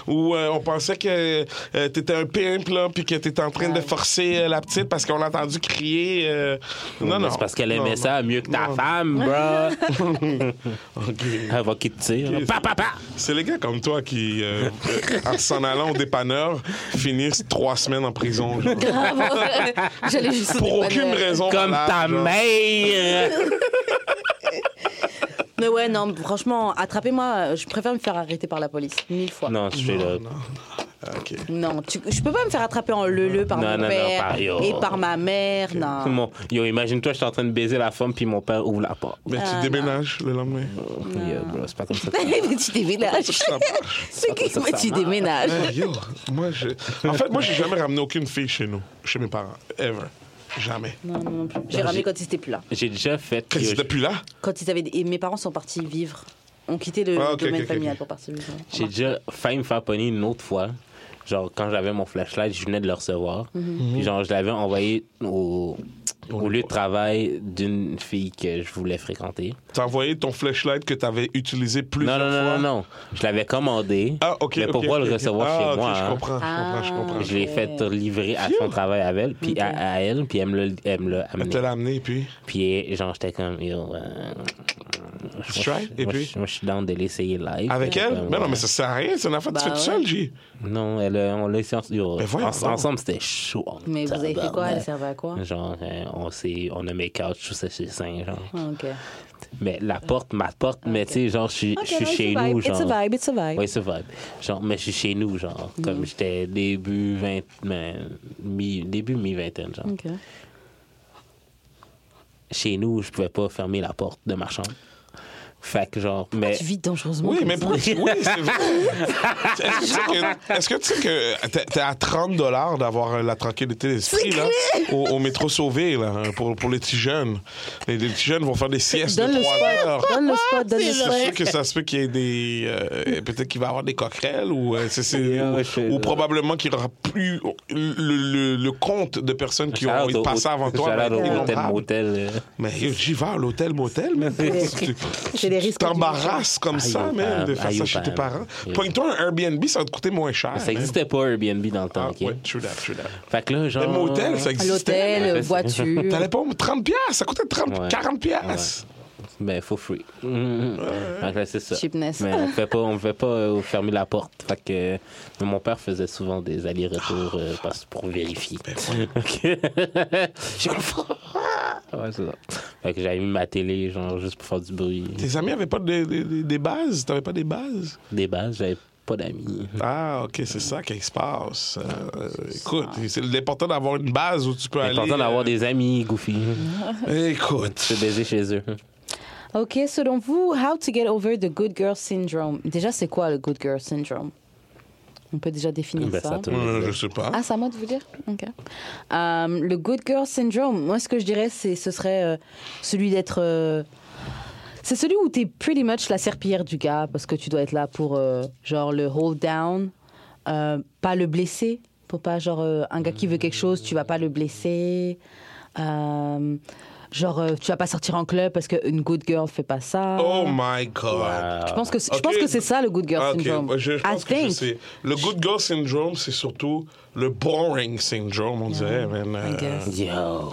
Ou euh, on pensait que euh, t'étais un pimp, là, puis que t'étais en train de forcer euh, la petite parce qu'on l'a entendu crier. euh, Non, non. C'est parce qu'elle aimait Non, ça mieux que ta Non. femme, bro. non. Ok. Elle va quitter. Ok. Pa, pa, pa. C'est les gars comme toi qui, euh, euh, en s'en allant au dépanneur, finissent trois semaines en prison. genre. Grave. Ah, J'allais juste. Pour dépanner. aucune raison. Comme valable, ta genre. mère. Mais ouais, non, franchement, attrapez-moi. euh, Je préfère me faire arrêter par la police mille fois. Non, je suis là. Ok. Non, tu- je peux pas me faire attraper en leu-leu par Non, mon non, non, père par- yo. et par ma mère. C'est Non. mon- Yo, imagine-toi, je suis en train de baiser la femme, puis mon père ouvre la porte. Mais tu Ah, déménages le lendemain. Yo, bro, c'est pas comme ça. que ça- Mais tu déménages. Ça marche. C'est comme ça que que ça tu marche. déménages. Ah, yo, moi, je... En fait, moi, j'ai jamais ramené aucune fille chez nous, chez mes parents. Ever. Jamais. Non, non, non plus. J'ai ramené quand ils étaient plus là. J'ai déjà fait. Qu'est-ce yo, que depuis là? Quand ils avaient. et mes parents sont partis vivre. Ont quitté le Ah, ok, domaine ok, ok, familial ok. pour partir vivre. J'ai déjà failli me faire pogner une autre fois. Genre, quand j'avais mon flashlight, je venais de le recevoir. Mhm. Puis, genre, je l'avais envoyé au, au lieu de travail d'une fille que je voulais fréquenter. T'as envoyé ton flashlight que t'avais utilisé Non, plusieurs non, non, fois. non, non. Je l'avais commandé. Ah, ok. Mais ok, pour pouvoir ok, le ok. recevoir Ah, chez ok, moi. Je hein. comprends, Oh. je comprends, je comprends. Je l'ai fait livrer à son travail à elle, puis à, à elle, puis elle me l'a- elle me l'a Elle te amené. l'a amené, puis. Puis genre, j'étais comme, yo, euh, Try, moi, je- et moi, puis? je- moi, je suis down de l'essayer live. Avec elle? Comme, Mais non, mais ça sert à rien, c'est une affaire que tu fais Bah tout ouais. seul, J. Non, elle, euh, on l'a essayé en- yo, Mais Ben voyons en- donc. ensemble, c'était chaud. en Mais vous avez fait quoi tabarnak. Elle servait à quoi Genre, euh, on, s'est- on a make out, je sais, c'est sain, hein, genre. Ah, Ok. Mais la porte, ma porte, mais tu sais, genre, je suis je suis chez nous, genre. vibe, it's a vibe. Mm-hmm. Oui, c'est vrai. Genre, mais je suis chez nous, genre. Comme j'étais début 20, ben, mi, début mi-vingtaine, genre. Ok. Chez nous, je pouvais pas fermer la porte de ma chambre. Fait que, genre, mais. Ah, Tu vis dangereusement. Oui, comme mais ça. pourquoi tu- Oui, c'est vrai. Est-ce que tu sais que- Est-ce que tu sais que t'es t'es à 30 dollars d'avoir euh, la tranquillité d'esprit, là, au, au métro Sauvé, là, hein, pour, pour les petits jeunes? Les, les petits jeunes vont faire des siestes Donne de le 3 heures. spot, donne le spot, donne le C'est sûr spot. que ça se peut qu'il y ait des. euh, Peut-être qu'il va y avoir des coquerelles ou, euh, c'est- c'est- Yeah, ou- Ah, ouais, c'est- ou probablement qu'il y aura plus. Le, le- le compte de personnes qui Shout-out ont au- passé au- avant toi shout-out va être au hôtel, innombrable. motel. euh, Mais yo, j'y vais à l'hôtel, motel, mais tu C'est des tu risques. t'embarrasses comme Aïe, ça, yo, même, de pam, faire aïe, ça yo, chez tes pam. parents. Yo. Pogne-toi un Airbnb, ça va te coûter moins cher. Ça man. n'existait pas Airbnb dans le temps, Ah, OK? ouais, true that, true that. Fait que là, genre. Le motel, ça existait. L'hôtel, Ouais, voiture. T'allais pas au 30 piastres, ça coûtait 30, Ouais. 40 piastres. Ben, for free. Mhm. Fait que là, c'est ça. Cheapness. Mais on ne pas, on pouvait pas euh, fermer la porte. Fait que euh, mon père faisait souvent des allers-retours euh, Ah. parce- pour vérifier. Ben Ok. J'ai compris. Ouais, c'est ça. Fait que j'avais mis ma télé, genre, juste pour faire du bruit. Tes amis avaient pas des, des- des- des bases? T'avais pas des bases? Des bases, j'avais pas d'amis. Ah, ok, c'est ça qui se passe. Euh, écoute, c'est l'important d'avoir une base où tu peux C'est aller. euh, important d'avoir des amis, Goofy. des. Écoute. Se baiser chez eux. Ok, selon vous, how to get over the good girl syndrome Déjà, c'est quoi le good girl syndrome On peut déjà définir Ben, ça. ça te- Euh, je sais pas. Ah, c'est à moi de vous dire Ok. Euh, le good girl syndrome, moi, ce que je dirais, c'est ce serait euh, celui d'être. euh, c'est celui où t'es pretty much la serpillière du gars parce que tu dois être là pour euh, genre le hold down, euh, pas le blesser. Pour pas, genre, euh, un gars qui veut quelque chose, tu vas pas le blesser. Euh, genre, euh, tu vas pas sortir en club parce qu'une good girl fait pas ça. Oh my God. Je pense que c'est- Ok. je pense que c'est ça le good girl Ah, ok. syndrome. Ouais, Je, je pense I que je think. sais. Le good girl syndrome, c'est surtout le boring syndrome, on dirait. man. Euh, guess. Yo.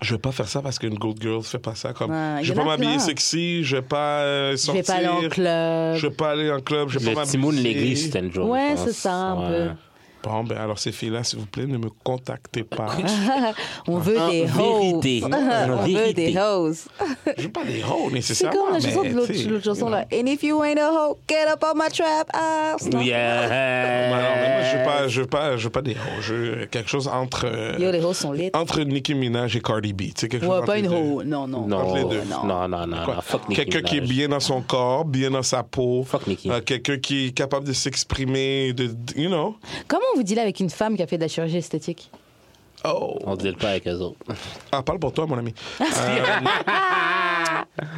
je vais pas faire ça parce qu'une good girl fait pas ça. Comme, Ouais, je y vais pas en a m'habiller plein. sexy, je vais pas euh, Je vais sortir. pas aller en club. Je vais pas aller en club, je vais pas Le m'habiller. Timon de l'église, c'était une journée. Ouais, je pense. c'est ça, un Ouais. peu. Bon, ben alors ces filles-là, s'il vous plaît, ne me contactez pas. On veut En des hoes. vérité. En Ah, On veut vérité. des hoes. je veux pas des hoes C'est nécessairement. comme la chanson mais, de l'autre tu sais, l'autre chanson you know. là. And if you ain't a hoe, get up on my trap house. Non. Yeah. Ouais, non, mais moi, je veux pas, je veux pas, je veux pas des hoes. Je veux quelque chose entre euh, Yo, les hoes sont lit. entre Nicki Minaj et Cardi B. Tu sais, quelque chose Ouais, entre pas les une deux. hoe. Non, non. Non, Entre les deux. Non. non, non, non, Quoi? non. Ah, bah, Fuck Nicki Quelqu'un qui est Minaj. bien dans son corps, bien dans sa peau. Fuck Nicki. Euh, Quelqu'un qui est capable de s'exprimer, de, de- you know. Comment on vous dit là avec une femme qui a fait de la chirurgie esthétique Oh. On dit le pas avec eux autres. Ah, parle pour toi, mon ami. Euh,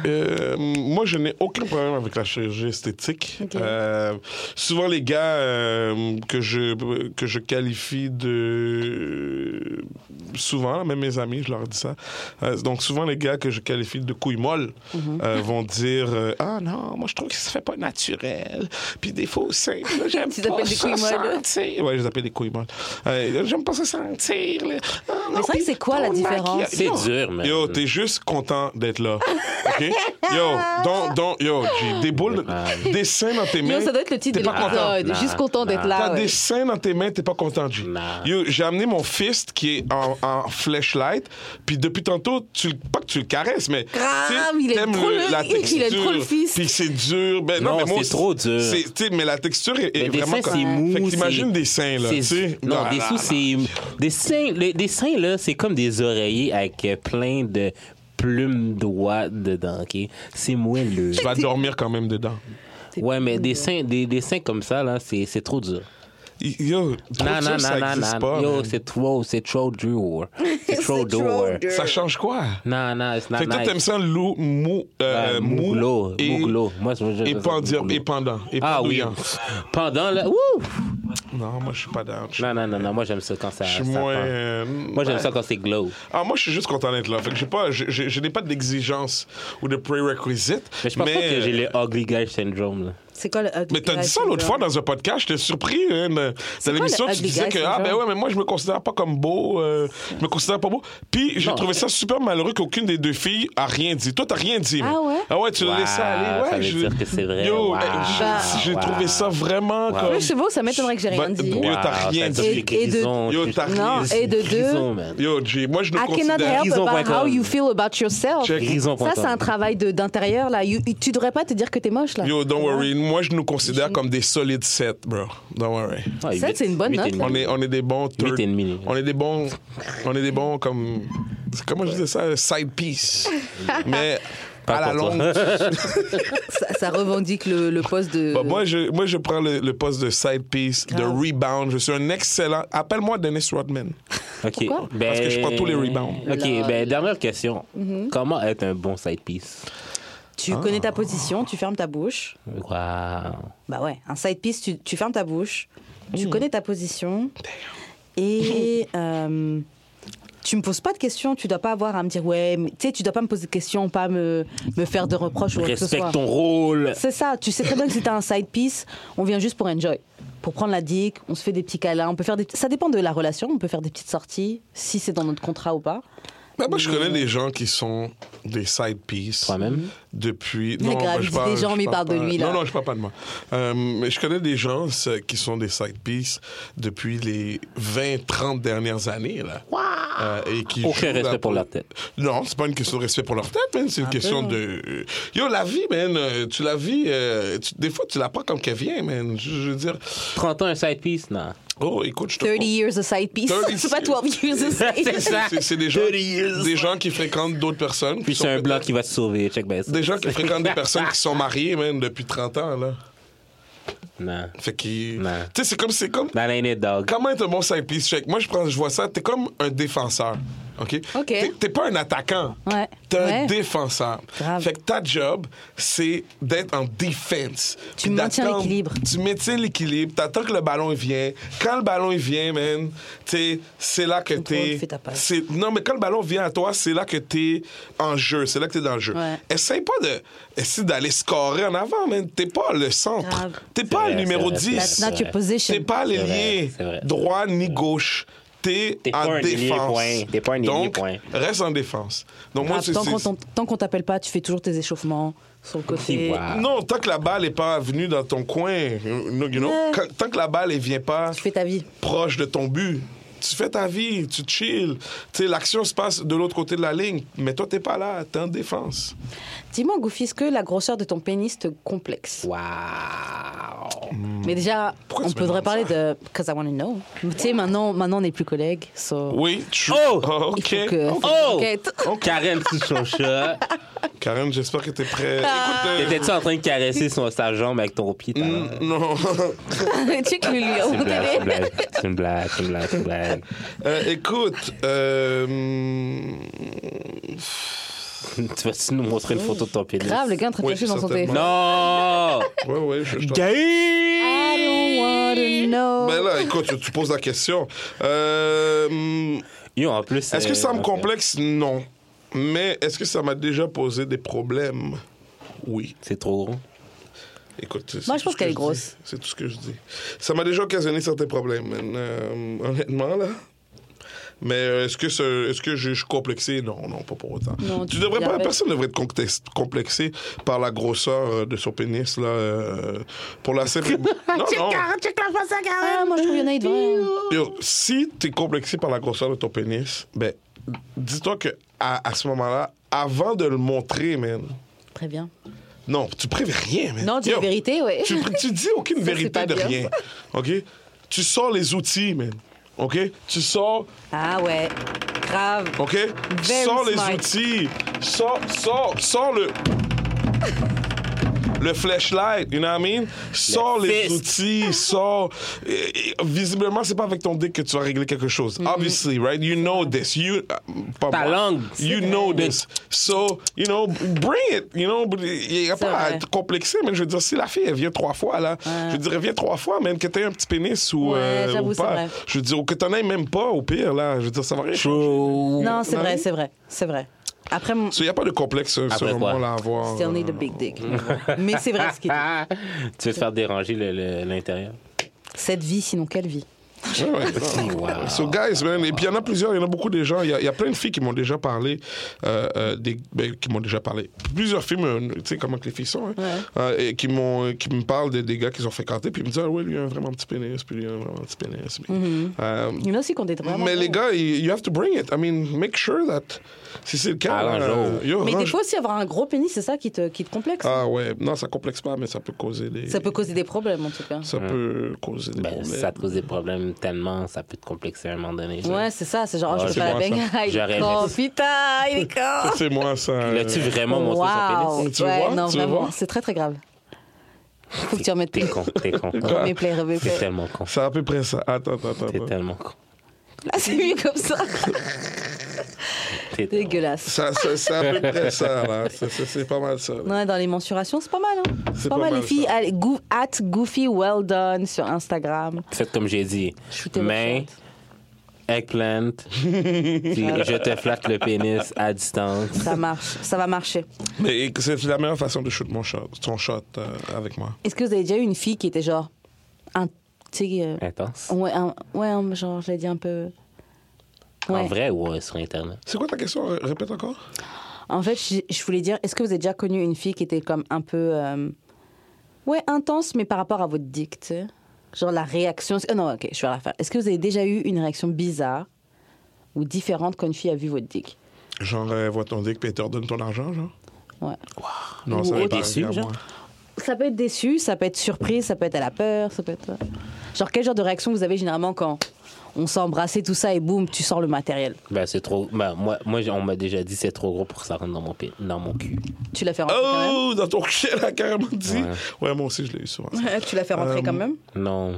euh, moi, je n'ai aucun problème avec la chirurgie esthétique. Euh, souvent, les gars euh, que, je, que je qualifie de. Souvent, même mes amis, je leur dis ça. Euh, donc, souvent, les gars que je qualifie de couilles molles Mhm. euh, vont dire euh, Ah non, moi, je trouve que ça fait pas naturel. Puis, des faux seins, là, j'aime Tu pas t'appelles des ça couilles molles, là? sentir. Ouais, je les appelle des couilles molles. Euh, j'aime pas ça sentir. là. Ah, non, Mais c'est vrai que puis c'est quoi la ton maquillage- différence? C'est Yo, dur, man. Yo, t'es juste content d'être là. OK? Yo, don, don, yo, j'ai des boules, des seins dans tes mains. Yo, ça doit être le titre t'es de pas content. l'épisode. Nah, Juste content nah. d'être T'as là. ouais. des seins dans tes mains, t'es pas content, G. Nah. Yo, j'ai amené mon fist qui est en, en flashlight, puis depuis tantôt, tu, le- pas que tu le caresses, mais. tu sais, il aime t'aimes trop le- la il aime texture, trop le fist. Puis c'est dur. Ben, non, Non, mais moi c'est aussi, trop dur. c'est- tu sais, mais la texture est, est Mais des vraiment seins, comme- c'est mou. Fait que t'imagines c'est- des seins, là. c'est- tu sais. Non, Nah, des nah, sous, nah. c'est. Des seins, le- des seins, là, c'est comme des oreillers avec euh, plein de plumes d'oie dedans, OK? C'est moelleux. Tu vas dormir quand même dedans. Ouais, mais des seins, des, des seins comme ça, là, c'est c'est trop dur. Yo, trop Non, dur, non, ça non, existe non, pas. non. Yo, man. c'est trop, c'est trop dur. C'est trop dur. Ça change quoi? Non, non, it's not Fait que toi, nice. t'aimes ça lou, mou, euh, Ouais, mou mouglo, et, mouglo. Moi, je- je- et, je- pendir- mouglo. et pendant. Et Ah oui. pendouillant. Pendant, là, wouh! Non, moi, je suis pas down. Je Non, non, non, non, moi j'aime ça quand ça. je suis ça moins. pend. euh, Moi j'aime ben, ça quand c'est glow. Ah, moi, je suis juste content d'être là. Fait que j'ai pas, j'ai- j'ai- je n'ai pas d'exigence ou de prerequisite. Mais je pense pas que j'ai euh, le ugly guy syndrome. Là. C'est quoi le ugly Mais t'as guy dit ça l'autre fois syndrome? dans un podcast, j'étais surpris. hein, de- dans l'émission, le tu ugly disais guy que ah ben syndrome? ouais, mais moi je me considère pas comme beau, euh, je me considère pas beau. Puis j'ai Non. trouvé ça super malheureux qu'aucune des deux filles a rien dit. Toi t'as rien dit. mais- Ah ouais? Ah ouais, tu l'as Wow, laissé aller. Ouais, ça veut je- dire que c'est vrai. Yo, Wow. eh, j'ai- Bah. j'ai trouvé ça vraiment Wow. comme. Oui, je sais pas, ça m'étonnerait que j'ai rien Bah, dit. Yo, t'as rien Et- dit. et de- Yo, t'as rien Non, dit. et de deux, Prison, man. Yo, G, moi je nous I cannot considère. help about Prison.com. how you feel about yourself. Check. Ça, c'est un travail de- d'intérieur, là. You- tu devrais pas te dire que t'es moche, là. Yo, don't Hein? worry. Moi, je nous considère comme des solides 7, bro. Don't worry. Ah, Ça, c'est une bonne note, On est, on est des bons third- Huit et demi. On est des bons. On est des bons comme. c'est- Comment je dis ça? Side piece. Mais Pas à la pour toi. longue. Ça, ça revendique le, le poste de... Bah, moi, je, moi, je prends le, le poste de side piece, de Grave. rebound. Je suis un excellent. Appelle-moi Dennis Rodman. Pourquoi? Parce que je prends tous les rebounds. ben, OK, Lol. ben dernière question. mm-hmm. Comment être un bon side piece? Tu connais ta position, tu fermes ta bouche. Wow. Bah ouais, un side piece, tu, tu fermes ta bouche, tu connais ta position. Et euh, tu me poses pas de questions, tu dois pas avoir à me dire ouais, mais- tu sais, tu dois pas me poser de questions, pas me, me faire de reproches ou quoi que ce Respecte soit. ton rôle. C'est ça, tu sais très bien que si t'as un side piece, on vient juste pour enjoy. Pour prendre la dick, on se fait des petits câlins, on peut faire des... Ça dépend de la relation, on peut faire des petites sorties, si c'est dans notre contrat ou pas. Mais Bah, moi, je connais des gens qui sont des side pieces. Toi-même. Mm-hmm. Depuis. Mais grave, bah, dis des gens, je mais parle de pas- lui, là. Non, non, je parle pas de moi. Euh, mais je connais des gens ce- qui sont des side pieces depuis les 20, 30 dernières années, là. Euh, et qui jouent Aucun la- respect pour leur tête. Non, c'est pas une question de respect pour leur tête, man. C'est Ah, une question ben. de. euh, Yo, la vie, man. euh, Tu la vis. euh, tu- Des fois, tu la prends comme qu'elle vient, man. Je, je veux dire. 30 ans, un side piece? Non. Oh, écoute, je te. 30 years a side piece, 30 c'est pas 12 years a side C'est piece. ça. C'est- C'est des gens, 30 years. des gens qui fréquentent d'autres personnes. Puis qui sont c'est un peut-être- blanc qui va te sauver. Check ben ça. Des gens qui fréquentent des personnes qui sont mariées, man, depuis 30 ans, là. Non. Fait qu'ils. Tu Ouais. sais, c'est comme. C'est comme. That ain't it, dog. Comment être un bon side piece check? Moi, je, prends, je vois ça, t'es comme un défenseur. OK? OK. T'es- T'es pas un attaquant. Ouais. T'es un Ouais. défenseur. Grave. Fait que ta job, c'est d'être en defense. Tu Puis maintiens d'attendre- l'équilibre. Tu maintiens l'équilibre, t'attends que le ballon il vient. Quand le ballon il vient, man, t'sais, c'est là que t'es. fais ta passe. c'est- Non, mais quand le ballon vient à toi, c'est là que t'es en jeu. C'est là que t'es dans le jeu. Ouais. Essaye pas de. Essaye d'aller scorer en avant, man. T'es pas le centre. Grave. T'es pas vrai, le numéro c'est vrai, c'est 10. That's not your vrai. position. T'es pas C'est l'ailier vrai, c'est vrai. droit ni gauche. T'es T'es pas en un ailier, défense. point. T'es pas un ailier, Donc, point. reste en défense. Donc, moi, Ah, c'est. tant c'est- qu'on t'en- tant qu'on t'appelle pas, tu fais toujours tes échauffements sur le côté. Wow. Non, tant que la balle n'est pas venue dans ton coin, you know, you know, Ouais. quand- tant que la balle ne vient pas Tu fais ta vie. proche de ton but, tu fais ta vie, tu chill. Tu sais, l'action se passe de l'autre côté de la ligne, mais toi, t'es pas là, t'es en défense. Dis-moi, Goofy, est-ce que la grosseur de ton pénis te complexe Wow. Mais déjà, Pourquoi on tu me pourrait demandes parler ça de. Because I want to know. Tu sais, maintenant, maintenant, on n'est plus collègues. So... Oui, tu... Oh! Il OK. faut que- OK. Oh! Enquête. Karen sous son chat. Karen, j'espère que t'es prêt. Ah. Écoute, euh, T'étais-tu en train de caresser son, sa jambe avec ton pied? Mm. t'as- non. Check le lui, C'est on une va blague, c'est une t'aider. blague, c'est une blague, c'est une blague, c'est une blague. Euh, écoute, euh, Tu vas-tu nous montrer une photo de ton pénis? Grave, le gars est en train de Oui, chercher dans son certainement. téléphone. Non! ouais, ouais, je, je t'en- Gay! I don't want to know. Ben là, écoute, tu- tu poses la question. Euh, Yo, en plus. Est-ce que ça me euh, complexe? Non. Mais est-ce que ça m'a déjà posé des problèmes? Oui. C'est trop gros. Écoute. c'est Moi, je tout pense ce que qu'elle est dis. grosse. C'est tout ce que je dis. Ça m'a déjà occasionné certains problèmes, man. Euh, honnêtement, là. Mais euh, est-ce que, ce, est-ce que je, je suis complexé? Non, non, pas pour autant. Non, tu tu devrais pas, l'avais. personne ne devrait être contest- complexé par la grosseur euh, de son pénis, là. euh, pour la simple. non, Oh. non. Ah, moi, je trouve qu'il y en a, il Bah devrait. Yo, si t'es complexé par la grosseur de ton pénis, ben, dis-toi que à, à ce moment-là, avant de le montrer, man, Très bien. non, tu préviens rien, man. Non, dis Yo, la vérité, ouais. Tu, tu dis aucune Ça, c'est vérité pas de bien. rien, OK? Tu sors les outils, man, OK? Tu sors, Ah ouais. Grave. OK? Very sors les smart. outils, sors, sors, sors le... le flashlight, you know what I mean? Sors les fist. outils, sors. Et- et Visiblement, c'est pas avec ton dick que tu vas régler quelque chose. Mm-hmm. Obviously, right? You know this. You, uh, pas Ta moi. langue. You know this. So, you know, bring it. You know, il n'y a pas à vrai. être complexé, mais je veux dire, si la fille, elle vient trois fois, là, je dirais, viens trois fois, même que t'aies un petit pénis ou, Ouais, euh, j'avoue, ou c'est pas. vrai. Je veux dire, ou que t'en aies même pas, au pire, là. Je veux dire, ça va rien. changer. True. Non, c'est Non, vrai, oui. c'est vrai, c'est vrai. Après, mon- Il n'y a pas de complexe euh, Après sur le quoi? moment-là à avoir. euh, still need a big dick. Mais c'est vrai ce qu'il dit. Ah, tu veux te faire déranger le- le- l'intérieur? Cette vie, sinon quelle vie Ouais, ouais, non. Wow. So, guys, man, et puis il y en a plusieurs, il y en a beaucoup de gens. Il y, a- il y a plein de filles qui m'ont déjà parlé, euh, euh, des, ben, qui m'ont déjà parlé. Plusieurs filles, euh, tu sais comment que les filles sont, hein, Euh, et qui, m'ont, qui me parlent des, des gars qu'ils ont fréquentés, puis ils me disent, ah oui, lui, il a un vraiment petit pénis, puis lui, il a un vraiment petit pénis. Puis, Mm-hmm. euh, Il y en a aussi qu'on est vraiment. mais les bons. gars, you you have to bring it. I mean, make sure that. Si c'est le cas. Ah, là, range-le. yo, Mais des range- fois aussi, avoir un gros pénis, c'est ça qui te, qui te complexe. Ah ouais, non, ça complexe pas, mais ça peut causer des. Ça peut causer des problèmes, en tout cas. ça peut causer des Ben, problèmes. ça te pose des problèmes tellement, ça peut te complexer à un moment donné. tu sais. Ouais, c'est ça, c'est genre, oh, Ouais, je peux c'est pas la moi, baigne. ça. Il J'aurais est con, aimé. putain, il est con. Ça, Ah, c'est moi, ça. L'as-tu euh, vraiment montré son pénis? Tu ouais, vois, non, tu vraiment, vois. c'est très très grave. Faut que tu remettes T'es plus. con, t'es con. Replay, T'es replay. tellement con. C'est à peu près ça. Attends, attends, attends. T'es attends. tellement con. Ah, c'est mieux comme ça. T'es tellement- Dégueulasse. Ça, ça, c'est à peu près ça, là. C'est- C'est c'est pas mal ça. là. Non, dans les mensurations, c'est pas mal. Hein. C'est Pas, mal, les filles. ça. Allez, goo- at Goofy Well Done sur Instagram. Faites comme j'ai dit. Shootez votre Main, shot. eggplant, puis je te flatte le pénis à distance. Ça marche, ça va marcher. Mais c'est la meilleure façon de shoot mon shot, ton shot euh, avec moi. Est-ce que vous avez déjà eu une fille qui était genre. Un, tu sais, euh, Intense. ouais, un- ouais, un- genre, je l'ai dit un peu. En Ouais. vrai ou euh, sur Internet? C'est quoi ta question? Ré- Répète encore. En fait, je, je voulais dire, est-ce que vous avez déjà connu une fille qui était comme un peu. euh, ouais, intense, mais par rapport à votre dick, tu sais Genre la réaction. Ah non, ok, je vais la faire. Est-ce que vous avez déjà eu une réaction bizarre ou différente quand une fille a vu votre dick Genre, euh, vois ton dick, puis elle te redonne ton argent, genre? Ouais. Non, Ou ça n'est autre- pas Déçu, à genre? moi. Ça peut être déçu, ça peut être surprise, ça peut être à la peur, ça peut être. Genre, quel genre de réaction vous avez généralement quand on s'est embrassé, tout ça, et boum, tu sors le matériel Ben, c'est trop. Ben, moi, moi, on m'a déjà dit c'est trop gros pour que ça rentre dans mon, pé- dans mon cul. Tu l'as fait rentrer quand Oh, dans ton cul, elle a carrément dit. Ouais. moi aussi, je l'ai eu souvent. ça. même Tu l'as fait rentrer quand même Non,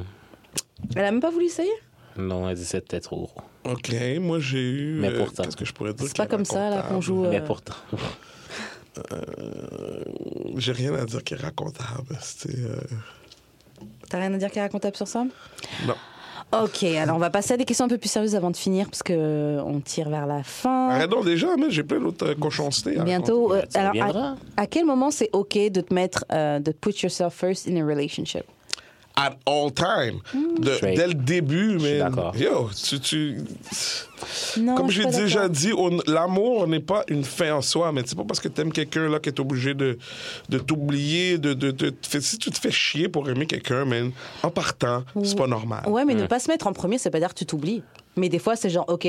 Elle a même pas voulu essayer non, elle dit c'était trop gros. OK, moi, j'ai eu... Mais euh, pourtant. Qu'est-ce que je pourrais dire? C'est pas qui est comme ça, là, qu'on racontable? joue. Mais euh, pourtant. J'ai rien à dire qui est racontable. C'était... euh, T'as rien à dire qu'elle racontable sur ça Non. Ok, alors on va passer à des questions un peu plus sérieuses avant de finir, parce que euh, on tire vers la fin. Arrêtons déjà, mais j'ai plein d'autres euh, cochoncetés à Bientôt. euh, Tu alors, reviendras. à, à quel moment c'est ok de te mettre, euh, de put yourself first in a relationship at all time. Hmm. De- Straight. dès le début, suis mais. d'accord. Yo, tu. tu- Non, Comme je suis j'ai pas déjà d'accord. dit, on- l'amour n'est pas une fin en soi, mais c'est pas parce que t'aimes quelqu'un là que t'es obligé de, de t'oublier, de, de, de- te faire- Si tu te fais chier pour aimer quelqu'un, man, en partant, c'est pas normal. Ouais, mais ne pas se mettre en premier, c'est pas dire que tu t'oublies. Mais des fois, c'est genre, ok,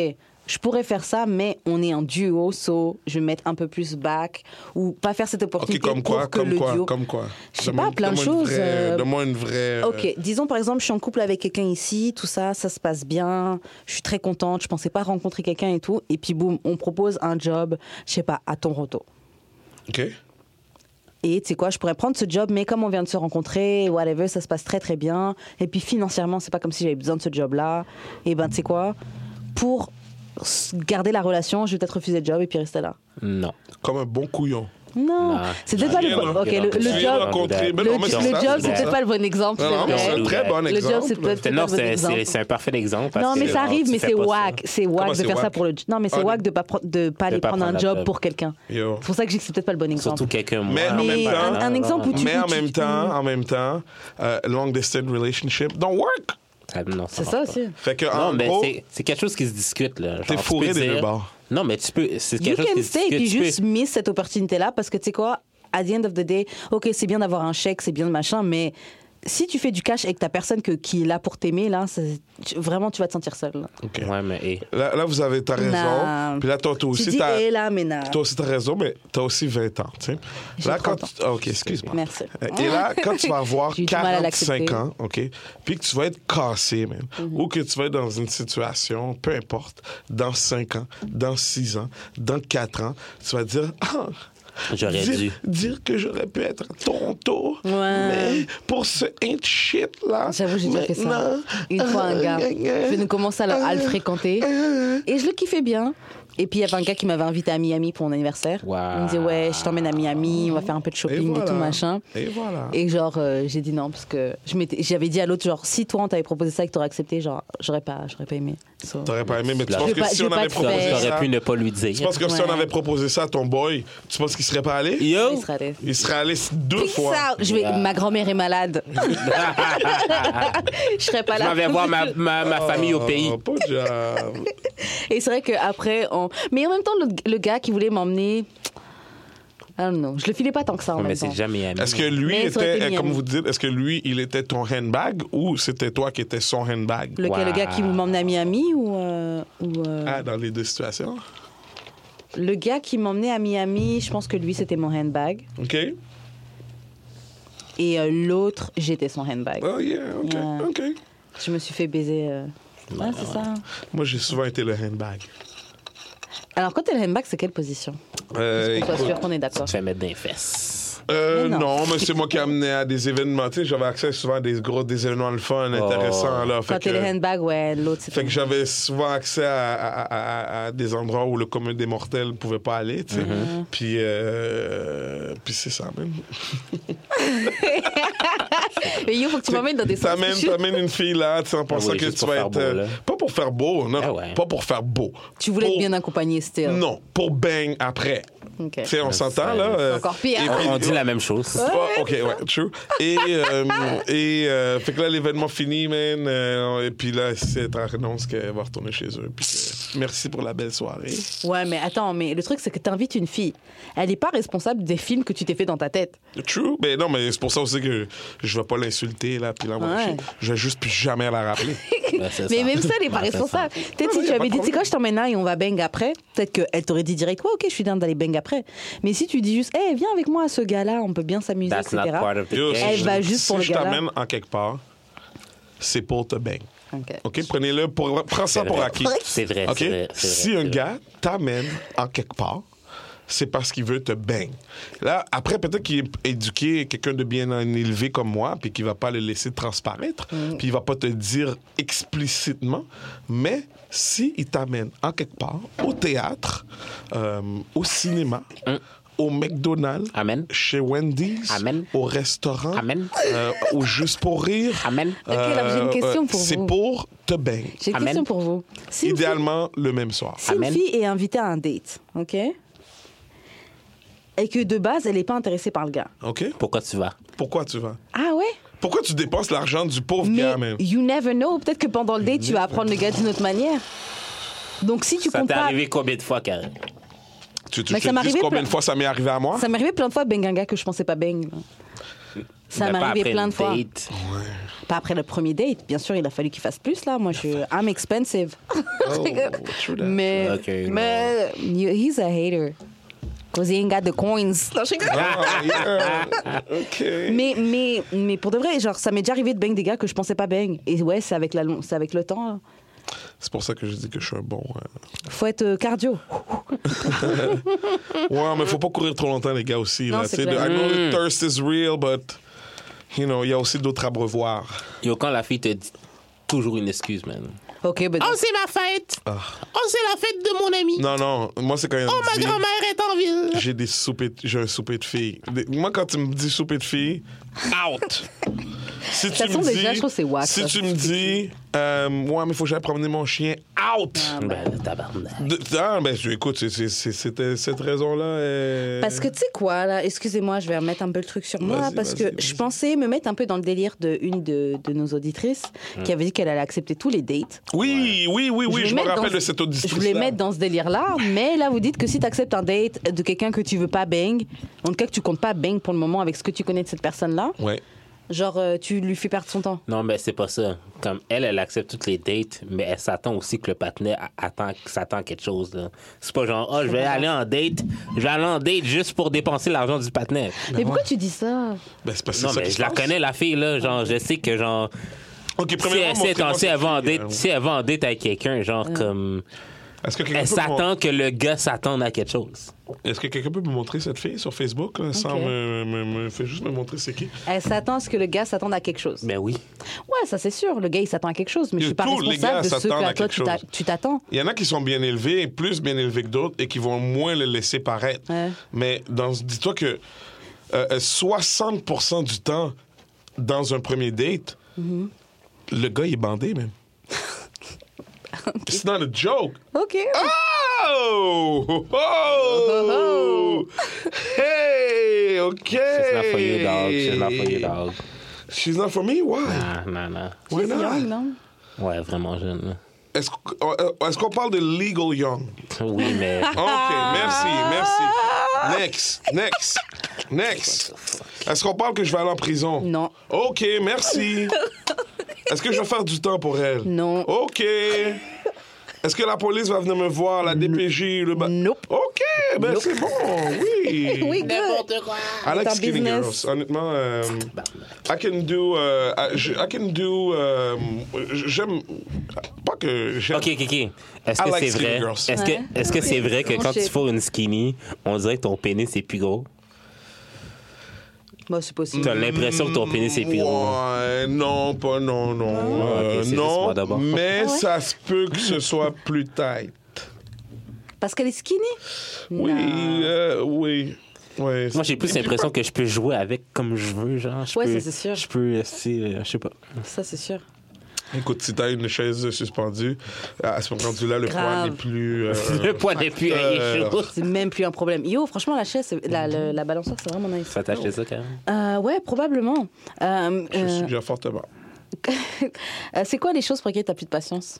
je pourrais faire ça, mais on est en duo, so je vais mettre un peu plus back ou pas faire cette Ok, opportunité comme pour quoi, que comme le quoi, duo. comme quoi. Je sais Donne-moi- pas, plein de donne-moi une choses, vraie- euh, Donne-moi une vraie. Ok, euh, disons par exemple, je suis en couple avec quelqu'un ici, tout ça, ça se passe bien, je suis très contente, je pensais pas rencontrer quelqu'un et tout, et puis boum, on propose un job, je sais pas, à Toronto. Ok. Et tu sais quoi, je pourrais prendre ce job, mais comme on vient de se rencontrer, whatever, ça se passe très très bien, et puis financièrement, c'est pas comme si j'avais besoin de ce job-là, et ben tu sais quoi, pour s- garder la relation, je vais peut-être refuser le job et puis rester là. Non. Ah. Comme un bon couillon. Non, Non, Ah, c'est peut-être pas le viens bon. là. Ok, le, Tu le viens job, là, rencontrer- mais le, non, mais le c'est ça, job, c'est c'est peut-être ça. pas le bon exemple. Non, non, mais vrai. c'est un très bon Le job, exemple. c'est peut-être Non, pas le bon c'est- exemple. c'est c'est un parfait exemple. parce Non, que mais ça genre, arrive, tu mais fais c'est pas ça. wack. C'est Comment wack de c'est faire ça whack pour le. Non, mais Ah, c'est wack de pas pro- de pas aller pas prendre un prendre la job job. pour quelqu'un. Yo. C'est pour ça que je dis que c'est peut-être pas le bon exemple. Surtout quelqu'un moi. Mais en même mais temps- un, un exemple où tu. Mais où en tu- même temps, en même temps, euh, long distance relationship don't work. Ah, non, ça C'est ça marche pas. aussi. Fait que, Non, en mais gros, c'est- c'est quelque chose qui se discute. là. Genre, T'es tu fourré peux des dire- deux bords. Non, mais tu peux. C'est You quelque chose can qui se stay et discute. puis tu peux- juste miss cette opportunité-là parce que tu sais quoi, at the end of the day, ok, c'est bien d'avoir un chèque, c'est bien de machin, mais si tu fais du cash avec ta personne que, qui est là pour t'aimer, là, c'est- tu- vraiment, tu vas te sentir seule. là. Ok. Ouais, mais hey, Là, là, vous avez ta raison. Nah. Puis là, toi, toi Tu aussi, dis, t'as. hé là, mais non. Toi aussi, t'as raison, mais t'as aussi 20 ans, tu sais. J'ai Là, quand 30 tu- ah, OK, excuse-moi. Merci. Et là, quand tu vas avoir J'ai eu du mal à 45 l'accepter. Mhm. ans, OK, puis que tu vas être cassé, même, ou que tu vas être dans une situation, peu importe, dans 5 ans, dans 6 ans, dans 4 ans, tu vas dire, ah, J'aurais dire, dû. dire que j'aurais pu être à Toronto. Ouais. Mais pour ce hint shit là. J'avoue, j'ai déjà fait ça. maintenant, Une fois, un gars, euh, euh, je ne commence à, le- à le fréquenter. Et je le kiffais bien. Et puis, il y avait un gars qui m'avait invité à Miami pour mon anniversaire. Wow. Il me disait, ouais, je t'emmène à Miami, on va faire un peu de Et shopping et voilà. tout machin. Et voilà. Et genre, euh, j'ai dit non, parce que je m'étais- j'avais dit à l'autre, genre, si toi, on t'avait proposé ça et que t'aurais accepté, genre, j'aurais pas, j'aurais pas aimé. So- T'aurais pas aimé, mais tu Je penses vais que pas- si je vais on pas avait te proposé faire- J'aurais ça. pu ne pas lui Tu dire. penses que si on Ouais. avait proposé ça à ton boy, tu penses qu'il serait pas allé Il Yo! serait allé. Il serait allé deux Peace fois. out. Je vais, Yeah. Ma grand-mère est malade. je serais pas Je là. m'en vais voir ma, ma, ma famille au pays. Oh, pas de job. Et c'est vrai qu'après, on... Mais en même temps, le, le gars qui voulait m'emmener... I don't know. Je le filais pas tant que ça en Non, mais même temps. c'est jamais ami. Est-ce que lui Mais ça aurait été était, euh, comme Miami. vous dites, est-ce que lui, il était ton handbag ou c'était toi qui étais son handbag? Lequel, Le Wow. gars qui m'emmenait à Miami ou... euh, ou, euh, Ah, dans les deux situations. Le gars qui m'emmenait à Miami, je pense que lui, c'était mon handbag. OK? Et euh, l'autre, j'étais son handbag. Oh, yeah, OK, Yeah. OK. Je me suis fait baiser... euh, ouais, c'est ça. Moi, j'ai souvent été le handbag. Alors, quand t'es le handbag, c'est quelle position Euh, Qu'on soit écoute, sûr qu'on est d'accord. Tu vas mettre des fesses. euh, Mais non. non. mais c'est moi qui amenais à des événements. Tu sais, j'avais accès souvent à des gros des événements le Oh. fun, intéressants. Là, fait Quand t'es que- le handbag, ouais, l'autre, c'est Fait que j'avais souvent accès à, à- à- à- à des endroits où le commun des mortels pouvait pas aller, tu sais. Mm-hmm. Puis, euh, puis c'est ça, même. Mais yo, faut que tu m'emmènes dans des sens. T'amènes, t'amènes une fille là, tu sais, en pensant Ah oui, que juste tu pour vas faire être. beau, euh, là. pas pour faire beau, non. Ah ouais. Pas pour faire beau. Tu voulais Pour- être bien accompagné, still. Oh. Non, pour bang après. Ok. Tu sais, on s'entend, Ah, c'est- là. euh, encore pire. et puis- On, on dit la même chose. Ah, ok, ouais, true. Et, euh, et euh, fait que là, l'événement fini, man. euh, et puis là, c'est elle annonce qu'elle va retourner chez eux. Puis que, merci pour la belle soirée. Ouais, mais attends, mais le truc, c'est que t'invites une fille. Elle n'est pas responsable des films que tu t'es fait dans ta tête. True, mais non, mais c'est pour ça aussi que je vais pas l'insulter, là, puis l'envoyer. Ouais. chez- Je vais juste plus jamais la rappeler. Ouais, c'est Mais ça. même ça, elle n'est pas Ouais, c'est ça. responsable. Peut-être Ouais, si y tu a pas avais de dit, tu sais quoi, problème. je t'emmène là et on va bang après, peut-être qu'elle t'aurait dit direct, ouais, ok, je suis down d'aller bang après. Mais si tu dis juste, eh, viens avec moi à ce gars-là, on peut bien s'amuser, That's not etc. part of the Yo, si Elle je- game. va juste si pour le je gala. t'amène en quelque part, c'est pour te bang. Ok. OK? Prenez-le pour. Prends ça C'est pour vrai. acquis. C'est vrai, OK? c'est vrai, c'est vrai, Si c'est un vrai. gars t'amène en quelque part, c'est parce qu'il veut te bang. Là, après, peut-être qu'il est éduqué, quelqu'un de bien élevé comme moi, puis qu'il va pas le laisser transparaître, Mm. puis il va pas te dire explicitement, mais si il t'amène en quelque part, au théâtre, euh, au cinéma, au McDonald's, Mm. Amen. chez Wendy's, Amen. au restaurant, Amen. euh, au Juste pour rire. Amen. Ok, alors j'ai une euh, question euh, pour C'est vous. pour te bang. J'ai une Amen. question pour vous. Si une fille- Idéalement, le même soir. Si une Amen. fille est invitée à un date, ok Et que de base, elle n'est pas intéressée par le gars. OK? Pourquoi tu vas? Pourquoi tu vas? Ah ouais Pourquoi tu dépenses l'argent du pauvre Mais gars, man? you never know. Peut-être que pendant le date, tu vas apprendre le gars d'une autre manière. Donc si tu Ça t'est compares. arrivé combien de fois, Karen? Tu, tu Mais te ça m'est dis arrivé combien plein- de fois ça m'est arrivé à moi? Ça m'est arrivé plein de fois, bang un gars que je pensais pas bang. Ça Mais m'est pas arrivé après plein une de fois. date. Pas après le premier date, bien sûr, il a fallu qu'il fasse plus là. Moi, je suis I'm expensive. Oh, true that. mais Ok, non. mais you- he's a hater. Cause he ain't got the coins. Non, je rigole. Ah, yeah. OK. Mais, mais, mais pour de vrai, genre, ça m'est déjà arrivé de bang des gars que je pensais pas bang. Et ouais, c'est avec, la long- c'est avec le temps. là. C'est pour ça que je dis que je suis un bon. euh. Faut être euh, cardio. Ouais, mais faut pas courir trop longtemps, les gars, aussi. Non, là. c'est Tu sais, clair. I know the thirst is real, but, you know, il y a aussi d'autres abreuvoirs. Yo, quand la fille te dit toujours une excuse, man. Ok, but c'est ma fête. Oh, c'est la fête de mon ami. Ah. Non, non, moi, c'est quand même. Oh, ma grand-mère est en ville. J'ai des soupers, de- j'ai un souper de filles. Des- Moi, quand tu me dis souper de filles, out. Si tu façon, me déjà, dis- je trouve que c'est wack, Si ça, tu ce me souper de dis, euh, ouais, mais faut que j'aille promener mon chien, out. Ah. Ben, le tabarnak. De- ah, ben, je- écoute, c'est- c'est- c'est- c'était cette raison-là. euh, Parce que tu sais quoi, là, excusez-moi, je vais remettre un peu le truc sur moi, Vas-y, parce vas-y, que je vas-y. pensais me mettre un peu dans le délire de une de, de nos auditrices qui avait dit qu'elle allait accepter tous les dates. Oui, oui, Hum. oui, oui, vais je me mettre rappelle dans- de cette audition. Je voulais mettre dans ce délire-là, mais là, vous dites que si tu acceptes un date de quelqu'un que tu veux pas bang, en tout cas que tu comptes pas bang pour le moment avec ce que tu connais de cette personne-là, Ouais. genre euh, tu lui fais perdre son temps. Non, mais c'est pas ça. Comme elle, elle accepte toutes les dates, mais elle s'attend aussi que le patinet a- attend, s'attend à quelque chose. là. C'est pas genre, oh, je vais aller en date, je vais aller en date juste pour dépenser l'argent du patinet. Mais pourquoi tu dis ça Ben, c'est parce que Non, c'est ça mais qui je se la passe. connais, la fille, là. Genre, je sais que, genre, Ok, si premièrement, elle, si elle est en- montrez-moi si elle va en cette fille, date, euh, si elle va en date avec quelqu'un, genre, comme. Est-ce que quelqu'un Elle peut me- s'attend que le gars s'attende à quelque chose. Est-ce que quelqu'un peut me montrer cette fille sur Facebook là, sans me, me, me- fait juste me montrer c'est qui Elle s'attend à ce que le gars s'attende à quelque chose. Ben oui. Ouais, ça c'est sûr. Le gars, il s'attend à quelque chose, mais je Yo, suis pas tous les responsable de gars ce s'attendent que à à toi quelque tu t'a- chose. tu t'attends. Il y en a qui sont bien élevés, plus bien élevés que d'autres, et qui vont moins le laisser paraître. Ouais. Mais dans, dis-toi que euh, euh, 60% du temps, dans un premier date, le gars il est bandé même. It's not a joke. Ok. Ah, Oh! Oh! Hey! OK! She's not for you, dog. She's not for you, dog. She's not for me? Why? Ah, non, non. Why not? non Ouais, vraiment jeune. là. Est-ce, qu'- euh, est-ce qu'on parle de legal young? Oui, mais. OK, Ah. merci, merci. Next, next, next. Est-ce qu'on parle que je vais aller en prison? Non. OK, merci. Est-ce que je vais faire du temps pour elle? Non. OK. Est-ce que la police va venir me voir, la DPJ, le... ba- Nope. OK, ben c'est bon, oui. Oui, good. N'importe quoi. I like Dans skinny business. girls. Honnêtement, euh, I can do. euh, I, je- I can do. euh, j'aime. Pas que j'aime. Ok, ok, ok. Est-ce I que like c'est skinny vrai? girls. Est-ce que est -ce que c'est vrai que Mon quand tu shape. fous une skinny, on dirait que ton pénis est plus gros? Bah, c'est possible. T'as l'impression que ton pénis est plus gros. Ouais, non, pas non, non. Ah, ok, Euh, c'est juste non, moi d'abord. mais Ah ça se peut que ce soit plus tight. Parce qu'elle est skinny Oui, Non. euh, oui. Ouais, Moi, j'ai plus l'impression que je peux jouer avec comme je veux, genre. Je Ouais, ça, peux- c'est sûr. Je peux, euh, si, euh, je sais pas. Ça, c'est sûr. Écoute, si t'as une chaise suspendue, à ce moment-là, le poids Grave. n'est plus. euh, Le poids n'est plus à facteur. chaud. C'est même plus un problème. Yo, franchement, la chaise, c'est- la, le- la balançoire, c'est vraiment nice. Tu vas t'acheter ça quand même? Euh, ouais, probablement. Euh, Je euh, suggère fortement. euh, c'est quoi les choses pour lesquelles t'as plus de patience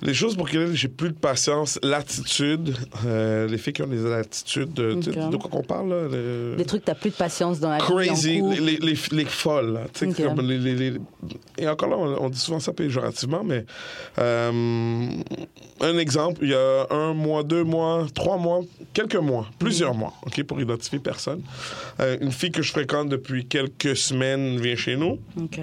Les choses pour lesquelles j'ai plus de patience, l'attitude, euh, les filles qui ont des attitudes, euh, tu sais, Ok. de quoi qu'on parle là, le- Les trucs que t'as plus de patience dans la crazy, vie. en les, couple. les, les, les folles, là, tu sais, Ok. comme les, les- les- et encore là, on, on dit souvent ça péjorativement, mais euh, un exemple, il y a un mois, deux mois, trois mois, quelques mois, plusieurs Mm. mois, ok, pour identifier personne. Euh, une fille que je fréquente depuis quelques semaines vient chez nous. Ok.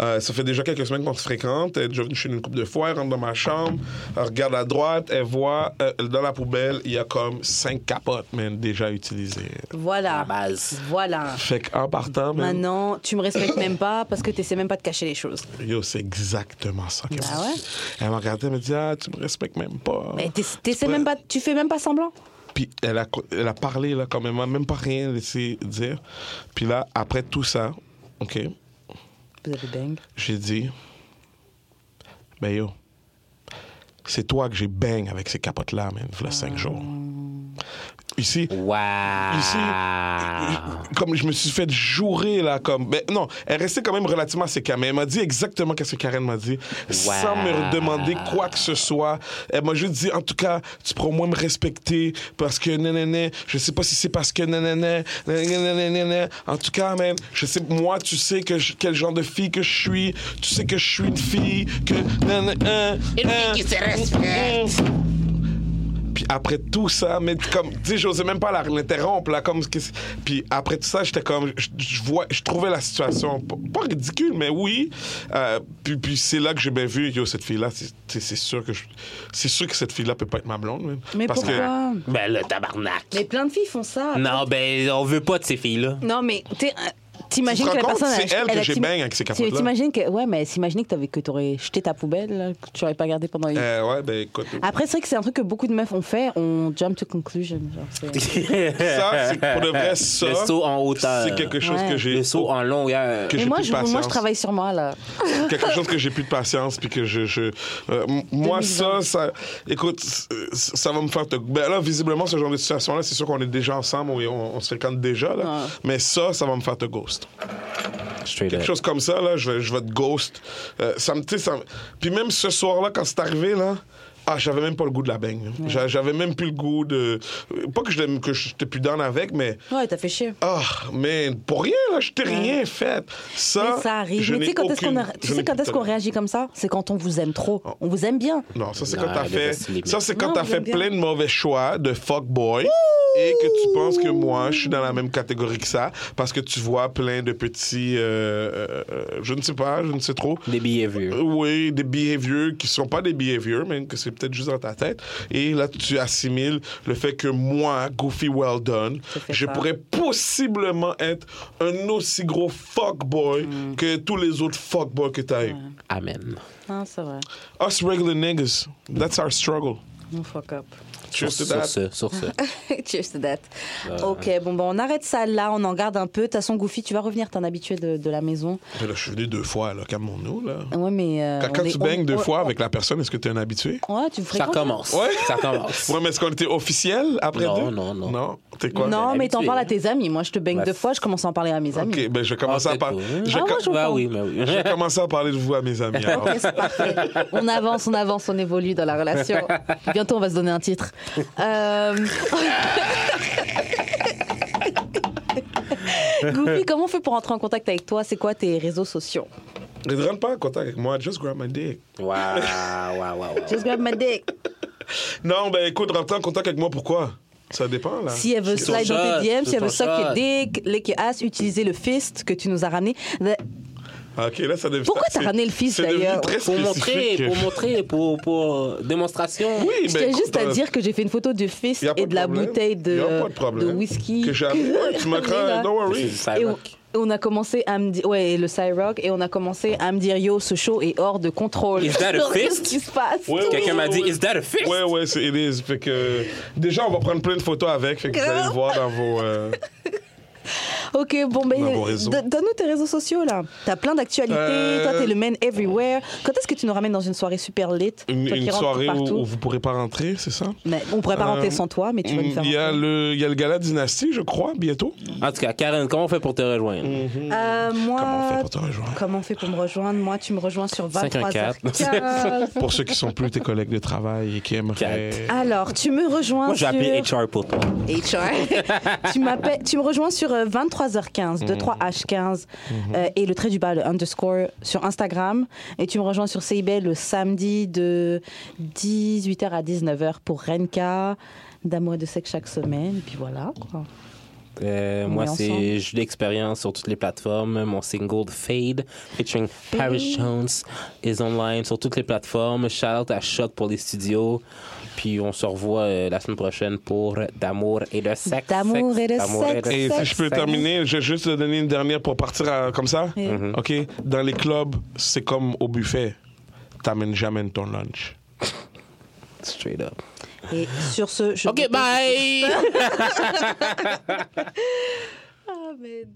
Euh, ça fait déjà quelques semaines qu'on se fréquente. Elle est déjà venue chez nous une couple de fois. Elle rentre dans ma chambre. Elle regarde à droite. Elle voit euh, dans la poubelle, il y a comme cinq capotes, man, déjà utilisées. Ah. Ah, Voilà. bah. base. Voilà. Fait qu'en partant, man, Maintenant, tu me respectes même pas parce que t'essaies même pas de cacher les choses. yo, c'est exactement ça qu'elle m'a Bah ouais. dit. Elle m'a regardé, elle m'a dit, ah, tu me respectes même pas. Mais Eh, t'ess- t'essaies même pas, tu fais même pas semblant. Puis elle a, elle a parlé, là, quand même, elle m'a même pas rien laissé dire. Puis là, après tout ça, OK, Vous avez bang. j'ai dit, ben yo, c'est toi que j'ai bang avec ces capotes-là, man, voilà cinq Ah. jours. Ici, Wow. Ici, Ah. comme je me suis fait jouer, là, comme. Ben, non, elle restait quand même relativement à ses cas, mais elle m'a dit exactement qu'est-ce que Karen m'a dit, sans me demander quoi que ce soit. Elle m'a juste dit, en tout cas, tu pourras au moins me respecter, parce que nanana, je sais pas si c'est parce que nanana, nanana, nanana. En tout cas, man, je sais, moi, tu sais que je- quel genre de fille que je suis, tu sais que je suis une fille, que nanana. Une fille qui se respecte. Puis après tout ça, mais comme, tu sais, j'osais même pas la- l'interrompre, là, comme. que- Puis après tout ça, j'étais comme, je- je vois, je trouvais la situation p- pas ridicule, mais oui. Euh, puis puis c'est là que j'ai bien vu, yo, cette fille-là, c'est- c'est c'est sûr que je- c'est sûr que cette fille-là peut pas être ma blonde, même. Mais Parce que. pourquoi Ben le tabarnak. Mais plein de filles font ça. Non, ben on veut pas de ces filles-là. Non, mais t'es- euh, t'imagines Tu te que la rends compte, personne. c'est a- elle que a- j'ai t'im- bang avec ces tu- capotes-là. T'imagines que. Ouais, mais s'imaginer que t'avais- que t'aurais jeté ta poubelle, là, que tu l'aurais pas gardé pendant une. Euh, ouais, ben écoute. Après, c'est vrai que c'est un truc que beaucoup de meufs ont fait, on jump to conclusion. genre, c'est- Ça, c'est pour de vrai, Le ça. saut en hauteur. C'est quelque chose Ouais. que j'ai. Le saut en longueur. que Mais j'ai moi plus je, de patience. moi, je travaille sur moi, là. quelque chose que j'ai plus de patience puis que je, je- euh, m- moi ça ça écoute c- c- ça va me faire te- ben là visiblement ce genre de situation là c'est sûr qu'on est déjà ensemble on, on- on se fréquente déjà là Ouais. mais ça ça va me faire te ghost Ah, Straight quelque chose comme ça là je vais je vais te ghost Euh, ça me tu sais, ça me- puis même ce soir là quand c'est arrivé là Ah, j'avais même pas le goût de la beigne. J'a- J'avais même plus le goût de. Pas que je l'aime- que j'étais plus down avec, mais. Ouais, t'as fait chier. Ah, mais pour rien, là, je t'ai rien fait. Ça, Mais ça arrive. je Mais tu sais n'ai quand est-ce qu'on a- aucune- tu je sais n'ai quand est-ce qu'on aucune- réagit comme ça C'est quand on vous aime trop. Oh. On vous aime bien. Non, ça c'est Non, quand t'as elle fait, reste libre. ça c'est Non, quand t'as j'aime fait bien. plein de mauvais choix de fuckboy et que tu penses que moi je suis dans la même catégorie que ça parce que tu vois plein de petits, euh, euh, je ne sais pas, je ne sais trop. Des billets vieux. Euh, Oui, des billets vieux qui sont pas des billets vieux, mais que c'est peut-être juste dans ta tête. Et là, tu assimiles le fait que moi, Goofy Well Done, fais je pas. pourrais possiblement être un aussi gros fuckboy que tous les autres fuckboys que t'as eu. Amen. Non, Ah, c'est vrai. Us regular niggas, that's our struggle. Non, fuck up. Cheers to sur, that. ce, sur ce. Cheers to that. Ok, bon, bon, on arrête ça là, on en garde un peu. De toute façon, Goofy, tu vas revenir, t'es un habitué de, de la maison. Mais là, je suis venu deux fois, là, calmons-nous, là. Ouais, mais. euh, Quand, on quand est- tu on- baignes deux on- fois avec la personne, est-ce que tu es un habitué? Ouais, tu me Ça fréquentes. commence. Ouais. Ça commence. Ouais, mais est-ce qu'on était officiel après Non, deux? non, non. Non? T'es quoi? Non, mais t'en habitué, parles hein. à tes amis. Moi, je te baigne Bah, deux fois, je commence à en parler à mes amis. OK, ben je vais commencer Ah, à c'est parler... cool. Je vais Ah, com- moi, je- Bah oui, mais oui. je vais commencer à parler de vous à mes amis. alors. Ok, c'est parfait. On avance, on avance, on évolue dans la relation. Bientôt, on va se donner un titre. Euh, Goofy, comment on fait pour entrer en contact avec toi C'est quoi tes réseaux sociaux Ne rentre pas en contact avec moi, just grab my dick. Waouh, waouh, waouh. Just grab my dick. Non, ben écoute, rentre en contact avec moi, pourquoi? Ça dépend, là. Si elle veut C'est ton slide dans shot, tes DM, si c'est elle veut ton suck your shot. dick, lick your ass, utiliser le fist que tu nous as ramené. The- Ah, OK, là, ça devient... Pourquoi ça- t'as c'est- ramené le fils, c'est devenu d'ailleurs? très Pour montrer, spécifique. pour montrer, pour, pour euh, démonstration. Oui, Je ben tiens écoute, juste à euh, dire que j'ai fait une photo du fist y a pas et de la problème. bouteille de, Y a pas de problème. de whisky. Que j'avais... Ouais, Tu me On est là. crains, don't C'est worry. du Et on, Cyrock. et on a commencé à me dire, ouais, et le Cyrock, et on a commencé à me dire, yo, ce show est hors de contrôle. Is that a Genre, fist? Qu'est-ce qui se passe Ouais, ouais, Quelqu'un ouais, m'a dit, ouais. is that a fish? Ouais, ouais, c'est it is. Fait que, déjà, on va prendre plein de photos avec. Fait que vous allez le voir dans vos. euh, Ok, bon, ben, On a bon réseau. don- donne-nous tes réseaux sociaux, là. T'as plein d'actualités, Euh, toi, t'es le man everywhere. Quand est-ce que tu nous ramènes dans une soirée super lit une Toi qui une rentres soirée partout. où, où vous pourrez pas rentrer, c'est ça? Mais on pourrait pas Euh, rentrer sans toi, mais tu vas nous faire Il y, a rentrer. le, il y a le gala Dynastie, je crois, bientôt. En tout cas, Karen, comment on fait pour te rejoindre? Euh, moi, Comment on fait pour te rejoindre? comment on fait pour me rejoindre Moi, tu me rejoins sur 23h15. 514. Ah. Pour ceux qui sont plus tes collègues de travail et qui aimeraient. Alors, tu me rejoins Moi, je vais sur... appeler HR pour toi. HR. tu, m'appelles- tu me rejoins sur euh, 23h15, 23h15, euh, et le trait du bas, le underscore, sur Instagram. Et tu me rejoins sur CIB le samedi de 18h à 19h pour Renka, d'amour et de sexe chaque semaine. Et puis voilà, quoi. Euh, On moi, est c'est ensemble. J'ai de l'expérience sur toutes les plateformes. Mon single Fade, featuring Paris Jones, is online sur toutes les plateformes. Shout out à Choc pour les studios. Puis on se revoit euh, la semaine prochaine pour D'amour et de sexe. D'amour et de D'amour sexe. Et si je peux sexe. terminer, je vais juste te donner une dernière pour partir à- comme ça. OK? Dans les clubs, c'est comme au buffet. T'amènes jamais ton lunch. Straight up. Et sur ce, je... OK, bye! Ah, mais-